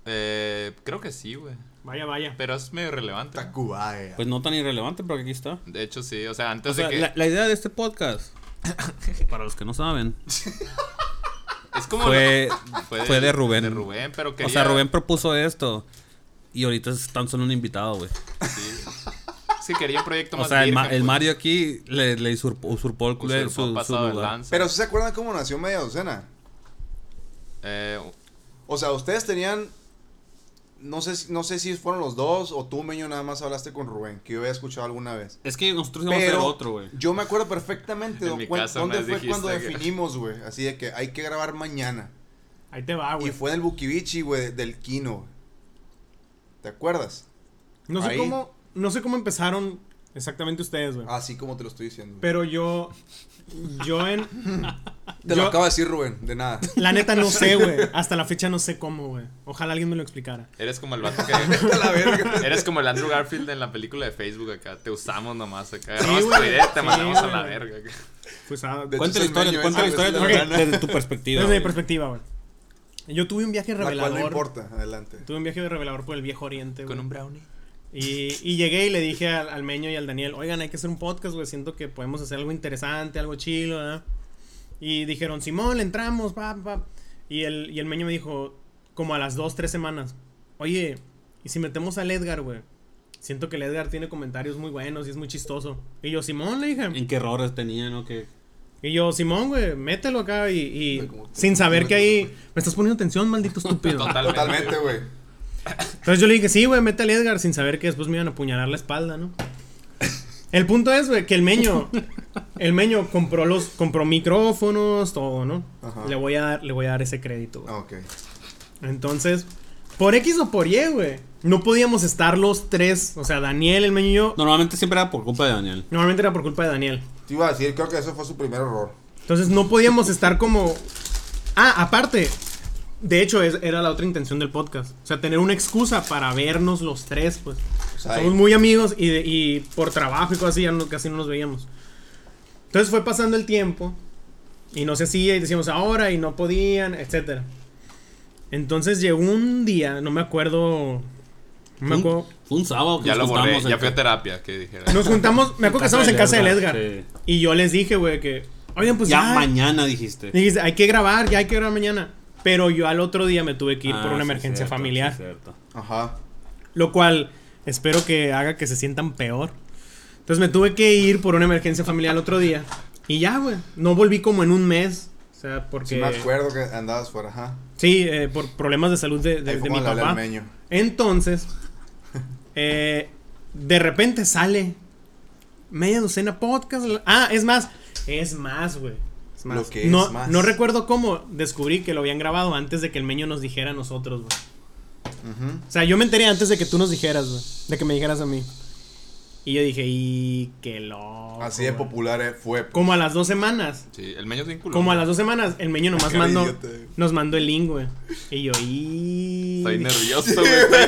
Eh, creo que sí, güey. Vaya, vaya. Pero es medio relevante. Tacuba, eh. Pues no tan irrelevante, pero aquí está. De hecho, sí. O sea, antes O sea, Pues de que. la, la idea de este podcast, para los que no saben, Es como. fue, fue fue de Rubén. De Rubén, pero que. O sea, Rubén propuso esto. Y ahorita es tan solo un invitado, güey. Es que quería un proyecto O más. sea, el, ma- virgen, el pues. Mario aquí le, le usurpó, usurpó el culo de Usurpó su, su pasado de lugar. lanza. Pero ¿sí se acuerdan cómo nació media docena? Eh, O sea, ustedes tenían no sé, si- no sé si fueron los dos o tú, Meño, nada más hablaste con Rubén, que yo había escuchado alguna vez. Es que nosotros íbamos a hacer Pero este otro, güey. yo me acuerdo perfectamente En de mi cuán- casa dónde más fue cuando dijiste que- definimos, güey. Así de que hay que grabar mañana. Ahí te va, Ah, Y güey. fue en el Bukivichi, güey, del Kino. güey. ¿Te acuerdas? No sé Ahí. Ah. cómo. No sé cómo empezaron exactamente ustedes, güey. Así como te lo estoy diciendo. güey. Pero yo. Yo en. te yo- lo acabo de decir, Rubén, de nada. La neta no sé, güey. Hasta la fecha no sé cómo, güey. Ojalá alguien me lo explicara. Eres como el vato que. A la verga. Eres como el Andrew Garfield en la película de Facebook acá. Te usamos nomás acá. Sí, Agarramos güey. tu idea, te Sí, mandamos a güey. la verga. acá. Pues ah, De hecho, Cuenta la soy historia, Meño, cuenta la ese güey historia es la desde, rana, desde tu perspectiva. desde mi güey. perspectiva, güey. Yo tuve un viaje La cual revelador. no importa, adelante. Tuve un viaje de revelador por el viejo oriente, güey. Con un brownie. Y, y llegué y le dije al, al Meño y al Daniel, oigan, hay que hacer un podcast, güey. Siento que podemos hacer algo interesante, algo chilo, ¿verdad? Y dijeron, Simón, le entramos, va, va. Y el, y el Meño me dijo, como a las dos, tres semanas, oye, ¿y si metemos al Edgar, güey? Siento que el Edgar tiene comentarios muy buenos y es muy chistoso. Y yo, Simón, le dije. ¿En qué errores tenían o qué? Y yo, Simón, güey, mételo acá y, y Güey, como- sin saber como- que ahí... Me estás poniendo atención, maldito estúpido. Totalmente. Totalmente, güey. Entonces yo le dije, sí, güey, mete al Edgar sin saber que después me iban a apuñalar la espalda, ¿no? El punto es, güey, que el meño, el meño compró los, compró micrófonos, todo, ¿no? Ajá. Le voy a dar, le voy a dar ese crédito, güey. Ah, ok. Entonces, por X o por Y, güey, no podíamos estar los tres, o sea, Daniel, el meño y yo. Normalmente siempre era por culpa de Daniel. Normalmente era por culpa de Daniel. Te iba a decir, creo que eso fue su primer error. Entonces no podíamos estar como... Ah, aparte. De hecho, es- era la otra intención del podcast. O sea, tener una excusa para vernos los tres, pues. O sea, Somos muy amigos y, de- y por trabajo y cosas así ya no- casi no nos veíamos. Entonces fue pasando el tiempo y no se hacía y decíamos ahora y no podían, etcétera. Entonces llegó un día, no me acuerdo, no me Fue un- acuerdo. Fue un sábado que Ya lo nos borré, juntamos en- ya fui a terapia, que dijera. Nos juntamos, me acuerdo que Casa estábamos en del casa del Edgar. Edgar, Y yo les dije, güey, que, oigan, pues ya ya, mañana dijiste. dijiste, hay que grabar, ya hay que grabar mañana. Pero yo al otro día me tuve que ir Ah, por una sí, emergencia cierto, familiar. sí, cierto. Ajá. Lo cual espero que haga que se sientan peor. Entonces me tuve que ir por una emergencia familiar el otro día. Y ya, güey. No volví como en un mes. O sea, porque. Sí, me acuerdo que andabas fuera, ajá. Sí, eh, por problemas de salud de, de- Ahí de fue mi cuando le hablé papá. al meño. Entonces, eh, de repente sale media docena podcast. Ah, es más. Es más, güey. Es más. Lo que es no, más. no recuerdo cómo descubrí que lo habían grabado antes de que el meño nos dijera a nosotros, güey. Ujú. O sea, yo me enteré antes de que tú nos dijeras, güey. De que me dijeras a mí. Y yo dije, y qué loco. Así de güey". popular eh, fue. Como a las dos semanas. Sí, el meño es bien culón. Como a las dos semanas, el meño nomás Cara mandó. idiota, güey. Nos mandó el link, güey. Y yo, y. Estoy nervioso, güey. Estoy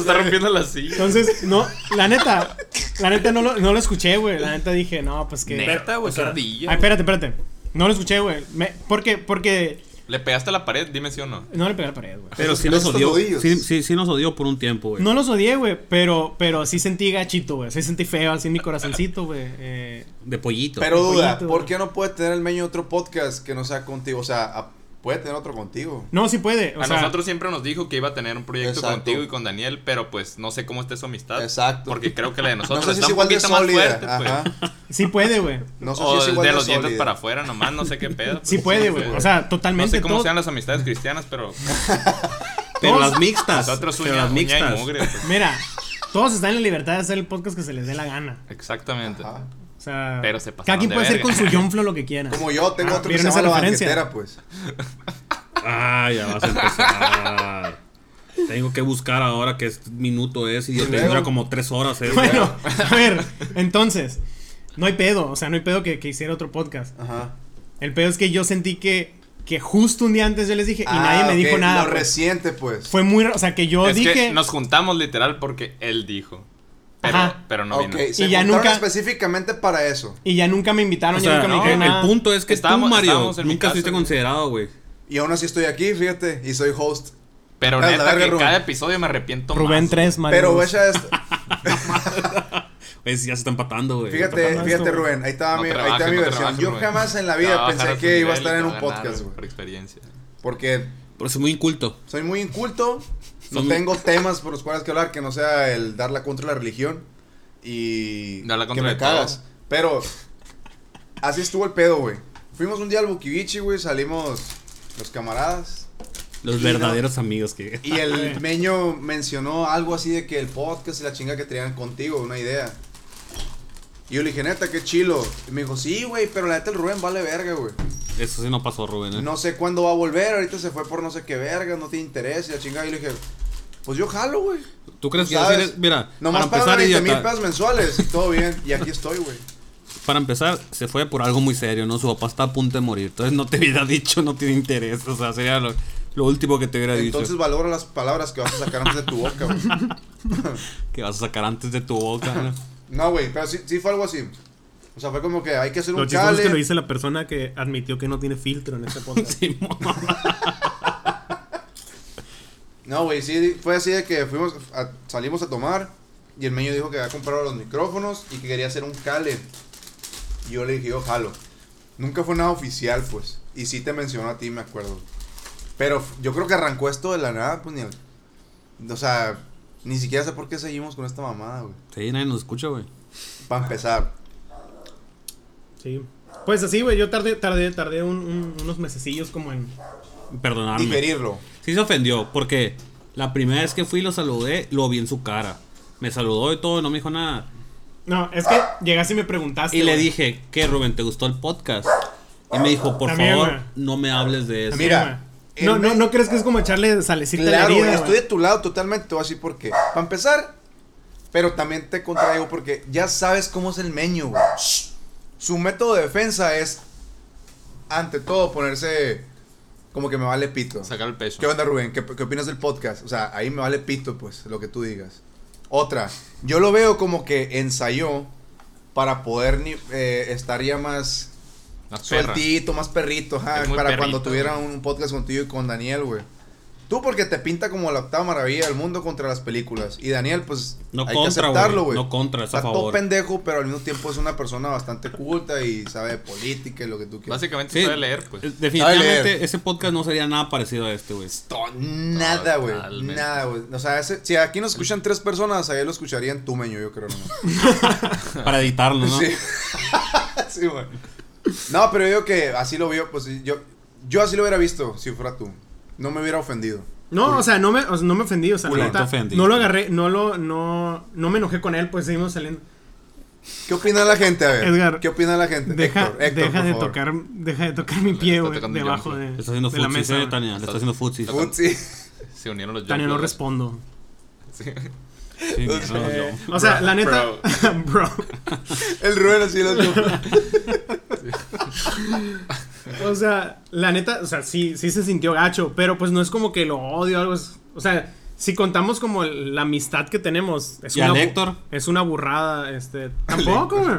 Está rompiendo la silla. Entonces, no, la neta, la neta no lo, no lo escuché, güey. La neta dije, no, pues que. Neta, güey, qué ardilla. Ay, espérate, espérate. No lo escuché, güey. Me- Porque, porque. Le pegaste a la pared, dime sí o no. No le pegué a la pared, güey. Pero sí nos Estos odió. rodillos. Sí, sí, sí nos odió por un tiempo, güey. No los odié, güey, pero, pero sí sentí gachito, güey. Sí sentí feo, así en mi corazoncito, güey. Eh, De pollito. Pero duda, pollito, ¿por güey. qué no puede tener el meño otro podcast que no sea contigo? O sea, a- puede tener otro contigo. No, sí puede. O a sea, nosotros siempre nos dijo que iba a tener un proyecto Exacto. contigo y con Daniel, pero pues no sé cómo esté su amistad. Exacto. Porque creo que la de No nosotros sé si está es un igual de poquito más sólida. fuerte, ajá. pues. sí puede, güey. No sé si o es igual de de, los sólida. dientes para afuera nomás, no sé qué pedo. pues, Sí puede, güey. O sea, no totalmente. sé cómo todo- sean las amistades cristianas, pero Pero todos- las mixtas. nosotros pero uña, las uña y mixtas. mugre. pues. Mira, todos están en la libertad de hacer el podcast que se les dé la gana. Exactamente. Ajá. O sea, Pero se cada pasaron quien de puede hacer verga. con su jonflo lo que quiera. Como yo, tengo Ah, otro que se ¿vieron llama esa La referencia? Banquetera, pues. Ah, ya vas a empezar. Tengo que buscar ahora qué es- minuto es. Y yo te luego. dura como tres horas. pues, eh. Bueno, a ver, entonces, no hay pedo. O sea, no hay pedo que, que hiciera otro podcast. Ajá. El pedo es que yo sentí que, que justo un día antes yo les dije y Ah, nadie me ok, dijo nada. Lo pues. reciente, pues. Fue muy. ra- O sea, que yo es dije. que nos juntamos literal porque él dijo. Pero, Ajá. pero no ok, vino. se Y ya juntaron nunca- específicamente para eso. Y ya nunca me invitaron, O ya sea, nunca me no, dijeron el nada. punto es que Estábamos- tú, Mario, estábamos en mi nunca casa, fuiste güey. considerado, güey. Y aún así estoy aquí, fíjate, y soy host. Pero A la neta verga, que Rubén. cada episodio me arrepiento Rubén más. 3, Mario. Pero dos. ella es, Pues ya se está empatando, güey. fíjate, esto, fíjate güey. Rubén, ahí estaba No mi, Ah, ahí trabajes, estaba mi no versión. trabajes, Yo Rubén. jamás en la Te va vida a bajar pensé tu que iba a nivel y estar te en va un a ganar, podcast, Por güey. experiencia. Porque Pero es muy inculto. soy muy inculto, no Soy- tengo temas por los cuales que hablar que no sea el darla contra la religión y Darla que contra me de todo. cagas. Pero así estuvo el pedo, güey. Fuimos un día al Bukivichi, güey, salimos los camaradas, Los verdaderos amigos que. Y el meño mencionó algo así de que el podcast y la chinga que tenían contigo, una idea. Y yo le dije, neta, qué chilo. Y me dijo, sí, güey, pero la neta el Rubén vale verga, güey. Eso sí no pasó, Rubén. ¿eh? No sé cuándo va a volver, ahorita se fue por no sé qué verga, no tiene interés y la chingada. Y le dije, pues yo jalo, güey. ¿Tú crees Tú que sabes. así eres- Mira, Nomás para para empezar, 20 mil idiota, pesos mensuales y todo bien. Y aquí estoy, güey. para empezar, se fue por algo muy serio, ¿no? Su papá está a punto de morir. Entonces no te hubiera dicho, no tiene interés. O sea, sería lo, lo último que te hubiera Entonces dicho. valora las palabras que vas a sacar antes de tu boca, güey. Que vas a sacar antes de tu boca. ¿no? No, güey, pero sí, sí fue algo así. O sea, fue como que hay que hacer Lo un chistoso es que lo chale. dice la persona que admitió que no tiene filtro en este podcast. Simón. No, güey, sí, fue así de que fuimos a- salimos a tomar y el meño dijo que había comprado los micrófonos y que quería hacer un cale. Y yo le dije, yo jalo. Nunca fue nada oficial, pues. Y sí te mencionó a ti, me acuerdo. Pero f- yo creo que arrancó esto de la nada, pues ni al- O sea, ni siquiera sé por qué seguimos con esta mamada, güey. sí, nadie nos escucha, güey. Para empezar. Sí. Pues así, güey, yo tardé, tardé, tardé un- un- unos mesecillos como en... Perdonadme. Digerirlo. Sí se ofendió, porque la primera vez que fui lo saludé, lo vi en su cara. Me saludó y todo, no me dijo nada. No, es que llegaste y me Este preguntaste. Y le güey. dije, ¿qué, Rubén? ¿Te gustó el podcast? Y me dijo, por También, favor, güey. no me hables de eso. Mira. No, el no, me- no crees que es como echarle salecita a Claro, la herida, güey, güey? estoy de tu lado totalmente, te voy a decir por qué. Para empezar, pero también te contraigo porque ya sabes cómo es el meño, güey. Su método de defensa es, ante todo, ponerse como que me vale pito. Sacar el pecho. ¿Qué onda, Rubén? ¿Qué, qué opinas del podcast? O sea, ahí me vale pito, pues, lo que tú digas. Otra, yo lo veo como que ensayó para poder ni- eh, estar ya más La perra. sueltito, más perrito, ajá, Es muy para cuando perrito, tuviera un podcast contigo y con Daniel, güey. Tú porque te pinta como la octava maravilla del mundo contra las películas. Y Daniel, pues, No hay contra, que aceptarlo, güey. güey. No contra, es a Está todo favor. pendejo, pero al mismo tiempo es una persona bastante culta y sabe de política y lo que tú quieras. Básicamente Sí. sabe leer, pues. Eh, Definitivamente, Sabe leer. ese podcast no sería nada parecido a este, güey. To- Nada, güey. Totalmente. Nada, güey. O sea, ese- si aquí nos escuchan tres personas, ahí lo escucharían tú, meño, yo creo, nomás. Para editarlo, ¿no? Sí. Sí, güey. No, pero yo digo que así lo vio, pues yo, yo así lo hubiera visto si fuera tú. No me hubiera ofendido. No, o sea, no me, o sea, no me ofendí, o sea, Culo, la te neta, ofendí. no lo agarré, no lo, no, no me enojé con él, pues seguimos saliendo. ¿Qué opina la gente? A ver, Edgar, ¿qué opina la gente? Deja, Héctor, Héctor, deja por de favor. tocar, deja de tocar mi pie, está güey, tocando el debajo yonki. de, Le está haciendo de la futsis, mesa. eh, Tania. Le está haciendo futsis. Ut, sí. Se unieron los Tania, no Joker. respondo. Sí. Sí, mira, no, Eh, no. O sea, la neta, bro. El Rubén así lo O sea, la neta, o sea, sí, sí se sintió gacho, pero pues no es como que lo odio o algo. es- o sea, si contamos como el- la amistad que tenemos, es, ¿Y una, al bu- Héctor? es una burrada, este. Tampoco, güey.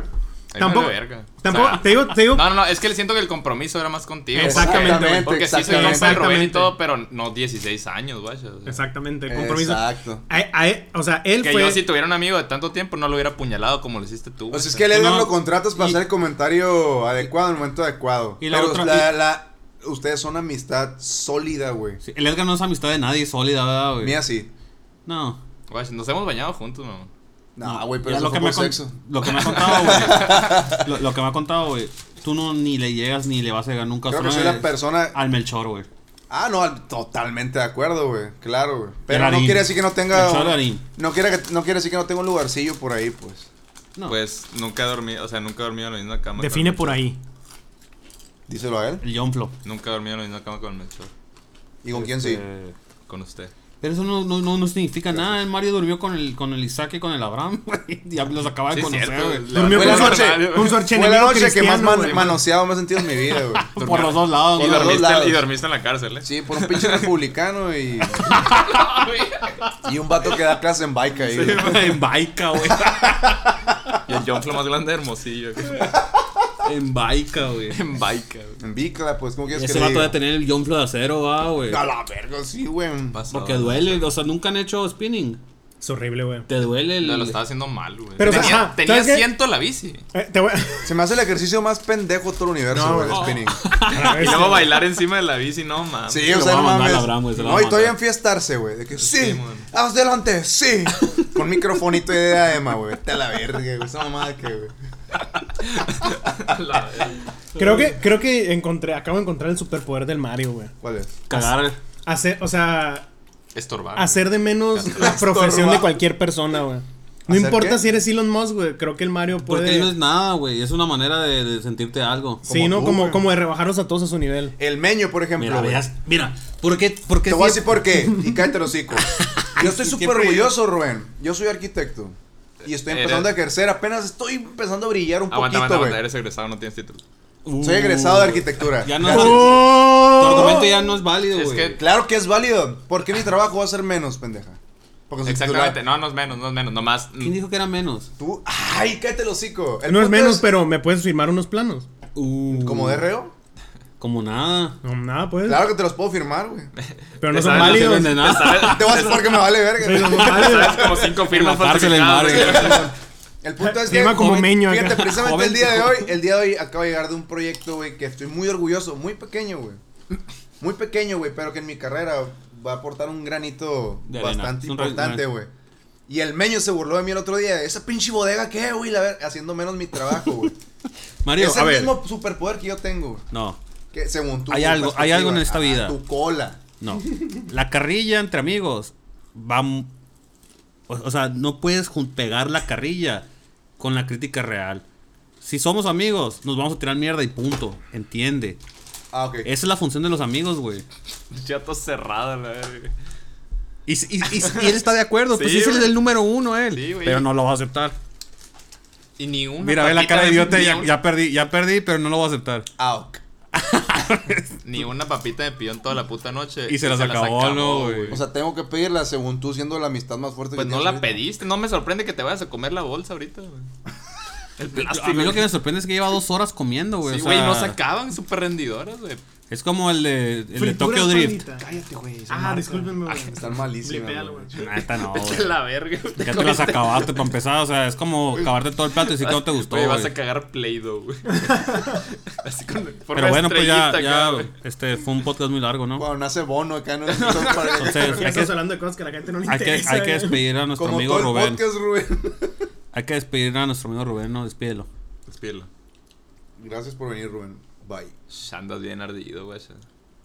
Ahí Tampoco. vale verga. Tampoco, O sea, te digo, te digo. No, no, no, es que le siento que el compromiso era más contigo. güey. Exactamente, güey. Porque sí soy exactamente. compa de Rubén y Exactamente. todo, pero no 16 años, güey. o sea. Exactamente, el compromiso. Exacto. A- a- o sea, él Que fue. yo si tuviera un amigo de tanto tiempo no lo hubiera apuñalado como lo hiciste tú. O güey. sea, Pues es que el Edgar No, lo contratas para y- hacer el comentario adecuado en el momento adecuado. Y la Pero otra- la, la- ustedes son amistad sólida, güey. Sí, el Edgar no es amistad de nadie, es sólida, ¿verdad, güey? Mía sí. No. Güey, nos hemos bañado juntos, mamá. No, güey, pero Ya eso lo que, fue me por ha con- sexo. lo que me ha contado, güey. lo, lo que me ha contado, güey. Tú no ni le llegas ni le vas a llegar nunca. Creo solo que soy la eres persona... Al Melchor, güey. Ah, no, al- totalmente de acuerdo, güey. Claro, güey. El Pero no Arín. quiere decir que no tenga... Melchor Arín. No quiere, que- no quiere decir que no tenga un lugarcillo por ahí, pues. No. Pues nunca he dormido, o sea, nunca he dormido en la misma cama. Define con por ahí. Díselo a él. El John Flo. el- Nunca he dormido en la misma cama con el Melchor. ¿Y con quién sí? Eh, Con usted. Pero eso no, no, no, no significa nada. El Mario durmió con el, con el Isaac y con el Abraham, güey. Ya los acaba de Sí, conocer, cierto, Ah, güey. la- Durmió Fue la con su, noche- con su Fue la archienemigo noche que más cristiano, man- güey. manoseado me he sentido en mi vida, güey. Por los dos lados, Y los güey. dos lados. dormiste, y dormiste en la cárcel, ¿eh? Sí, por un pinche republicano y. y un vato que da clase en bike ahí. güey. en baica, güey. Y el John Flo más grande de Hermosillo. güey. En baica, güey. En baica, güey. En bicla, pues, ¿cómo quieres Ese que le vato de diga? tener el John Flo de acero, va, güey. A la verga, sí, güey. Pasado. Porque duele. O sea, nunca han hecho spinning. Es horrible, güey. Te duele el. No, lo estaba haciendo mal, güey. Pero, o sea, tenía ajá, tenía ¿sabes qué? asiento la bici. Eh, te voy Se me hace el ejercicio más pendejo de todo el universo, No, güey, el güey. spinning. Y luego bailar encima de la bici, no mames. Sí, lo o sea, va no a mandar mames. la Abraham, güey, se lo va No, a y todavía mandar. enfiestarse, güey. De que sí, man. haz delante, sí. Con microfonito de idea Emma, güey. Vete a la verga, güey. Esa mamada que, güey. La verga. Creo que, creo que encontré, acabo de encontrar el superpoder del Mario, güey. ¿Cuál es? Cagar Hacer, o sea, Estorbar. hacer de menos la profesión de cualquier persona, güey. No ¿Hacer importa qué? si eres Elon Musk, güey. Creo que el Mario Porque ahí no puede. es nada, güey. Es una manera de, de sentirte algo. Sí, como ¿no? tú, Como, güey. como de rebajarnos a todos a su nivel. El meño, por ejemplo. Mira, güey. veas- mira, ¿por qué? Porque Te voy a decir por qué. Y cállate el hocico. Yo estoy Sí, súper siempre- orgulloso, Rubén. Yo soy arquitecto. Y estoy empezando a ejercer. Apenas estoy empezando a brillar un Aguanta, aguanta, poquito, aguanta. güey. Eres egresado, no tienes título. Soy egresado de arquitectura. Ya no Ya. es ¡Oh! válido. Tu argumento ya no es válido, Es güey. que- Claro que es válido. ¿Por qué mi trabajo va a ser menos, pendeja? Porque soy Exactamente. titular. No, no es menos, no es menos. Nomás. ¿Quién dijo que era menos? Tú. ¡Ay, cállate el hocico! El No es punto menos, pero me puedes firmar unos planos. Uh, ¿Como de reo? Como nada. No, nada, pues. Claro que te los puedo firmar, güey. Pero no Te son sabes, No válidos. sirven de nada. Te voy a decir porque me vale Sí, no verga. son válidos. Sabes como cinco firmas En la cárcel, falsificadas, el Mario. güey. El punto es que. Firma como Joven, meño acá. Fíjate, precisamente Joven. el día de hoy, el día de hoy acabo de llegar de un proyecto, güey, que estoy muy orgulloso, muy pequeño, güey. Muy pequeño, güey, pero que en mi carrera va a aportar un granito De arena. bastante Es un ra- importante, ra- güey. Y el meño se burló de mí el otro día. ¿Esa pinche bodega qué, güey? La ver- Haciendo menos mi trabajo, güey. Mario, es a el ver. mismo superpoder que yo tengo, güey. No, Que según tú. Hay algo- hay algo en esta vida. Tu cola. no. La carrilla entre amigos va. m- O, o sea, no puedes jun- pegar la carrilla con la crítica real. Si somos amigos, nos vamos a tirar mierda y punto. Entiende. Ah, ok. Esa es la función de los amigos, güey. Ya todo cerrado, la verga. Y, s- y- y s- y él está de acuerdo. Sí, pues es el, güey. el número uno, él. Sí, güey. pero no lo va a aceptar. Y ni una. Mira, ve la papita cara de idiota. ni Ya, un- ya perdí, ya perdí, pero no lo va a aceptar. Ah, ok. Ni una papita me pidió en toda la puta noche. Y se las acabó, ¿no, güey? O sea, tengo que pedirla según tú siendo la amistad más fuerte Pues que no tienes la ahorita. pediste. No me sorprende que te vayas a comer la bolsa ahorita, güey. El A plástico. mí lo que me sorprende es que lleva dos horas comiendo, güey. Sí, o güey, sea, no se acaban, súper rendidoras, güey. Es como el de, el de Frituras, Tokyo Drift. maldita. Cállate, güey. esa Ah, marca. discúlpenme, güey. Están malísimas. Blipéalo, güey. güey. Nah, esta no, güey. Vete a la verga. güey. este Ya te las acabaste para empezar. O sea, es como acabarte todo el plato y decir que no te gustó. Güey, vas güey. a cagar Play-Doh, güey. Así con forma Pero de bueno, pues ya, estrellita ya acá, güey. este, fue un podcast muy largo, ¿no? Cuando nace Bono acá, ¿no? Entonces, para- Entonces, Ya hay que, estamos hablando de cosas que a la gente no le hay que, interesa. hay que eh. despedir a nuestro como amigo todo el Rubén. podcast, Rubén. Hay que despedir a nuestro amigo Rubén, no, despídelo. Despídelo. Gracias por venir, Rubén. Bye. Ya Andas bien ardido, güey. ya.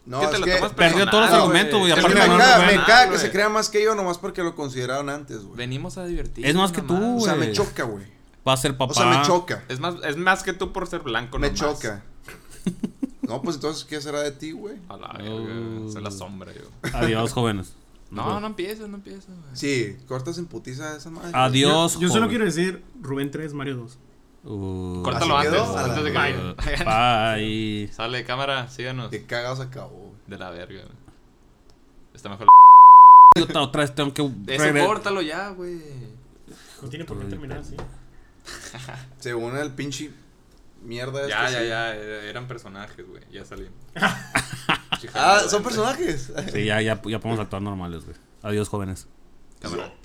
No, ¿Qué te es lo que, tomas perdió personal, todos los güey? argumentos, güey, Es que es que aparte me de no ganar, caga, nos Rubén. me ganan, caga que güey. se crea más que yo nomás porque lo consideraron antes, güey. Venimos a divertirnos. Es más que tú, mamá. O sea, güey. me choca, güey. Va a ser papá. O sea, me choca. Es más, es más que tú por ser blanco, Me nomás. choca. No, pues entonces, ¿qué será de ti, güey? A la No. verga, es la Oh. sombra, yo. Adiós, jóvenes. No, no empieces, no empieces, güey. Sí, cortas en putiza a esa madre. Adiós, Yo, yo solo joven. quiero decir Rubén 3, Mario 2. Uh, Córtalo Así antes, quedó, a la antes de que... Bye. Sale, cámara, síganos. Te cagas acabó, güey. De la verga. güey. Está mejor. Idiota, otra vez tengo que Eso, regre- córtalo ya, güey. No tiene por qué terminar así. Según el pinche mierda. Ya, este, ya, sí. ya. era- Eran personajes, güey. Ya salimos. Ah, son personajes. Sí, ya, ya, ya podemos actuar normales, güey. Adiós, jóvenes. Cámara.